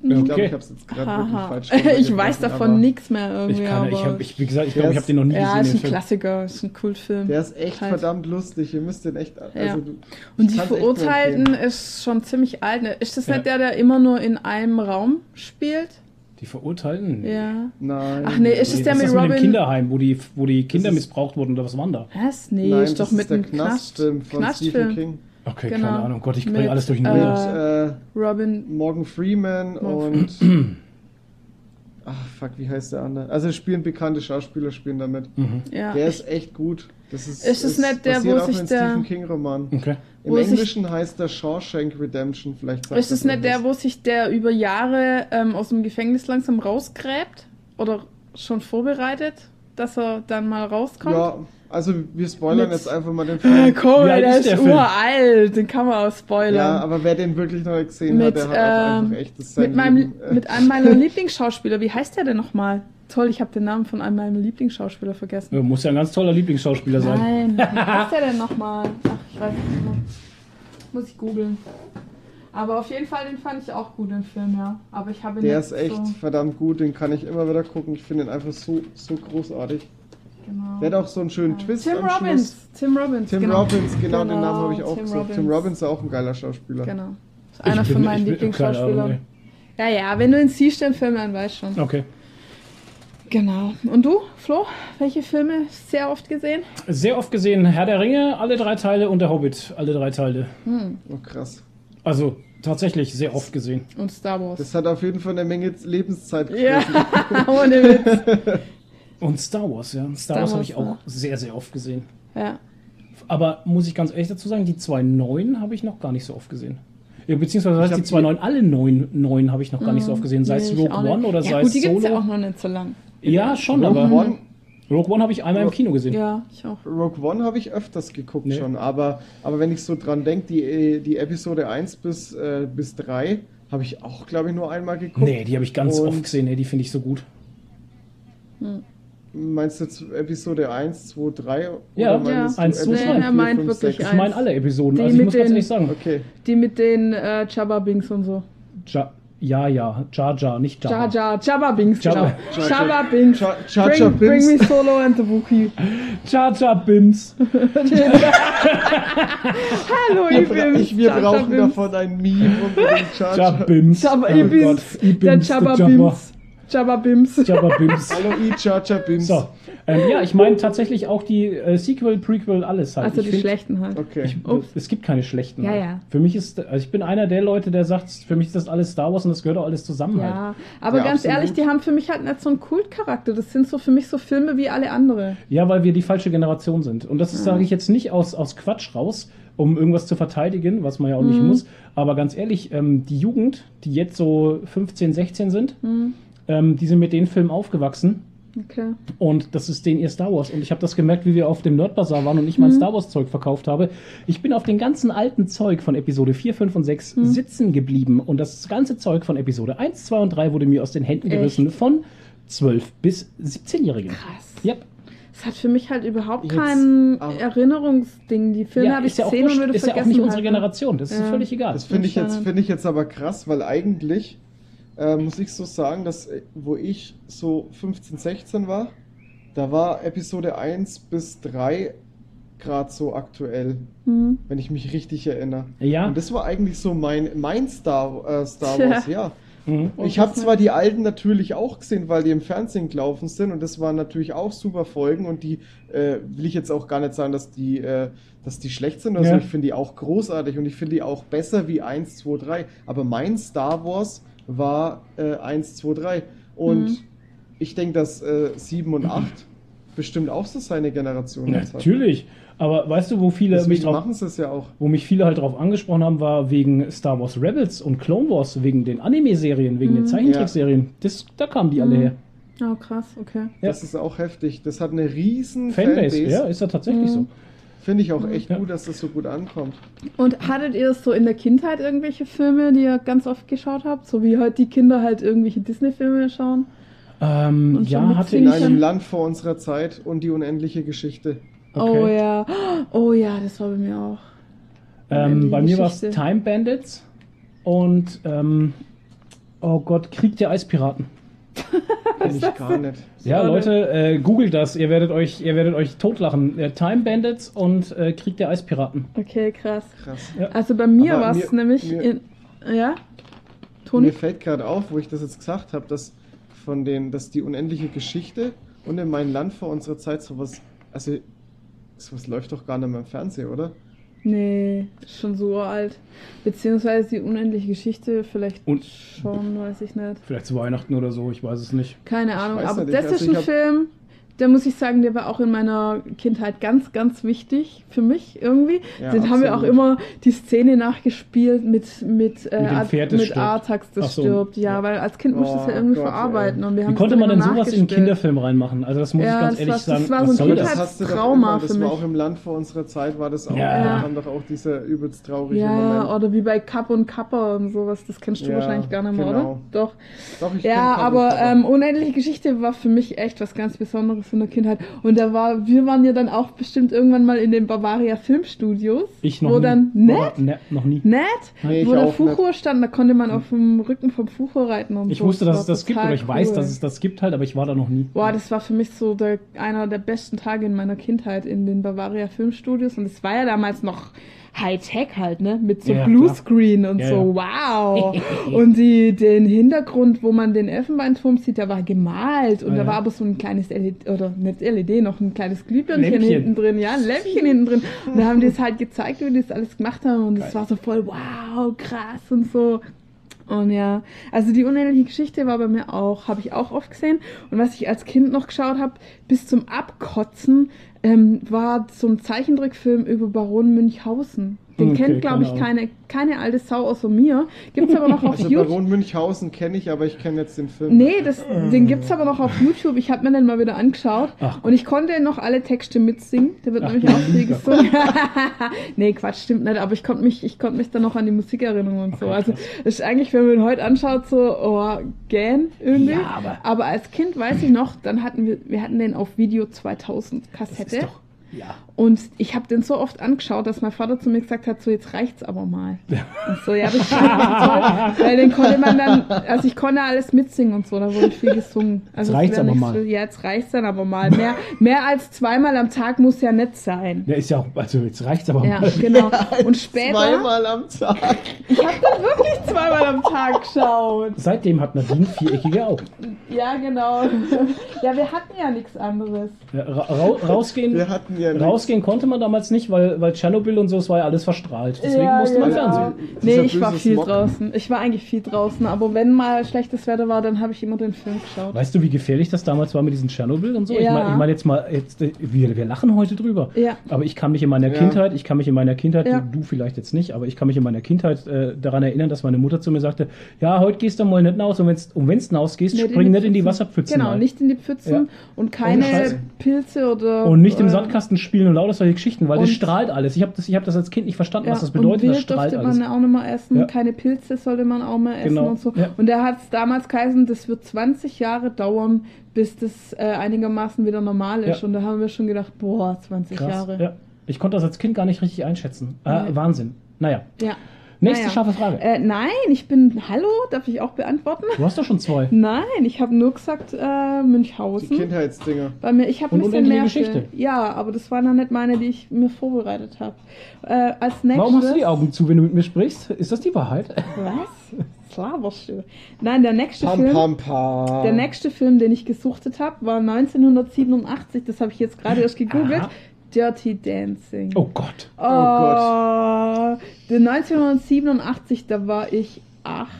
C: Ich glaube,
A: Okay.
C: ich habe es jetzt gerade wirklich
B: Haha.
C: falsch gemacht.
B: Ich weiß davon nichts mehr irgendwie.
A: Ich kann,
B: aber
A: ich hab, ich, wie gesagt, ich glaube, ich habe den noch nie
B: ja,
A: gesehen.
B: ist
A: den
B: ein
A: Film.
B: Klassiker, ist ein Kultfilm.
C: Der ist echt
B: Halt.
C: verdammt lustig. Ihr müsst den echt. Also,
B: Ja.
C: du- ich
B: Und die
C: kann's echt nur empfehlen.
B: Verurteilten ist schon ziemlich alt. Ne? Ist das
A: Ja.
B: nicht der, der immer nur in einem Raum spielt?
A: Die Verurteilten? Nee.
B: Ja.
C: Nein.
B: Ach nee, ist es
A: Nee,
B: der
A: ist
B: mit
A: das mit
B: Robin?
A: dem Kinderheim, wo die, wo die Kinder
C: ist-
A: missbraucht wurden oder was war denn da?
B: Was? Nee,
C: Nein,
B: ist doch
C: das
B: mit
C: ist der
B: einem Knast.
C: Knastfilm von Stephen
B: Knastfilm. Äh.
C: King.
A: Okay,
B: Genau.
A: keine Ahnung. Gott, ich bringe
B: Mit,
A: alles
C: Mit
A: durcheinander.
B: äh,
C: äh,
B: Robin.
C: Morgan Freeman
B: Morgan
C: und. Ach, Ah, fuck, wie heißt der andere? Also es spielen bekannte Schauspieler spielen damit.
B: äh,
A: Mhm.
B: Ja.
C: Der ist echt gut. Das ist,
B: Ist es nicht der,
C: basiert
B: wo
C: auf
B: sich
C: einem
B: der-
C: Stephen King Roman.
A: Okay.
C: Im
B: wo sich-
C: Englischen heißt der Shawshank Redemption, vielleicht sagt
B: Ist es
C: das
B: nicht der,
C: was.
B: wo sich der über Jahre ähm, aus dem Gefängnis langsam rausgräbt? Oder schon vorbereitet, dass er dann mal rauskommt?
C: Ja, also wir spoilern
B: Mit-
C: jetzt einfach mal den
B: Äh,
C: Film.
B: Cool,
A: Wie alt
B: der
A: ist
B: ist,
A: der Film?
B: uralt, den kann man auch spoilern.
C: Ja, aber wer den wirklich noch nicht gesehen
B: Mit,
C: hat, der hat auch
B: ähm,
C: einfach echt das sein
B: mit, meinem,
C: Leben. Äh,
B: mit einem meiner Lieblingsschauspieler, wie heißt der denn nochmal? Toll, ich habe den Namen von einem meiner Lieblingsschauspieler vergessen.
A: Ja, Muss ja ein ganz toller Lieblingsschauspieler sein.
B: Nein, wie heißt der denn nochmal? Ach, ich weiß nicht mehr. Muss ich googeln. Aber auf jeden Fall, den fand ich auch gut, den Film, ja. Aber ich habe ihn
C: der
B: nicht
C: ist echt
B: so,
C: verdammt gut, den kann ich immer wieder gucken. Ich finde ihn einfach so, so großartig.
B: genau.
C: Der hat auch so einen schönen Twist
B: Tim
C: am
B: Robbins.
C: Schluss.
B: Tim Robbins.
C: Tim
B: genau.
C: Robbins, genau, den
B: Genau,
C: Namen habe ich auch
B: Tim
C: gesucht. Tim
B: Robbins.
C: Robbins ist auch ein geiler Schauspieler.
B: Genau. Ist
A: Ich
B: einer
A: bin-
B: von meinen
A: ich bin- keine Ahnung,
B: Lieblingsschauspielern. Ja, ja, wenn du ihn siehst, den Film, dann weißt du schon.
A: nee. Okay.
B: Genau. Und du, Flo? Welche Filme sehr oft gesehen?
A: Sehr oft gesehen Herr der Ringe, alle drei Teile und der Hobbit, alle drei Teile.
C: Oh, krass.
A: Also tatsächlich sehr oft gesehen.
B: Und Star Wars.
C: Das hat auf jeden Fall eine Menge Lebenszeit
B: ja,
C: gefressen.
B: ohne Witz.
A: Und Star Wars, ja. Star, Wars habe
B: Wars,
A: ich auch
B: ja.
A: sehr, sehr oft gesehen.
B: Ja.
A: Aber muss ich ganz ehrlich dazu sagen, die zwei neuen habe ich noch gar nicht so oft gesehen. Ja, beziehungsweise
C: Ich
A: heißt, die
C: hab
A: zwei
C: die-
A: neuen, alle neun, neun habe ich noch gar nicht so oft gesehen. Sei es
B: Hm, Nee, ich
A: Rogue
B: auch nicht.
A: One oder
B: ja,
A: sei
B: gut, die
A: es
B: gibt's ja auch
A: Solo.
B: noch nicht so lang.
A: Ja, schon,
C: Rogue
A: aber
C: One,
A: Rogue One habe ich einmal im
C: Rogue-
A: Kino gesehen.
B: Ja, ich auch.
C: Rogue One habe ich öfters geguckt
A: Nee.
C: schon, aber, aber wenn ich so dran denke, die, die Episode 1 bis, äh, bis 3 habe ich auch, glaube ich, nur einmal geguckt.
A: Nee, die habe ich ganz
C: Und-
A: oft gesehen. Nee, die finde ich so gut.
C: Meinst du jetzt Episode 1, 2, 3?
A: Ja,
C: oder meinst
B: ja.
C: du
A: 1, 2,
C: Episode
A: 3. Nee,
B: er
C: 4,
B: meint
C: 5,
B: wirklich
C: 6?
A: Ich meine alle Episoden.
B: Die
A: also ich
B: mit
A: muss ganz
B: den-
A: ehrlich sagen.
C: Okay,
B: Die mit den äh, Jabba Bings und so.
A: Ja, ja, ja, Jar Jar, nicht Jar.
B: Jar
A: Jar.
B: Jar, Jabba Bings,
A: Jabba.
B: genau. Jabba Bings.
C: Jar- Jar Jar
B: bring, bring me
C: Binks.
B: Solo and the Wookiee.
A: Jar, Jar Bims.
B: Hallo,
C: wir,
B: ich
C: bra
B: bin's.
C: ich, wir
B: Jar Jar
C: brauchen
B: Binks.
C: davon ein Meme unbedingt. Jar
A: Jar
C: Jar.
A: Bims.
B: Jabba
A: Oh
B: ich
A: Gott,
B: bin's.
A: ich bin's,
B: Der Jabba Bims. Jabba Bims.
A: Jabba Bims.
C: Hallo, I, Jar Jar Bims.
A: So, ähm, ja, ich meine tatsächlich auch die äh, Sequel, Prequel, alles halt.
B: Also
A: ich
B: die
A: find-
B: schlechten halt.
C: Okay.
A: Ich,
B: Ups.
A: es gibt keine schlechten.
B: Ja,
A: halt.
B: ja.
A: Für mich ist, also ich bin einer der Leute, der sagt, für mich ist das alles Star Wars und das gehört auch alles zusammen halt.
B: Ja, aber
C: Ja,
B: ganz
C: absolut.
B: ehrlich, die haben für mich halt nicht so einen Kultcharakter. Das sind so für mich so Filme wie alle andere.
A: Ja, weil wir die falsche Generation sind. Und das sage ich jetzt nicht aus, aus Quatsch raus, um irgendwas zu verteidigen, was man ja auch nicht
B: Mhm.
A: muss. Aber ganz ehrlich, ähm, die Jugend, die jetzt so 15, 16 sind,
B: Mhm.
A: ähm, die sind mit den Filmen aufgewachsen.
B: Okay.
A: Und das ist denen ihr Star Wars. Und ich habe das gemerkt, wie wir auf dem Nerdbazar waren und ich
B: Mhm.
A: mein Star Wars Zeug verkauft habe. Ich bin auf dem ganzen alten Zeug von Episode 4, 5 und 6
B: Mhm.
A: sitzen geblieben. Und das ganze Zeug von Episode 1, 2 und 3 wurde mir aus den Händen
B: Echt?
A: gerissen von 12 bis 17-Jährigen.
B: Krass.
A: Yep.
B: Es hat für mich halt überhaupt
C: Jetzt,
B: kein
C: aber-
B: Erinnerungsding. Die Filme habe ich
A: ist ja auch,
B: gesehen und
A: wurscht.
B: würde
A: ist ja
B: vergessen.
A: auch nicht unsere
B: halt.
A: Generation. Das ist
B: Ja.
A: völlig egal.
C: Das finde ich, jetzt-
B: Schade.
C: finde ich jetzt aber krass, weil eigentlich äh, muss ich so sagen, dass äh, wo ich so 15, 16 war, da war Episode 1 bis 3 gerade so aktuell,
B: Hm.
C: wenn ich mich richtig erinnere.
A: ja.
C: Und das war eigentlich so mein, mein Star, äh, Star
B: Tja.
C: Wars, ja.
A: Mhm.
B: Und
C: Ich habe
B: das-
C: zwar die alten natürlich auch gesehen, weil die im Fernsehen gelaufen sind und das waren natürlich auch super Folgen und die äh, will ich jetzt auch gar nicht sagen, dass die, äh, dass die schlecht sind oder
A: Ja.
C: so. Ich finde die auch großartig und ich finde die auch besser wie 1, 2, 3. Aber mein Star Wars war äh, 1, 2, 3 und
B: Mhm.
C: ich denke, dass äh, 7 und 8 bestimmt auch so seine Generation jetzt hat.
A: Natürlich. Aber weißt du, wo viele mich
C: Deswegen
A: drauf
C: machen sie es ja auch.
A: wo mich viele halt drauf angesprochen haben, war wegen Star Wars Rebels und Clone Wars, wegen den Anime-Serien, wegen den Zeichentrickserien. Das, da kamen die alle
B: Mhm.
A: her.
B: Oh, krass, okay.
A: Ja.
C: Das ist auch heftig. Das hat eine riesen
A: Fanbase, ja, ist ja
B: Mhm.
A: tatsächlich so.
C: Finde ich auch echt
A: Ja.
C: gut, dass das so gut ankommt.
B: Und hattet ihr so in der Kindheit irgendwelche Filme, die ihr ganz oft geschaut habt? So wie heute die Kinder halt irgendwelche Disney-Filme schauen?
A: Ähm,
B: Und schon
A: ja,
B: mit
A: hatte
B: zehn
A: ich.
C: In einem
B: Jahren.
C: Land vor unserer Zeit und die unendliche Geschichte.
A: Okay.
B: Oh ja. Oh ja, das war bei mir auch.
A: ähm, bei mir war es
B: Geschichte.
A: Time Bandits und ähm, oh Gott, Krieg der Eispiraten.
C: Kenn ich gar nicht.
A: Ja,
B: Schade.
A: Leute, äh, googelt das, ihr werdet euch, ihr werdet euch totlachen. Äh, Time Bandits und äh, Krieg der Eispiraten.
B: Okay, krass.
C: Krass.
B: Also bei mir
C: Aber
B: war es
C: mir-
B: nämlich
C: mir-
B: in. Ja?
C: Mir
B: Toni?
C: fällt gerade auf, wo ich das jetzt gesagt habe, dass von den, dass die unendliche Geschichte und in meinem Land vor unserer Zeit sowas, also sowas läuft doch gar nicht mehr im Fernsehen, oder?
B: Nee, ist schon so alt. Beziehungsweise die unendliche Geschichte, vielleicht
A: Und-
B: schon, weiß ich nicht.
A: Vielleicht zu Weihnachten oder so, ich weiß es nicht.
B: Keine Ahnung,
C: weiß
B: aber
C: nicht,
B: das
C: also
B: ist
C: ich
B: ein
C: hab-
B: Film, der muss ich sagen, der war auch in meiner Kindheit ganz, ganz wichtig für mich irgendwie.
C: Ja,
B: Den haben wir auch
C: absolut.
B: immer die Szene nachgespielt mit, mit, äh,
A: Mit dem
B: Ad-
A: Pferd, das
B: mit
A: stirbt.
B: Artax,
A: Ach
B: das
A: so,
B: stirbt. Ja,
A: ja.
B: weil als Kind musste ich das ja
C: Oh
B: irgendwie
C: Gott,
B: verarbeiten.
C: ey.
B: Und wir haben
A: Wie
B: es
A: konnte
B: dann
A: man denn
B: immer
A: sowas in einen
B: nachgespielt.
A: Kinderfilm reinmachen? Also das muss
B: Ja,
A: ich ganz
B: das
A: ehrlich
B: war- das
A: sagen.
B: war
A: was
B: so ein
A: soll
C: das
A: das?
B: Kindheit-
C: hast du doch
B: Trauma
C: immer, das
B: für
C: war
B: mich.
C: auch im Land vor unserer Zeit, war das auch.
A: Ja.
C: Da kam doch auch dieser übelst traurige
B: Ja,
C: Moment.
B: oder wie bei Kapp und Kappa und sowas, das kennst du
C: Ja,
B: wahrscheinlich gar nicht mehr, oder?
C: genau.
B: Doch.
C: Doch, ich kenn
B: oh. Ja,
C: Karin
B: aber
C: Karin.
B: ähm, unendliche Geschichte war für mich echt was ganz Besonderes in der Kindheit. Und da war, wir waren ja dann auch bestimmt irgendwann mal in den Bavaria Filmstudios.
A: Ich noch
B: wo
A: nie.
B: dann nett,
A: Aber- ne, noch nie.
B: nett,
C: Nee, ich
B: wo der
C: auch nicht.
B: Fucho stand, da konnte man auf dem Rücken vom Fucho reiten und
A: Ich
B: so.
A: wusste, dass es
B: war
A: das gibt,
B: total
A: oder ich weiß,
B: cool.
A: dass es das gibt halt, aber ich war da noch nie.
B: Boah, das war für mich so der, einer der besten Tage in meiner Kindheit in den Bavaria Filmstudios. Und es war ja damals noch Hightech halt, ne? Mit so
A: Ja, ja,
B: Bluescreen und
A: Ja,
B: so, wow. und die, den Hintergrund, wo man den Elfenbeinturm sieht, der war gemalt. Und
A: Ah,
B: da
A: ja.
B: war aber so ein kleines LED, oder nicht LED, noch ein kleines Glühbirnchen
A: Lämpchen.
B: hinten drin. Ja, ein Lämpchen hinten drin. Und da haben die es halt gezeigt, wie die das alles gemacht haben. Und
A: Geil.
B: es war so voll, wow, krass und so. Und ja, also die unendliche Geschichte war bei mir auch, habe ich auch oft gesehen. Und was ich als Kind noch geschaut habe, bis zum Abkotzen, ähm, war so ein Zeichentrickfilm über Baron Münchhausen. Den
A: Hm, Okay,
B: kennt, glaube
A: keine
B: ich,
A: Ahnung.
B: keine, keine alte Sau außer mir. Gibt's aber noch auf
C: Also
B: YouTube.
C: Baron Münchhausen kenne ich, aber ich kenne jetzt den Film.
B: Nee, das, den gibt's aber noch auf YouTube. Ich habe mir den mal wieder angeschaut.
A: Ach Gott.
B: und ich konnte noch alle Texte mitsingen. Der wird
A: Ach,
B: nämlich auch
A: du
B: viel
A: Lieber.
B: gesungen. nee, Quatsch, stimmt nicht. Aber ich konnte mich, ich konnte mich dann noch an die Musik erinnern und so.
A: Okay,
B: also, das ist eigentlich, wenn man ihn heute anschaut, so, oh, gähn irgendwie.
A: Ja, aber-
B: als Kind weiß ich noch, dann hatten wir, wir hatten den auf Video 2000
A: Das
B: Kassette.
A: ist doch. Ja.
B: Und ich habe den so oft angeschaut, dass mein Vater zu mir gesagt hat, so jetzt reicht's aber mal. Und so, ja, das ist toll. Weil den konnte man dann, also ich konnte alles mitsingen und so, da wurde viel gesungen.
A: Jetzt
B: Also es
A: reicht's
B: wär
A: aber
B: nicht
A: mal.
B: So, ja, jetzt reicht's dann aber mal. Mehr, mehr als zweimal am Tag muss ja nett sein.
A: Der ist ja auch, also jetzt reicht's aber
B: Ja,
A: mal.
B: genau. Und später,
C: Zweimal am Tag.
B: ich habe dann wirklich zweimal am Tag geschaut.
A: Seitdem hat Nadine viereckige Augen.
B: Ja, genau. Ja, wir hatten ja nichts anderes.
A: Ja, ra ra rausgehen,
C: Wir hatten ja nichts.
A: rausgehen konnte man damals nicht, weil, weil Tschernobyl und so, es war ja alles verstrahlt. Deswegen
B: Ja,
A: musste man
B: genau.
A: Fernsehen.
B: Nee,
C: Dieser
B: ich war
C: böse
B: viel
C: Smog.
B: draußen. Ich war eigentlich viel draußen, aber wenn mal schlechtes Wetter war, dann habe ich immer den Film geschaut.
A: Weißt du, wie gefährlich das damals war mit diesen Tschernobyl und so? Ich
B: Ja.
A: meine ich mein jetzt mal, jetzt, äh, wir, wir lachen heute drüber.
B: Ja.
A: Aber ich kann mich in meiner
C: Ja.
A: Kindheit, ich kann mich in meiner Kindheit,
B: Ja.
A: du, du vielleicht jetzt nicht, aber ich kann mich in meiner Kindheit äh, daran erinnern, dass meine Mutter zu mir sagte, ja, heute gehst du mal nicht raus und wenn's, und wenn's rausgehst,
B: Nicht in
A: spring
B: die
A: nicht in die
B: Pfützen.
A: Wasserpfützen
B: Genau,
A: rein.
B: nicht in die Pfützen
A: Ja.
B: und keine
A: Oh, Scheiße.
B: Pilze oder.
A: Und nicht im
B: äh,
A: Sandkasten spielen und lauter solche Geschichten, weil das
B: und-
A: strahlt alles. Ich habe das, ich hab das als Kind nicht verstanden,
B: Ja,
A: was das bedeutet.
B: und
A: Das
B: Wild
A: strahlt
B: durfte
A: alles.
B: man auch nicht mehr essen,
A: Ja.
B: keine Pilze sollte man auch mehr essen
A: Genau,
B: und so.
A: ja.
B: Und da hat es damals geheißen, das wird 20 Jahre dauern, bis das äh, einigermaßen wieder normal ist.
A: Ja.
B: Und da haben wir schon gedacht, boah, 20
A: Krass.
B: Jahre.
A: Ja. Ich konnte das als Kind gar nicht richtig einschätzen. Äh,
B: Nee.
A: Wahnsinn. Naja.
B: Ja.
A: Nächste
B: Naja.
A: scharfe Frage.
B: Äh, nein, ich bin. Hallo, darf ich auch beantworten?
A: Du hast doch schon zwei.
B: Nein, ich habe nur gesagt äh,
C: Die
B: Münchhausen.
C: Kindheitsdinger.
B: Bei mir, ich habe ein
A: Und
B: bisschen mehr.
A: unendliche Geschichte.
B: Ja, aber das waren dann nicht meine, die ich mir vorbereitet habe. Äh, als nächstes.
A: Warum hast du die Augen zu, wenn du mit mir sprichst? Ist das die Wahrheit?
B: Was? Slaverst du? Nein, der nächste
C: Pam,
B: Film.
C: pam, pam.
B: Der nächste Film, den ich gesuchtet habe, war 1987. Das habe ich jetzt gerade erst gegoogelt.
A: Aha.
B: Dirty Dancing.
A: Oh Gott.
B: Oh, Den 1987, da war ich acht.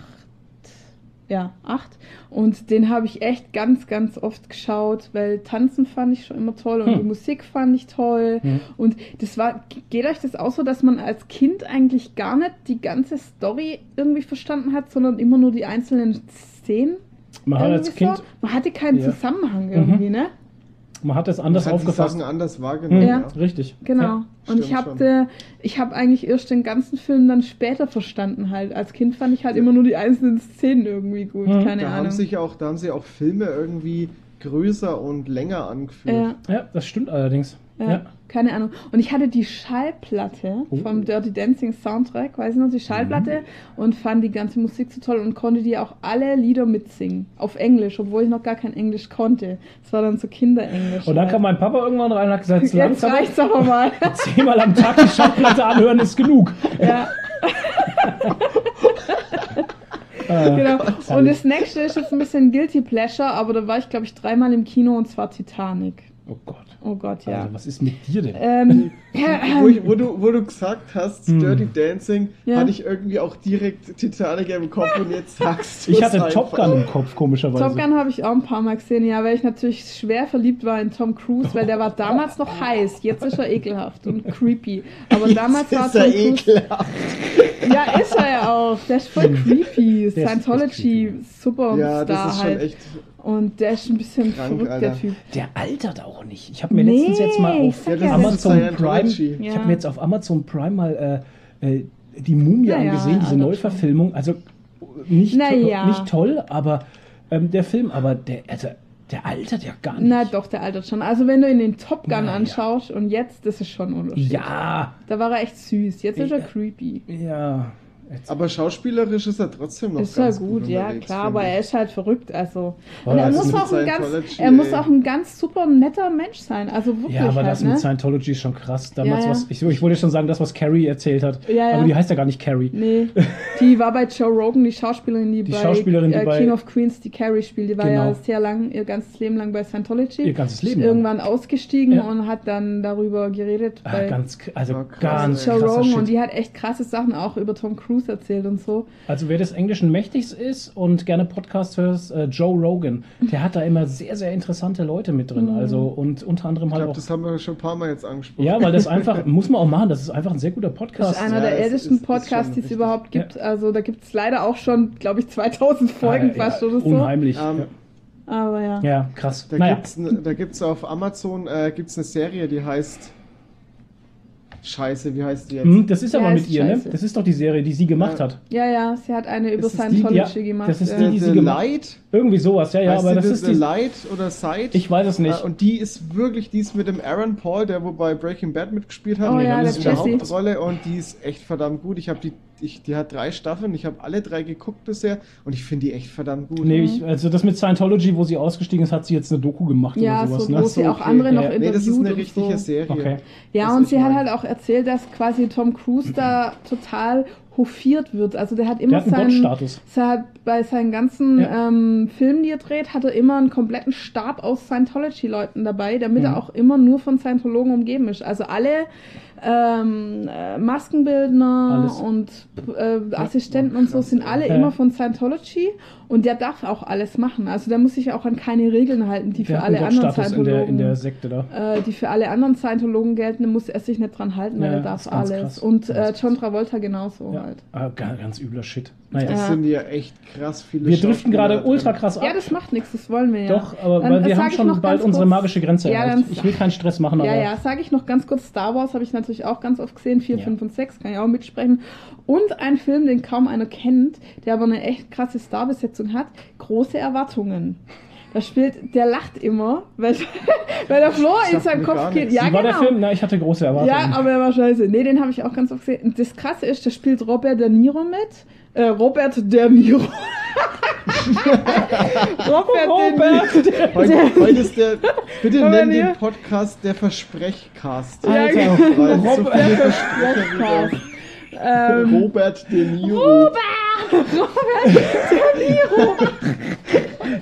B: Ja, acht. Und den habe ich echt ganz, ganz oft geschaut, weil Tanzen fand ich schon immer toll und
A: Hm.
B: die Musik fand ich toll.
A: Hm.
B: Und das war, geht euch das auch so, dass man als Kind eigentlich gar nicht die ganze Story irgendwie verstanden hat, sondern immer nur die einzelnen Szenen?
A: Man hat
B: irgendwie
A: als Kind,
B: So? Man hatte keinen
A: Ja. Mhm.
B: Zusammenhang irgendwie, ne?
A: man hat das anders
C: Man hat die
A: aufgefasst.
C: Sachen anders wahrgenommen.
A: Hm,
B: Ja.
A: Richtig.
B: Genau. Und
C: Stimmt
B: ich
C: schon.
B: habe ich habe eigentlich erst den ganzen Film dann später verstanden halt. Als Kind fand ich halt
C: Ja.
B: immer nur die einzelnen Szenen irgendwie gut,
A: Mhm.
B: keine
C: Da haben
B: Ahnung.
C: sich auch, da haben sich auch Filme irgendwie größer und länger angefühlt.
B: ja,
A: Ja. ja, das stimmt allerdings.
B: ja,
A: Ja.
B: keine Ahnung. Und ich hatte die Schallplatte
A: Oh.
B: vom Dirty Dancing Soundtrack, weiß ich noch, die Schallplatte und fand die ganze Musik so toll und konnte die auch alle Lieder mitsingen. Auf Englisch, obwohl ich noch gar kein Englisch konnte. Es war dann so Kinderenglisch.
A: Und dann
B: halt.
A: Oh, kam mein Papa irgendwann rein und hat gesagt,
B: Jetzt
A: langsam
B: reicht's aber mal.
A: zehnmal am Tag die Schallplatte anhören ist genug.
B: ja.
A: Äh,
B: genau. Und das nächste ist jetzt ein bisschen Guilty Pleasure, aber da war ich, glaube ich, dreimal im Kino und zwar Titanic.
A: Oh Gott.
B: Oh Gott, ja.
A: Also, was ist mit dir denn?
B: ähm,
C: Wo, ich, wo, du, wo du gesagt hast,
A: Hm.
C: Dirty Dancing,
B: Ja.
C: hatte ich irgendwie auch direkt Titanic im Kopf und jetzt sagst du
A: ich hatte
C: es
A: Top
C: einfach.
A: Gun im Kopf, komischerweise.
B: Top Gun habe ich auch ein paar Mal gesehen, ja, weil ich natürlich schwer verliebt war in Tom Cruise, weil der war damals noch heiß. Jetzt ist er ekelhaft und creepy. Aber damals war
C: Jetzt ist
B: Tom
C: er
B: Cruise.
C: ekelhaft.
B: Ja, ist er ja auch. Der ist voll creepy.
A: Der ist echt
B: Scientology
A: creepy.
B: Superstar
C: Ja, das ist schon
B: halt.
C: echt.
B: Und der ist ein bisschen
C: Krank,
B: verrückt,
C: Alter.
B: der Typ.
A: Der altert auch nicht. Ich habe mir letztens jetzt mal
B: Nee, ich
A: auf
B: sag ja,
C: das ist
A: Amazon Prime,
C: Scientology.
A: ich
B: Ja.
A: habe mir jetzt auf Amazon Prime mal äh, äh, die Mumie
B: Naja,
A: angesehen, diese
B: ja,
A: Neuverfilmung. Also nicht, to
B: Naja.
A: nicht toll, aber ähm, der Film, aber der, also, der altert ja gar nicht.
B: Na doch, der altert schon. Also wenn du ihn den Top Gun
A: Na ja.
B: anschaust und jetzt, das ist schon ein Unterschied.
A: Ja,
B: Da war er echt süß. Jetzt ist er
A: Ja.
B: creepy.
A: ja. Jetzt-
C: Aber schauspielerisch ist er trotzdem noch
B: Ist ja
C: ganz
B: gut, ja
C: unterwegs,
B: klar,
C: finde
B: aber er
C: ich.
B: ist halt verrückt, also.
A: Oh,
B: Und er
A: das
B: muss
A: ist
B: auch
C: mit
B: ein ganz,
C: Scientology,
B: er muss
C: ey.
B: auch ein ganz super netter Mensch sein, also wirklich
A: Ja, aber
B: halt,
A: das
B: ne?
A: mit Scientology ist schon krass. Damals,
B: Ja, ja.
A: was ich, ich wollte schon sagen, das, was Carrie erzählt hat.
B: Ja, ja.
A: Aber die heißt ja gar nicht Carrie.
B: Nee, die war bei Joe Rogan, die Schauspielerin, die,
A: Die
B: bei,
A: Schauspielerin, die
B: äh,
A: bei-
B: King of Queens, die Carrie spielt. Die war
A: Genau.
B: ja sehr lang, ihr ganzes Leben lang bei Scientology.
A: Ihr ganzes Leben
B: Ist
A: lang.
B: irgendwann ausgestiegen
A: Ja.
B: und hat dann darüber geredet
A: Ah,
B: bei
A: ganz, k- also
C: Ja, Oh, krass,
A: ganz
B: Joe
A: krasser
B: Rogan
A: Shit.
B: und die hat echt krasse Sachen auch über Tom Cruise erzählt und so.
A: Also wer des Englischen mächtig ist und gerne Podcast hörst, äh, Joe Rogan, der hat da immer sehr, sehr interessante Leute mit drin.
B: Mhm.
A: Also und unter anderem
C: Ich
A: halt
C: glaube,
A: auch.
C: das haben wir schon ein paar Mal jetzt angesprochen.
A: Ja, weil das einfach, muss man auch machen, das ist einfach ein sehr guter
B: Das
A: Podcast.
B: ist einer
C: Ja,
B: der
C: es
B: ältesten
C: ist- ist
B: Podcasts,
C: schon
B: die es
C: richtig.
B: überhaupt gibt. Also da gibt es leider auch schon, glaube ich, 2000 Folgen
A: Ah,
B: fast oder so.
A: Unheimlich.
C: Ähm,
B: Aber
A: ja.
B: ja.
A: ja, krass.
C: Da
A: naja,
C: gibt's ne- da gibt's auf Amazon äh, gibt's eine Serie, die heißt Scheiße, wie heißt die jetzt?
A: hm, das ist
B: Ja,
A: aber mit
B: ist
A: ihr,
B: scheiße.
A: ne? Das ist doch die Serie, die sie gemacht
C: Ja.
A: hat.
B: ja, ja, sie hat eine über
C: Das ist die,
B: Scientology
A: ja,
B: gemacht. äh.
A: das ist
B: ja.
A: die, die sie
C: The
A: gemacht-
C: Light?
A: Irgendwie sowas, ja, ja,
C: heißt
A: aber das
C: die
A: ist
C: The
A: die.
C: Light oder Sight?
A: Ich weiß es nicht.
C: Äh, und die ist wirklich, die ist mit dem Aaron Paul, der wobei Breaking Bad mitgespielt hat,
B: Oh
C: die
B: ja,
C: ist
B: der
C: in der
B: Jesse.
C: Hauptrolle und die ist echt verdammt gut. Ich habe die, ich, die hat drei Staffeln, ich habe alle drei geguckt bisher und ich finde die echt verdammt gut.
A: Nee,
B: Hm.
A: ich, also das mit Scientology, wo sie ausgestiegen ist, hat sie jetzt eine Doku gemacht
B: Ja,
A: oder sowas,
B: so,
A: ne?
B: wo sie
C: so,
B: auch
C: okay.
B: andere
A: Ja.
B: noch
A: Nee,
B: interviewt
C: nee, das ist eine
B: und
C: richtige
B: so.
C: Serie.
A: Okay.
B: Ja,
C: Das
B: und
C: ist
B: sie hat
C: mein-
B: halt auch erzählt, dass quasi Tom Cruise da total hofiert wird. Also der hat immer
A: Der hat einen
B: seinen.
A: Gottstatus.
B: Er hat bei seinen ganzen
A: Ja.
B: ähm, Filmen, die er dreht, hat er immer einen kompletten Stab aus Scientology-Leuten dabei, damit
A: Mhm.
B: er auch immer nur von Scientologen umgeben ist. Also alle ähm, äh, Maskenbildner
A: Alles.
B: und äh, Assistenten und so sind alle
A: Ja.
B: immer von Scientology und der darf auch alles machen. Also der muss sich auch an keine Regeln halten, die
A: Der
B: für
A: hat einen
B: alle anderen
A: Gottstatus in
B: Scientologen
A: der, in der Sekte da.
B: äh, die für alle anderen Scientologen gelten, da muss er sich nicht dran halten, weil
A: Ja,
B: er
A: ist
B: darf
A: ganz
B: alles.
A: krass.
B: Und äh,
A: Ganz
B: John Travolta genauso
A: Ja.
B: halt.
A: Ah, ga- ganz übler Shit. Naja.
C: Das
B: Ja.
C: sind ja echt krass viele
A: Wir driften
C: Schauspieler
A: gerade
C: da
A: ultra
C: drin.
A: krass ab.
B: Ja, das macht nichts, das wollen wir ja.
A: Doch, aber
B: Dann,
A: weil
B: äh,
A: wir
B: sag
A: haben
B: ich
A: schon
B: noch
A: bald
B: ganz
A: unsere
B: kurz-
A: magische Grenze
B: Ja,
A: erreicht.
B: dann-
A: Ich will keinen Stress machen, aber
B: Ja, ja, sage ich noch ganz kurz. Star Wars habe ich natürlich auch ganz oft gesehen, 4,
A: Ja.
B: 5 und 6, kann ich auch mitsprechen. Und ein Film, den kaum einer kennt, der aber eine echt krasse Starbesetzung hat, große Erwartungen. Da spielt, der lacht immer, weil, weil der Flo in
C: sagt
B: seinem
C: mir
B: Kopf
C: gar
B: geht.
C: nichts.
B: Ja,
A: wie war
B: genau.
A: der Film? Na, ich hatte große Erwartungen.
B: Ja, aber er war scheiße. Nee, den habe ich auch ganz oft gesehen. Und Das Krasse ist, da spielt Robert De Niro mit. Äh, Robert De Niro. Robert,
A: Robert.
B: De Niro.
C: Heute, heute ist der, bitte
B: Aber
C: nenn
B: wir-
C: den Podcast der Versprechcast.
B: Ja,
A: Alter,
B: genau.
C: Weil so
A: Robert-
C: viele Versprecher wieder.
B: Ähm,
C: Robert De Niro.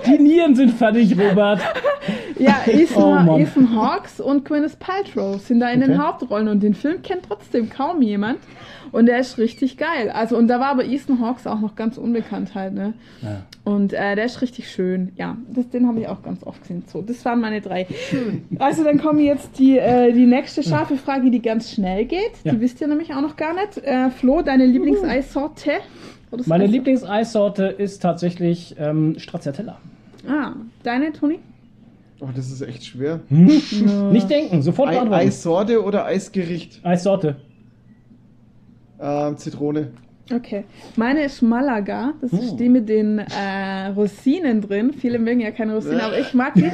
A: die Nieren sind fertig, Robert.
B: ja,
A: Oh,
B: Ethan,
A: Mann.
B: Ethan Hawks und Gwyneth Paltrow sind da in
A: Okay.
B: den Hauptrollen und den Film kennt trotzdem kaum jemand. Und der ist richtig geil. Also, und da war aber Ethan Hawks auch noch ganz unbekannt halt, ne?
A: Ja.
B: Und äh, der ist richtig schön. Ja, das, den habe ich auch ganz oft gesehen. So, das waren meine drei. Also dann kommen jetzt die, äh, die nächste scharfe Frage, die ganz schnell geht.
A: Ja.
B: Die wisst ihr nämlich auch noch gar nicht. Äh, Flo, deine Lieblingseissorte? Oder das
A: Meine
B: Eis-
A: Lieblingseissorte ist tatsächlich ähm, Stracciatella.
B: Ah, deine, Toni?
C: Oh, das ist echt schwer.
A: Nicht denken, sofort
C: Hm. Ei,
A: beantworten.
C: Eissorte oder Eisgericht?
A: Eissorte.
C: Ähm, Zitrone.
B: Okay. Meine ist Malaga. Das
A: Oh.
B: ist die mit den äh, Rosinen drin. Viele mögen ja keine Rosinen, aber ich mag die.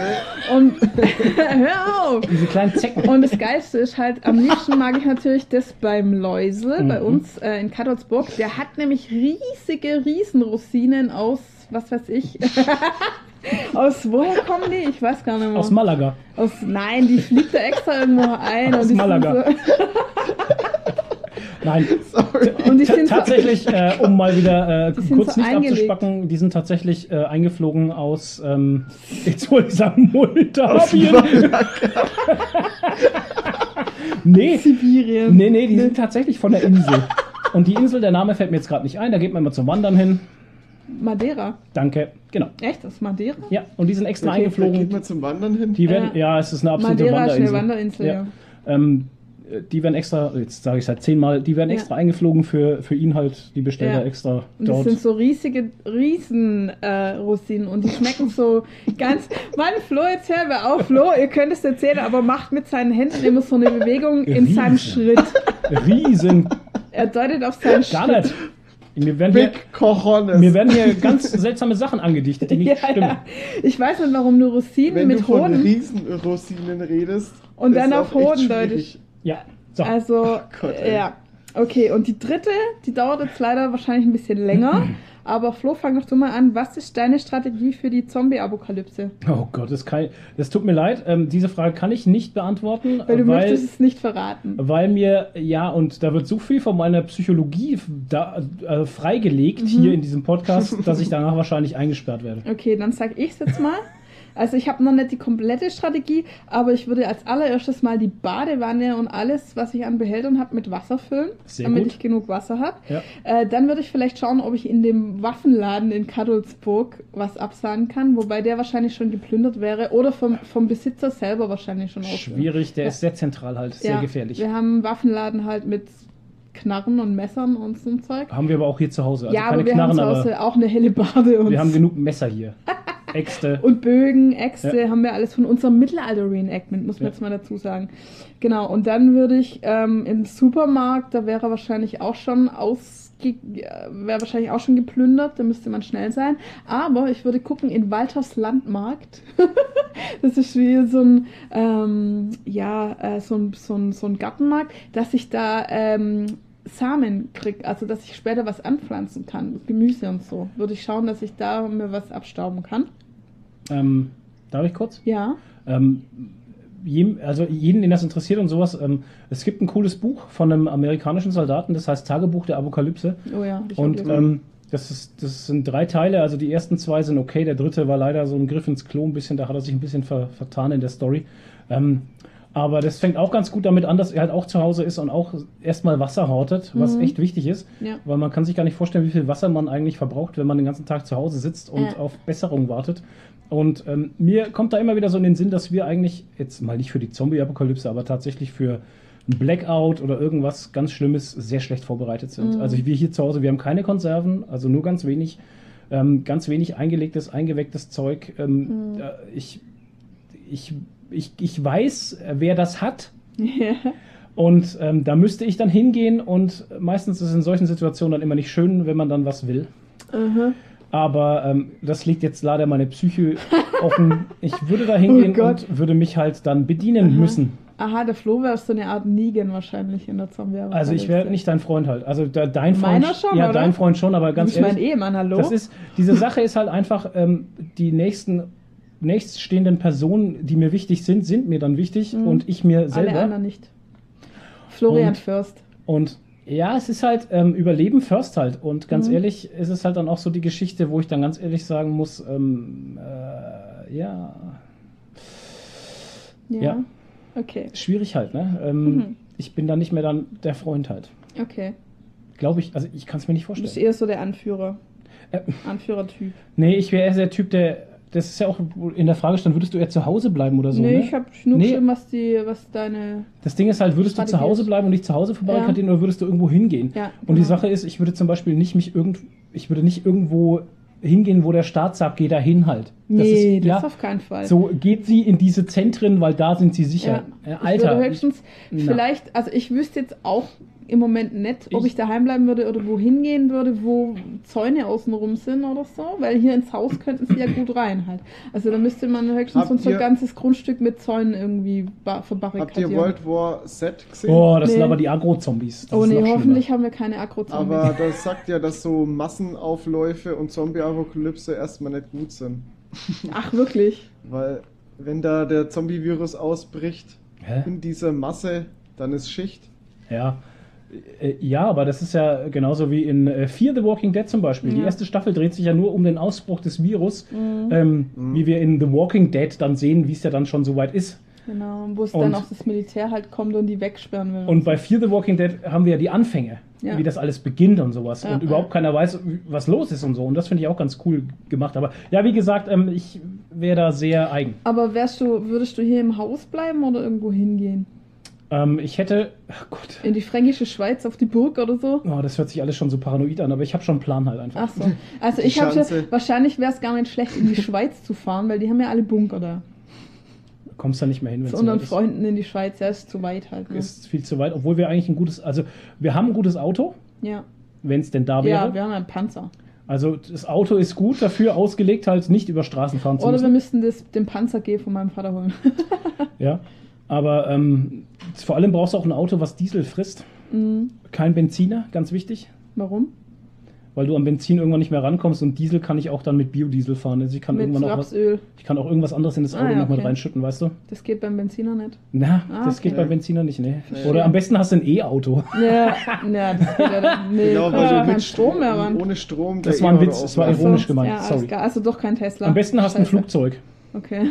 B: Und hör auf!
A: Diese kleinen Zecken.
B: Und das Geilste ist halt, am liebsten mag ich natürlich das beim Läusel, bei
A: Mhm.
B: uns äh, in Kadolsburg. Der hat nämlich riesige Riesenrosinen aus, was weiß ich. aus woher kommen die? Ich weiß gar nicht mehr.
A: Aus Malaga.
B: aus, nein, die fliegt da extra irgendwo ein.
A: Aus
B: und die sind
A: Malaga.
B: So,
A: Nein,
C: Sorry.
B: Und die sind
A: Ta- tatsächlich, äh, um mal wieder äh,
B: Die sind
A: kurz
B: so
A: nicht
B: eingelegt.
A: abzuspacken, die sind tatsächlich äh, eingeflogen aus, ähm, jetzt wollte ich sagen,
C: Aus
A: Moldawien. nee,
B: Sibirien.
A: nee, nee, die sind tatsächlich von der Insel. Und die Insel, der Name fällt mir jetzt gerade nicht ein, da geht man immer zum Wandern hin.
B: Madeira.
A: Danke, genau.
B: Echt? Das ist Madeira?
A: Ja, und die sind extra
C: Geht
A: eingeflogen.
C: man zum Wandern hin?
A: Die werden, ja. es ist eine absolute
B: Madeira ist eine
A: Wanderinsel.
B: Wanderinsel, ja.
A: Ähm, äh, die werden extra, jetzt sage ich es halt zehnmal, die werden
B: Ja.
A: extra eingeflogen für, für ihn halt, die bestellt
B: Ja.
A: er extra
B: Und das
A: dort.
B: sind so riesige Riesen-Rosinen und die schmecken so ganz. Mann, Flo, jetzt hör mir auf, Flo, ihr könnt es erzählen, aber macht mit seinen Händen immer so eine Bewegung in
A: Riesen.
B: seinem Schritt.
A: Riesen,
B: Er deutet auf seinen
A: gar
B: Schritt.
A: nicht. Mir werden hier,
C: Big Cojones.
A: mir werden hier ganz seltsame Sachen angedichtet, die nicht
B: Ja,
A: stimmen.
B: ja. Ich weiß nicht, warum du Rosinen
C: Wenn du
B: mit
C: von
B: Hoden.
C: Riesenrosinen redest.
B: Und dann
C: ist
B: auf
C: auch echt
B: Hoden deutlich.
C: schwierig.
A: Ja, so.
B: Also,
C: Gott, ey.
B: ja. Okay, und die dritte, die dauert jetzt leider wahrscheinlich ein bisschen länger. Aber Flo, fang doch du mal an. Was ist deine Strategie für die Zombie-Apokalypse?
A: Oh Gott, das, kann, das tut mir leid. Ähm, diese Frage kann ich nicht beantworten,
B: Weil du
A: weil,
B: möchtest es nicht verraten.
A: weil mir, ja, und da wird so viel von meiner Psychologie da, äh,
B: Mhm.
A: freigelegt hier in diesem Podcast, dass ich danach wahrscheinlich eingesperrt werde.
B: Okay, dann sag ich's jetzt mal. Also ich habe noch nicht die komplette Strategie, aber ich würde als allererstes mal die Badewanne und alles, was ich an Behältern habe, mit Wasser füllen,
A: Sehr
B: damit
A: gut.
B: ich genug Wasser habe.
A: Ja.
B: Äh, dann würde ich vielleicht schauen, ob ich in dem Waffenladen in Kadolsburg was absahen kann, wobei der wahrscheinlich schon geplündert wäre oder vom, vom Besitzer selber wahrscheinlich schon aus.
A: Schwierig, der ist sehr zentral halt, sehr
B: Ja,
A: gefährlich.
B: Wir haben einen Waffenladen halt mit Knarren und Messern und so ein Zeug.
A: Haben wir aber auch hier zu Hause. Also
B: ja,
A: keine
B: aber wir
A: Knarren,
B: haben zu
A: aber
B: Hause auch eine Hellebarde und,
A: wir haben genug Messer hier. Äxte.
B: und Bögen, Äxte,
A: Ja.
B: haben wir alles von unserem Mittelalter-Reenactment, muss man
A: Ja.
B: jetzt mal dazu sagen. Genau, und dann würde ich ähm, im Supermarkt, da wäre wahrscheinlich auch schon ausge äh, wäre wahrscheinlich auch schon geplündert, da müsste man schnell sein. Aber ich würde gucken in Walters Landmarkt. das ist wie so ein, ähm, ja, äh, so ein, so ein, so ein Gartenmarkt, dass ich da ähm, Samen krieg, also dass ich später was anpflanzen kann, Gemüse und so. Würde ich schauen, dass ich da mir was abstauben kann.
A: Ähm, darf ich kurz?
B: Ja.
A: Ähm, jedem, also jeden, den das interessiert und sowas, ähm, es gibt ein cooles Buch von einem amerikanischen Soldaten, das heißt Tagebuch der Apokalypse.
B: Oh ja. ich
A: Und
B: hab die-
A: ähm, das, ist, das sind drei Teile, also die ersten zwei sind okay, der dritte war leider so ein Griff ins Klo ein bisschen, da hat er sich ein bisschen ver, vertan in der Story. Ähm, aber das fängt auch ganz gut damit an, dass er halt auch zu Hause ist und auch erstmal Wasser hortet, was
B: Mhm.
A: echt wichtig ist,
B: ja.
A: weil man kann sich gar nicht vorstellen, wie viel Wasser man eigentlich verbraucht, wenn man den ganzen Tag zu Hause sitzt und
B: Ja.
A: auf Besserung wartet. Und ähm, mir kommt da immer wieder so in den Sinn, dass wir eigentlich jetzt mal nicht für die Zombie-Apokalypse, aber tatsächlich für ein Blackout oder irgendwas ganz Schlimmes sehr schlecht vorbereitet sind.
B: Mhm.
A: Also wir hier zu Hause, wir haben keine Konserven, also nur ganz wenig, ähm, ganz wenig eingelegtes, eingewecktes Zeug. Ähm,
B: Mhm.
A: äh, ich, ich, ich, ich weiß, wer das hat.
B: Ja.
A: Und ähm, da müsste ich dann hingehen und meistens ist es in solchen Situationen dann immer nicht schön, wenn man dann was will.
B: Aha.
A: Aber ähm, das legt jetzt leider meine Psyche offen. Ich würde da hingehen
B: Oh Gott.
A: und würde mich halt dann bedienen
B: Aha.
A: müssen.
B: Aha, der Flo wäre so eine Art Negan wahrscheinlich in der zombie
A: Also ich wäre nicht dein Freund halt. Also da, dein Freund.
B: Meiner schon,
A: ja,
B: oder?
A: dein Freund schon, aber ganz
B: ich mein
A: ehrlich.
B: Ehemann, hallo?
A: Das ist, diese Sache ist halt einfach, ähm, die nächsten nächststehenden Personen, die mir wichtig sind, sind mir dann wichtig
B: Mhm.
A: und ich mir
B: Alle
A: selber.
B: anderen nicht. Florian
A: Und-
B: Fürst.
A: Und ja, es ist halt ähm, Überleben first halt. Und ganz
B: Mhm.
A: ehrlich, ist es halt dann auch so die Geschichte, wo ich dann ganz ehrlich sagen muss, ähm, äh, ja,
B: Ja.
A: Ja.
B: Okay,
A: schwierig halt, ne? Ähm,
B: Mhm.
A: Ich bin dann nicht mehr dann der Freund halt.
B: okay.
A: Glaube ich, also ich kann es mir nicht
B: Du bist
A: vorstellen.
B: eher so der Anführer.
A: Äh.
B: Anführertyp.
A: Nee, ich wäre eher der Typ, der, das ist ja auch wo in der Frage stand, würdest du eher zu Hause bleiben oder so?
B: nee,
A: ne?
B: ich habe nur
A: Nee.
B: geschrieben, was, die, was deine.
A: Das Ding ist halt, würdest du zu
B: Strategie
A: Hause
B: ist-
A: bleiben und dich zu Hause verbarrikadieren oder würdest du irgendwo hingehen?
B: Ja,
A: Und die
B: genau.
A: Sache ist, ich würde zum Beispiel nicht mich irgend, ich würde nicht irgendwo hingehen, wo der Staat sagt, geh dahin halt.
B: Nee, das,
A: ja.
B: auf keinen Fall.
A: So geht sie in diese Zentren, weil da sind sie sicher. Äh,
B: ich würde
A: Alter,
B: höchstens
A: Na.
B: vielleicht, also ich wüsste jetzt auch im Moment nicht, ob
A: Ich-
B: ich, daheim bleiben würde oder wohin gehen würde, wo Zäune außenrum sind oder so, weil hier ins Haus könnten sie ja gut rein halt. Also da müsste man höchstens
C: Habt
B: unser
C: ihr-
B: ganzes Grundstück mit Zäunen irgendwie ba-
C: Habt ihr
B: verbarrikadieren.
C: World War Z gesehen?
A: oh, das sind
B: Nee.
A: aber die Agro-Zombies. Das
B: oh
A: ist
B: nee,
A: noch schlimmer.
B: hoffentlich haben wir keine Akrozombies.
C: Aber das sagt ja, dass so Massenaufläufe und Zombie-Apokalypse erstmal nicht gut sind.
B: Ach wirklich?
C: Weil, wenn da der Zombie-Virus ausbricht
A: Hä?
C: in dieser Masse, dann ist Schicht.
A: Ja. Äh, Ja, aber das ist ja genauso wie in äh, Fear the Walking Dead zum Beispiel. Die
B: Ja.
A: erste Staffel dreht sich ja nur um den Ausbruch des Virus,
B: Mhm.
A: ähm, wie wir in The Walking Dead dann sehen, wie es ja dann schon so weit ist.
B: Genau, wo es
A: Und-
B: dann auch das Militär halt kommt und die wegsperren will.
A: Und bei Fear the Walking Dead haben wir ja die Anfänge,
B: Ja.
A: wie das alles beginnt und sowas.
B: Ja.
A: Und überhaupt keiner weiß, was los ist und so. Und das finde ich auch ganz cool gemacht. Aber ja, wie gesagt, ähm, ich wäre da sehr eigen.
B: Aber wärst du, würdest du hier im Haus bleiben oder irgendwo hingehen?
A: Ähm, ich hätte. Ach Gott.
B: In die fränkische Schweiz auf die Burg oder so?
A: Oh, das hört sich alles schon so paranoid an, aber ich habe schon einen Plan halt einfach.
B: Ach so. Also
C: Die
B: ich habe
C: Schanze.
B: wahrscheinlich wäre es gar nicht schlecht, in die Schweiz zu fahren, weil die haben ja alle Bunker da.
A: Du kommst da nicht mehr hin, wenn
B: Zu
A: es
B: unseren
A: so weit
B: Freunden in die Schweiz, ja, ist zu weit halt. Ne?
A: ist. ist viel zu weit, obwohl wir eigentlich ein gutes, also wir haben ein gutes Auto,
B: Ja.
A: wenn es denn da wäre.
B: ja, wir haben ja einen Panzer.
A: also das Auto ist gut dafür ausgelegt, halt nicht über Straßen fahren zu
B: Oder wir
A: müssen.
B: müssten das, den Panzer G von meinem Vater holen.
A: Ja. Aber ähm, vor allem brauchst du auch ein Auto, was Diesel frisst.
B: Mhm.
A: Kein Benziner, ganz wichtig,
B: Warum?
A: weil du am Benzin irgendwann nicht mehr rankommst und Diesel kann ich auch dann mit Biodiesel fahren. Also ich kann
B: Mit
A: irgendwann auch was,
B: Rapsöl.
A: ich kann auch irgendwas anderes in das
B: Ah,
A: Auto
B: ja,
A: noch mit
B: okay.
A: reinschütten, weißt du?
B: Das geht beim Benziner nicht.
A: Na,
B: Ah,
A: das geht
C: okay.
A: bei Benziner nicht, ne?
C: Nee.
A: Oder am besten hast du ein E-Auto.
B: Ja, ja das geht ja dann. Nee,
C: Genau,
B: genau,
C: weil
A: du
B: kein
C: mit-
B: Strom mehr, Mann.
C: Ohne Strom.
A: Das
C: der eh
A: war ein
C: E-Auto
A: Witz, das war
C: auflädt.
A: ironisch. gemeint,
B: ja, alles
A: sorry.
B: Klar. Also doch kein Tesla.
A: Am besten hast du ein
B: Scheiße.
A: Flugzeug.
B: Okay.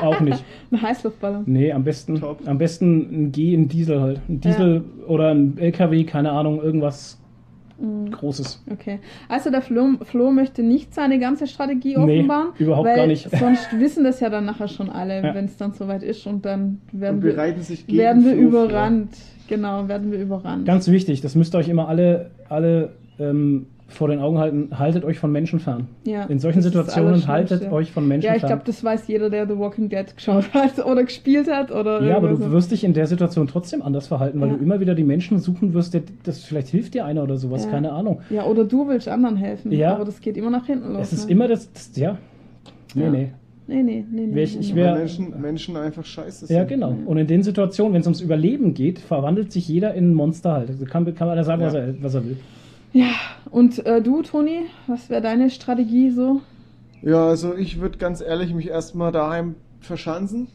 A: Auch nicht.
B: Ein Heißluftballon.
A: Nee, am besten,
C: Top.
A: am besten ein G in Diesel halt. Ein Diesel oder ein LKW, keine Ahnung, irgendwas
B: Mhm.
A: Großes.
B: Okay. Also der Flo, Flo möchte nicht seine ganze Strategie
A: Nee,
B: offenbaren.
A: überhaupt
B: weil
A: gar nicht.
B: Sonst wissen das ja dann nachher schon alle,
A: Ja.
B: wenn es dann soweit ist und dann werden
C: Und
B: wir,
C: bereiten sich gegen
B: werden wir
C: Flo vor.
B: überrannt. Genau, werden wir überrannt.
A: Ganz wichtig, das müsst ihr euch immer alle, alle ähm, vor den Augen halten. Haltet euch von Menschen fern.
B: Ja,
A: In solchen
B: das ist das
A: Situationen haltet
B: Allerschlimmste.
A: euch von Menschen
B: ja, ich
A: fern.
B: glaube, das weiß jeder, der The Walking Dead geschaut hat oder gespielt hat oder
A: ja, aber du
B: irgendwas.
A: wirst dich in der Situation trotzdem anders verhalten, weil
B: Ja.
A: du immer wieder die Menschen suchen wirst, der, das vielleicht hilft dir einer oder sowas,
B: Ja.
A: keine Ahnung.
B: ja, oder du willst anderen helfen,
A: Ja.
B: aber das geht immer nach hinten los.
A: Es ist
B: ne?
A: immer das, das ja. Nee,
B: Ja.
A: nee.
B: Nee, nee, nee, nee.
A: Wär ich-
B: nee,
A: ich
B: nee.
A: wär-
C: Weil
A: Ja.
C: Menschen, Menschen einfach scheiße sind.
A: Ja, genau. Und in den Situationen, wenn es ums Überleben geht, verwandelt sich jeder in ein Monster halt. Also kann, kann einer sagen,
C: Ja.
A: was, er, was er will.
B: Ja, und äh, du, Toni, was wäre deine Strategie so
C: Ja, also ich würde ganz ehrlich mich erstmal daheim verschanzen.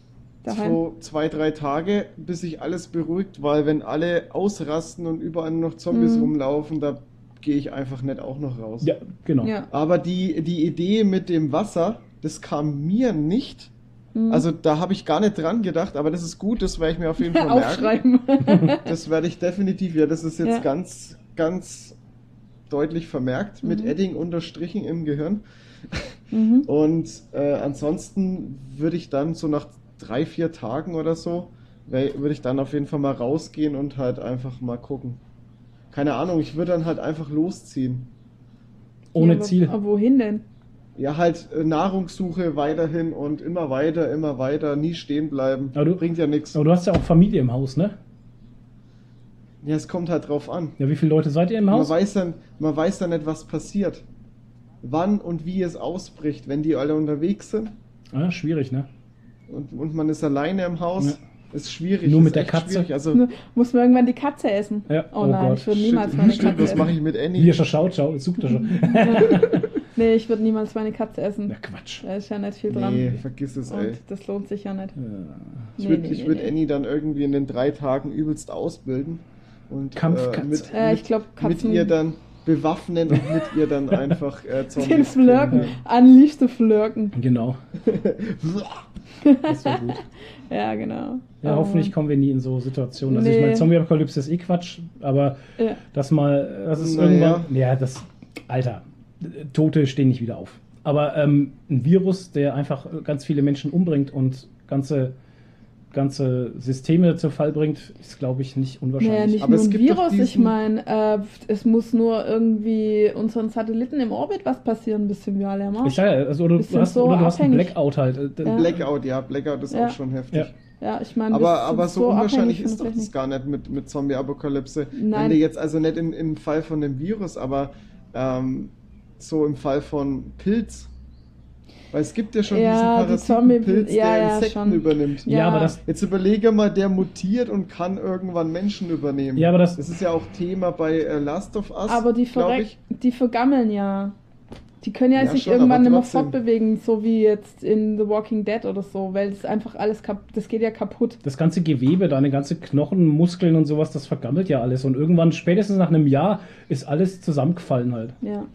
B: daheim?
C: So zwei, drei Tage, bis sich alles beruhigt, weil wenn alle ausrasten und überall nur noch Zombies
B: Mhm.
C: rumlaufen, da gehe ich einfach nicht auch noch raus.
A: Ja, genau.
B: Ja.
C: Aber die, die Idee mit dem Wasser, das kam mir nicht.
B: Mhm.
C: Also da habe ich gar nicht dran gedacht, aber das ist gut, das werde ich mir auf jeden Fall merken.
B: Aufschreiben.
C: Das werde ich definitiv, ja, das ist jetzt
B: Ja.
C: ganz, ganz deutlich vermerkt mit
B: Mhm.
C: Edding unterstrichen im Gehirn.
B: mhm.
C: Und äh, ansonsten würde ich dann so nach drei, vier Tagen oder so, wär- würde ich dann auf jeden Fall mal rausgehen und halt einfach mal gucken. Keine Ahnung, ich würde dann halt einfach losziehen.
A: Ohne
B: ja, aber-
A: Ziel.
B: Aber wohin denn?
C: Ja, halt äh, Nahrungssuche weiterhin und immer weiter, immer weiter, nie stehen bleiben.
A: Aber du-
C: Bringt ja nichts.
A: Aber du hast ja auch Familie im Haus, ne?
C: Ja, es kommt halt drauf an.
A: Ja, wie viele Leute seid ihr im
C: Man
A: Haus?
C: weiß, dann, man weiß dann nicht, was passiert. Wann und wie es ausbricht, wenn die alle unterwegs sind
A: Ja, schwierig, ne?
C: und, und man ist alleine im Haus,
A: Ja.
C: ist schwierig.
A: Nur
C: ist
A: mit der
C: echt
A: Katze?
C: schwierig. Also,
B: Nur- Muss man irgendwann die Katze essen?
A: Ja.
B: Oh,
A: Oh
B: nein,
A: Gott.
B: ich würde niemals
C: Stimmt,
B: meine
C: stimmt,
B: Katze
C: was mache ich
B: essen.
C: mit Annie?
A: Hier schon schaut, schau, sucht er schon.
B: Nee, ich würde niemals meine Katze essen.
A: Na Quatsch.
B: Da ist ja nicht viel dran.
C: nee, vergiss es, ey.
B: Und das lohnt sich ja nicht.
C: Ich
A: Äh,
B: Nee,
C: würde
B: nee,
C: ich
B: nee,
C: würd
B: nee.
C: Annie dann irgendwie in den drei Tagen übelst ausbilden und
A: Kampfkatze.
C: äh, mit,
B: Äh, ich
C: mit,
B: glaube,
C: mit
B: Katzen.
C: ihr dann bewaffnen und mit ihr dann einfach äh,
B: Den
C: Zombies
B: Flirken. Unleash the Flirken.
A: Genau.
C: killen.
A: Das war gut.
B: Ja, genau.
A: Ja,
B: Oh,
A: hoffentlich
B: Mann.
A: kommen wir nie in so Situationen. Also ich
B: Nee.
A: meine, Zombie-Apokalypse ist eh Quatsch, aber
B: Ja.
A: das mal, das ist
C: Naja.
A: irgendwann. Ja, das. Alter, Tote stehen nicht wieder auf. Aber ähm, ein Virus, der einfach ganz viele Menschen umbringt und ganze, ganze Systeme zu Fall bringt, ist, glaube ich, nicht
B: Naja,
A: unwahrscheinlich.
B: nicht
C: Aber
B: nur
C: es
B: ein
C: gibt doch
B: Virus, ich
C: diesen-
B: meine, äh, es muss nur irgendwie unseren Satelliten im Orbit was passieren, bis sind wir alle am
A: ich
B: Arsch.
A: sag ja, also du,
B: Bisschen
A: du hast,
B: so
A: oder du hast einen
B: abhängig.
A: Blackout halt. Äh,
B: Ja.
C: Blackout, ja, Blackout ist
B: Ja.
C: auch schon heftig.
A: Ja.
B: Ja, ich meine, wir
C: Aber,
B: sind
C: aber so, unwahrscheinlich
B: abhängig
C: ist
B: von
C: doch das
B: Technik.
C: gar nicht mit, mit Zombie-Apokalypse. Wenn
B: Nein.
C: du jetzt, also nicht im, im Fall von dem Virus, aber ähm, so im Fall von Pilz. Weil es gibt ja schon
B: Ja, die
C: diesen
B: Zombie-
C: Parasitenpilz,
B: ja,
C: der
B: ja,
C: Insekten
B: schon.
C: übernimmt.
A: Ja,
B: Ja.
A: aber das,
C: Jetzt überlege mal, der mutiert und kann irgendwann Menschen übernehmen.
A: Ja, aber das-
C: ist ja auch Thema bei äh, Last of Us.
B: Aber die,
C: glaub
B: verreck-
C: ich.
B: die vergammeln ja. Die können ja,
C: Ja,
B: sich
C: schon,
B: irgendwann nicht
C: aber
B: mehr
C: trotzdem.
B: fortbewegen, so wie jetzt in The Walking Dead oder so, weil es einfach alles kap das geht ja kaputt.
A: das ganze Gewebe, deine ganze Knochen, Muskeln und sowas, das vergammelt ja alles. Und irgendwann, spätestens nach einem Jahr, ist alles zusammengefallen halt.
B: Ja.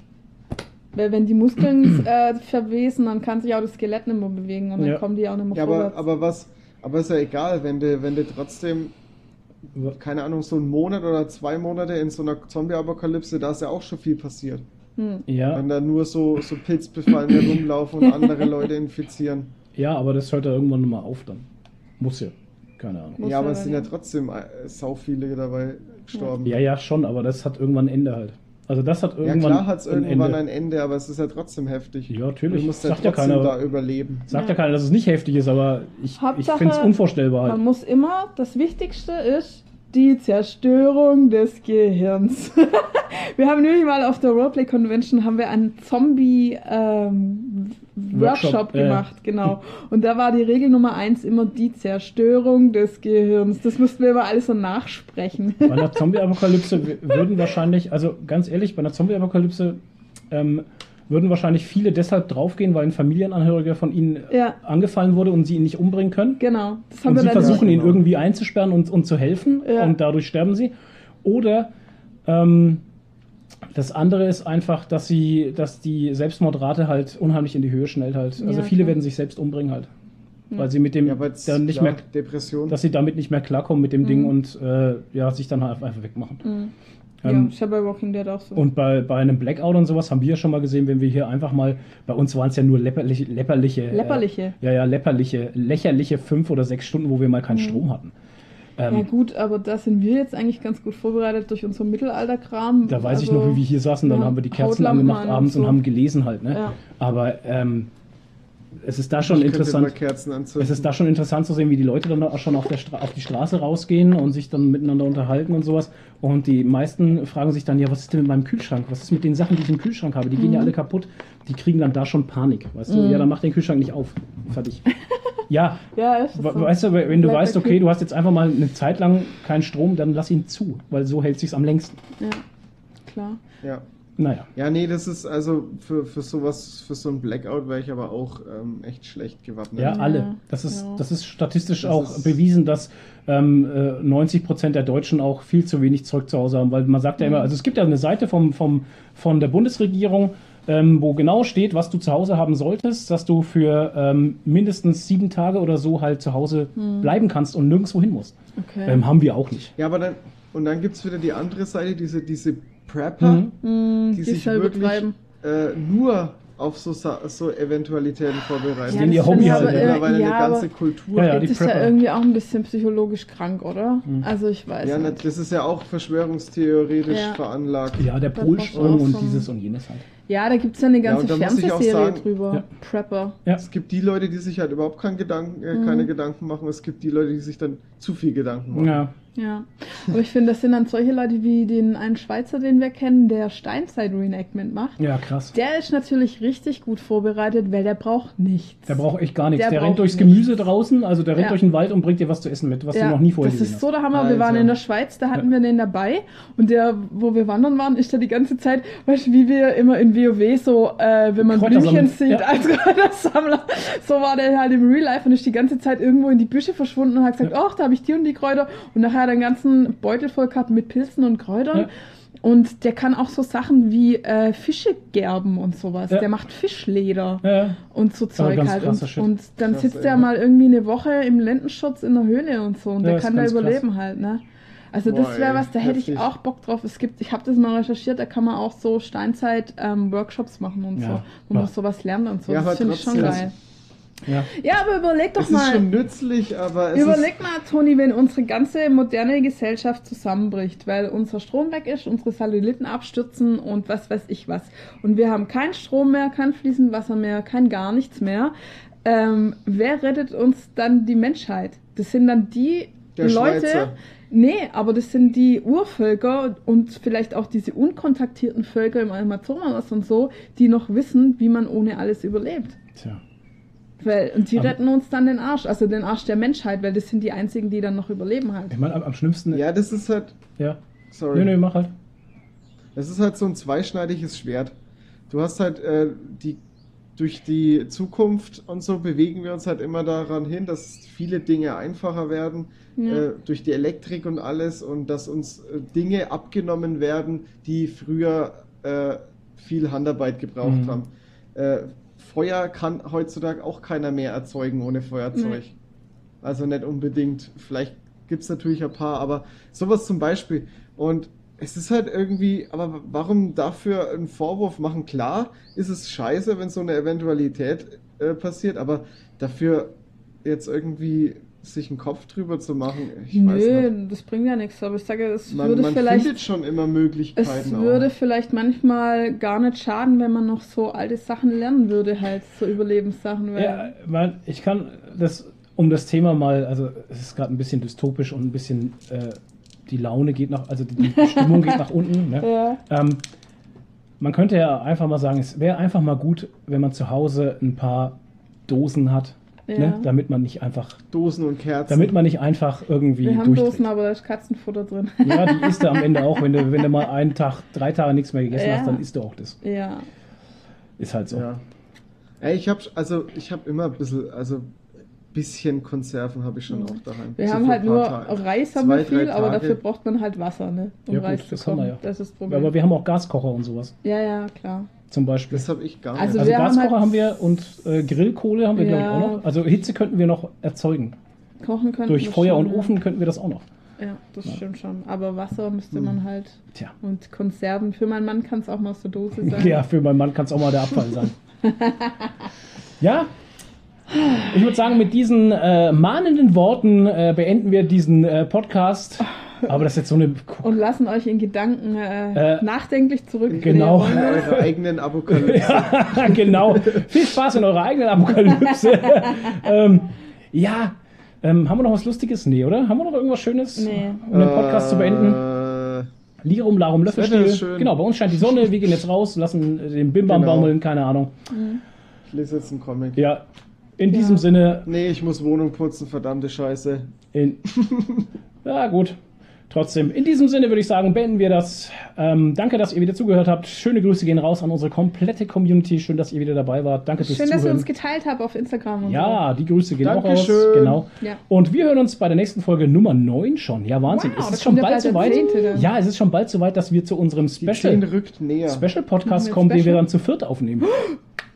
B: Weil wenn die Muskeln äh, verwesen, dann kann sich auch das Skelett nicht mehr bewegen und dann
A: Ja.
B: kommen die auch nicht mehr
C: Ja, aber,
B: vorwärts.
C: aber was, aber ist ja egal, wenn du, wenn du trotzdem, keine Ahnung, so einen Monat oder zwei Monate in so einer Zombie-Apokalypse, da ist ja auch schon viel passiert.
B: hm.
A: Ja,
C: Wenn da nur so, so Pilzbefallene rumlaufen und andere Leute infizieren.
A: ja, aber das hört ja irgendwann mal auf dann. Muss ja. Keine Ahnung.
B: Muss
C: ja, aber
B: ja
C: es sind ja
B: dann-
C: trotzdem äh, sau viele dabei gestorben.
A: Ja, ja, schon, aber das hat irgendwann ein Ende halt. Also das hat
C: Ja,
A: irgendwann
C: klar hat es
A: ein
C: irgendwann
A: Ende.
C: ein Ende, aber es ist ja trotzdem heftig.
A: Ja, natürlich.
C: Du musst ja
A: Sagt ja
C: trotzdem
A: keiner.
C: da überleben.
A: Sagt ja
B: Ja.
A: keiner, dass es nicht heftig ist, aber ich, ich
B: Hauptsache,
A: finde es unvorstellbar
B: Man
A: halt.
B: muss immer, das Wichtigste ist die Zerstörung des Gehirns. wir haben nämlich mal auf der Roleplay Convention haben wir einen Zombie ähm, W- Workshop,
A: Workshop, ja.
B: gemacht, genau. Und da war die Regel Nummer eins immer die Zerstörung des Gehirns. Das müssten wir immer alles so nachsprechen.
A: Bei einer Zombie-Apokalypse w- würden wahrscheinlich, also ganz ehrlich, bei einer Zombie-Apokalypse ähm, würden wahrscheinlich viele deshalb draufgehen, weil ein Familienangehöriger von ihnen
B: Ja.
A: angefallen wurde und sie ihn nicht umbringen können.
B: genau. Das haben
A: Und
B: wir
A: sie
B: dann
A: versuchen ihn
C: genau.
A: irgendwie einzusperren und, und zu helfen
B: Ja.
A: und dadurch sterben sie. Oder ähm, das andere ist einfach, dass sie, dass die Selbstmordrate halt unheimlich in die Höhe schnellt halt. Also
B: Ja,
A: viele
B: klar.
A: werden sich selbst umbringen halt.
B: Ja.
A: Weil sie mit dem
C: Ja, aber jetzt,
A: dann nicht
C: klar,
A: mehr
C: Depression.
A: dass sie damit nicht mehr klarkommen mit dem Ding
B: Mhm.
A: und äh, ja, sich dann halt einfach wegmachen.
B: Mhm.
A: Ähm,
B: ja, ist ja bei Walking Dead auch so.
A: Und bei, bei einem Blackout und sowas haben wir ja schon mal gesehen, wenn wir hier einfach mal, bei uns waren es ja nur läpperliche, läpperliche, äh,
B: Läpperliche.
A: ja, ja, läpperliche, lächerliche fünf oder sechs Stunden, wo wir mal keinen
B: Mhm.
A: Strom hatten.
B: ja
A: Ähm,
B: gut, aber da sind wir jetzt eigentlich ganz gut vorbereitet durch unseren Mittelalterkram.
A: da weiß ich
B: Also,
A: noch, wie wir hier saßen, dann
B: ja,
A: haben wir die Kerzen
B: Hautlampen
A: angemacht
B: an und
A: abends und,
B: so.
A: haben gelesen halt, ne?
B: Ja.
A: Aber ähm, es ist da schon
C: Ich könnte
A: interessant.
C: mal Kerzen anzünden.
A: Es ist da schon interessant zu sehen, wie die Leute dann auch schon auf, der Stra auf die Straße rausgehen und sich dann miteinander unterhalten und sowas. Und die meisten fragen sich dann, ja, was ist denn mit meinem Kühlschrank? Was ist mit den Sachen, die ich im Kühlschrank habe? Die gehen ja alle kaputt. Die kriegen dann da schon Panik, weißt du?
B: Mhm.
A: Ja, dann mach den Kühlschrank nicht auf. Fertig. Ja,
B: Ja, ist
A: we-
B: das so.
A: weißt du, we- wenn du
B: Bleibt
A: weißt,
B: der
A: okay,
B: Kühl-
A: du hast jetzt einfach mal eine Zeit lang keinen Strom, dann lass ihn zu, weil so hält sich's am längsten.
B: Ja, klar.
C: ja.
A: Naja.
C: ja, nee, das ist also für, für sowas, für so ein Blackout wäre ich aber auch ähm, echt schlecht gewappnet.
A: Ja,
B: Ja,
A: alle. Das ist,
B: ja.
A: das ist statistisch
C: Das
A: auch
C: ist-
A: bewiesen, dass ähm, äh, 90 Prozent der Deutschen auch viel zu wenig Zeug zu Hause haben, weil man sagt ja
B: Mhm.
A: immer, also es gibt ja eine Seite vom, vom, von der Bundesregierung, ähm, wo genau steht, was du zu Hause haben solltest, dass du für ähm, mindestens sieben Tage oder so halt zu Hause
B: Mhm.
A: bleiben kannst und nirgendwo hin musst.
B: Okay.
A: Ähm, haben wir auch nicht.
C: Ja, aber dann, und dann gibt es wieder die andere Seite, diese, diese Prepper,
A: Mhm.
B: Mm,
C: Hm, die sich
B: soll
C: wirklich
B: betreiben.
C: äh, nur auf so, Sa- so Eventualitäten vorbereiten.
A: Ja, denen ihr das Hobby finde
C: ist
A: ich
C: ja
A: halt, aber ne?
C: mittlerweile
B: ja,
C: eine ganze
B: aber-
C: Kultur.
A: Ja, ja, die
B: das ist ja
A: Prepper. Hm.
B: irgendwie auch ein bisschen psychologisch krank, oder? Also ich weiß
C: Ja, na,
B: nicht.
C: das ist ja auch verschwörungstheoretisch
B: Ja.
C: veranlagt.
A: Ja, der
B: Da
A: Polsprung
B: brauchst du auch
A: und
B: so ein-
A: dieses und jenes halt.
B: Ja, da gibt es ja eine
C: Ja,
B: ganze
C: und da muss ich auch
B: Fernsehserie
C: sagen-
B: drüber.
A: Ja.
B: Prepper.
A: Ja.
C: Es gibt die Leute, die sich halt überhaupt keinen Gedanken, äh, keine Gedanken machen. Es gibt die Leute, die sich dann zu viel Gedanken machen.
A: Ja.
B: Ja. Aber ich finde, das sind dann solche Leute wie den einen Schweizer, den wir kennen, der Steinzeit-Reenactment macht.
A: ja, krass.
B: Der ist natürlich richtig gut vorbereitet, weil der braucht nichts.
A: Der braucht echt gar nichts. Der,
B: Der
A: rennt
B: braucht
A: durchs
B: nichts.
A: Gemüse draußen, also der rennt
B: Ja.
A: durch den Wald und bringt dir was zu essen mit, was du noch nie vorher
B: Das
A: gesehen
B: ist
A: hast.
B: so, der Hammer. Wir waren
C: Alter.
B: in der Schweiz, da hatten wir den dabei. Und der, wo wir wandern waren, ist da die ganze Zeit, weißt du, wie wir immer in WoW so, äh, wenn man
A: Kräutersammler.
B: Blümchen sieht
A: Ja.
B: als Kräutersammler, so war der halt im Real Life und ist die ganze Zeit irgendwo in die Büsche verschwunden und hat gesagt, ach, da habe ich die und die Kräuter. Und nachher hat er einen ganzen Beutel voll gehabt mit Pilzen und Kräutern.
A: Ja.
B: Und der kann auch so Sachen wie äh, Fische gerben und sowas.
A: Ja.
B: Der macht Fischleder
A: ja.
B: und so Zeug
A: ganz
B: halt.
A: krasser
B: Und,
A: Shit.
B: und dann
C: Krass,
B: sitzt
C: ey.
B: er mal irgendwie eine Woche im Lendenschutz in der Höhle und so und
A: Ja,
B: der
A: ist
B: kann da
A: ganz krass.
B: überleben halt, ne? Also
C: Boah,
B: das wäre
C: ey,
B: was, da hätte ich
C: heftig.
B: auch Bock drauf. Es gibt, ich habe das mal recherchiert, da kann man auch so Steinzeit-Workshops machen und
A: Ja.
B: so, wo man
A: Ja.
B: sowas lernt und so.
C: Ja, aber
B: das finde ich schon
C: trotzdem.
B: geil.
A: ja.
B: Ja, aber überleg doch
C: Es ist schon
B: mal.
C: nützlich, aber es ist
B: Überleg mal, Toni, wenn unsere ganze moderne Gesellschaft zusammenbricht, weil unser Strom weg ist, unsere Satelliten abstürzen und was weiß ich was. Und wir haben keinen Strom mehr, kein fließend Wasser mehr, kein gar nichts mehr. Ähm, wer rettet uns dann die Menschheit? Das sind dann die
C: Der
B: Leute.
C: Schweizer.
B: Nee, aber das sind die Urvölker und vielleicht auch diese unkontaktierten Völker im Amazonas und so, die noch wissen, wie man ohne alles überlebt.
A: Tja.
B: Weil, und die
A: Aber-
B: retten uns dann den Arsch, also den Arsch der Menschheit, weil das sind die einzigen, die dann noch überleben halt.
A: Ich meine, am, am schlimmsten. Ja.
C: Ja, das ist halt.
A: ja.
C: Sorry.
A: Nö, nö, mach halt.
C: Das ist halt so ein zweischneidiges Schwert. du hast halt äh, die durch die Zukunft und so bewegen wir uns halt immer daran hin, dass viele Dinge einfacher werden,
B: Ja.
C: äh, durch die Elektrik und alles und dass uns äh, Dinge abgenommen werden, die früher äh, viel Handarbeit gebraucht
A: Mhm.
C: haben. Äh, Feuer kann heutzutage auch keiner mehr erzeugen ohne Feuerzeug. Also nicht unbedingt. Vielleicht gibt es natürlich ein paar, aber sowas zum Beispiel. Und es ist halt irgendwie, aber warum dafür einen Vorwurf machen? Klar ist es scheiße, wenn so eine Eventualität äh, passiert, aber dafür jetzt irgendwie sich einen Kopf drüber zu machen, ich
B: Nö,
C: weiß nicht.
B: das bringt ja nichts, aber ich sage, es
C: Man,
B: würde
C: man
B: vielleicht
C: findet schon immer
B: Es
C: Möglichkeiten
B: würde vielleicht manchmal gar nicht schaden, wenn man noch so alte Sachen lernen würde, halt so Überlebenssachen. Weil
A: Ja, weil ich kann das, um das Thema mal, also es ist gerade ein bisschen dystopisch und ein bisschen äh, die Laune geht nach, also die, die Stimmung geht nach unten. Ne?
B: Ja.
A: Ähm, man könnte ja einfach mal sagen, es wäre einfach mal gut, wenn man zu Hause ein paar Dosen hat,
B: Ja.
A: ne? damit man nicht einfach,
C: auch. Dosen und Kerzen.
A: damit man nicht einfach irgendwie
B: wir haben
A: durchdreht.
B: Dosen, aber da ist Katzenfutter drin.
A: Ja, die isst du am Ende auch, wenn du, wenn du mal einen Tag, drei Tage nichts mehr gegessen
B: Ja.
A: hast, dann isst du auch das.
B: ja.
A: Ist halt so.
C: Ja. Ey, ich habe also ich habe immer ein bisschen also bisschen Konserven habe ich schon auch daheim.
B: Wir
C: So
B: haben
C: für
B: halt
C: ein paar
B: nur
C: Tage.
B: Reis haben wir
C: Zwei, drei
B: viel, aber
C: Tage.
B: dafür braucht man halt Wasser, ne? Um
A: Ja, gut,
B: Reis
A: das
B: zu kochen.
A: haben wir ja.
B: Das ist das Problem.
A: Aber wir haben auch Gaskocher und sowas.
B: ja, ja, klar.
A: Zum Beispiel.
C: Das habe ich gar
B: Also
C: nicht.
A: Also
B: wir haben
A: Gaskocher
B: halt-
A: haben wir und äh, Grillkohle haben wir, glaube ich,
B: Ja.
A: auch noch. Also Hitze könnten wir noch erzeugen.
B: Kochen können.
A: Durch
B: wir
A: Feuer
B: schon,
A: und
B: ja.
A: Ofen könnten wir das auch noch.
B: Ja, das
A: Ja. Mhm.
B: stimmt schon. Aber Wasser müsste
C: Hm.
B: man halt.
A: Tja.
B: Und Konserven. Für meinen Mann kann es auch mal aus der Dose sein.
A: Ja, für meinen Mann kann es auch mal der Abfall sein. ja. Ich würde sagen, mit diesen äh, mahnenden Worten äh, beenden wir diesen äh, Podcast. Aber das ist jetzt so eine.
B: Und lassen euch in Gedanken äh,
A: Äh,
B: nachdenklich zurück.
A: genau.
B: Ja.
C: In eurer Um eigenen Apokalypse.
A: genau. Viel Spaß in eurer eigenen Apokalypse. ähm, ja. Ähm, haben wir noch was Lustiges? Nee, oder? Haben wir noch irgendwas Schönes,
B: Nee.
A: um den Podcast zu beenden?
C: Äh,
A: Lirum, Larum,
C: Wetter
A: Löffelstiel.
C: ist schön.
A: Genau, bei uns scheint die Sonne, wir gehen jetzt raus, lassen äh, den Bimbam
C: Genau.
A: baumeln, keine Ahnung.
C: ich lese jetzt einen Comic.
A: Ja, in
B: Ja.
A: diesem Sinne,
C: Nee, ich muss Wohnung putzen, verdammte Scheiße.
A: in. ja, gut. Trotzdem, in diesem Sinne würde ich sagen, beenden wir das. Ähm, danke, dass ihr wieder zugehört habt. Schöne Grüße gehen raus an unsere komplette Community. Schön, dass ihr wieder dabei wart. Danke fürs
B: Schön, dass ihr
A: Zuhören.
B: uns geteilt habt auf Instagram und
A: ja, die Grüße gehen auch raus.
C: Dankeschön.
A: Genau.
B: so. Ja.
A: Und wir hören uns bei der nächsten Folge Nummer 9 schon. Ja, Wahnsinn.
B: Wow,
A: es ist
B: da
A: schon
B: kommt ja
A: bald
B: bald der
A: soweit.
B: zehnte dann.
A: Ja, es ist schon bald soweit, dass wir zu unserem
C: Die 10
A: Special,
C: rückt näher.
A: Special Podcast
B: Machen wir
A: kommen, den wir
B: Special?
A: dann zu viert aufnehmen.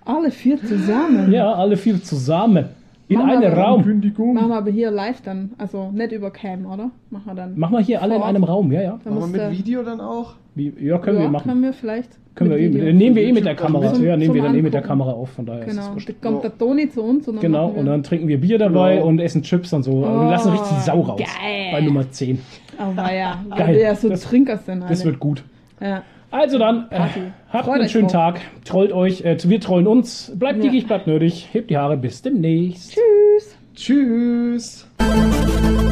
B: Alle vier zusammen.
A: Ja, alle vier zusammen. In
B: Machen wir
A: einem
B: aber
A: Raum.
C: Kündigung.
B: Machen wir aber hier live dann. Also nicht über Cam, oder? Machen wir dann.
A: Machen wir hier alle in
B: Vor Ort.
A: einem Raum, ja, ja.
B: Dann
C: Machen
B: müsste-
C: wir mit Video dann auch?
A: Wie, ja, können
B: ja,
A: wir machen.
B: Können wir vielleicht.
A: Können wir
B: mit
A: eben,
B: Video.
A: dann nehmen wir eh
C: Zum
A: mit der
C: YouTube
A: Kamera.
B: zum-
A: ja, nehmen wir
B: zum
A: dann eh mit der
B: Angucken.
A: Kamera auf, von daher ist
B: Genau.
A: es wurscht.
B: Da kommt der Toni zu uns und dann.
A: Genau,
B: machen wir-
A: und dann trinken wir Bier dabei
C: Genau.
A: und essen Chips und so. und
B: Oh,
A: lassen richtig die Sau raus.
B: geil.
A: Bei Nummer 10.
B: Aber ja,
A: Geil.
B: Oh, weil wir ja so
A: Das-
B: Trinker sind.
A: Das
B: alle.
A: wird gut.
B: ja.
A: Also dann, äh,
B: Party.
A: habt
B: Freut
A: einen
B: euch
A: schönen
B: drauf.
A: Tag. Trollt euch. Äh, wir trollen uns. Bleibt
B: Ja.
A: dickig, bleibt nerdig. Hebt die Haare. Bis demnächst.
B: Tschüss.
C: Tschüss.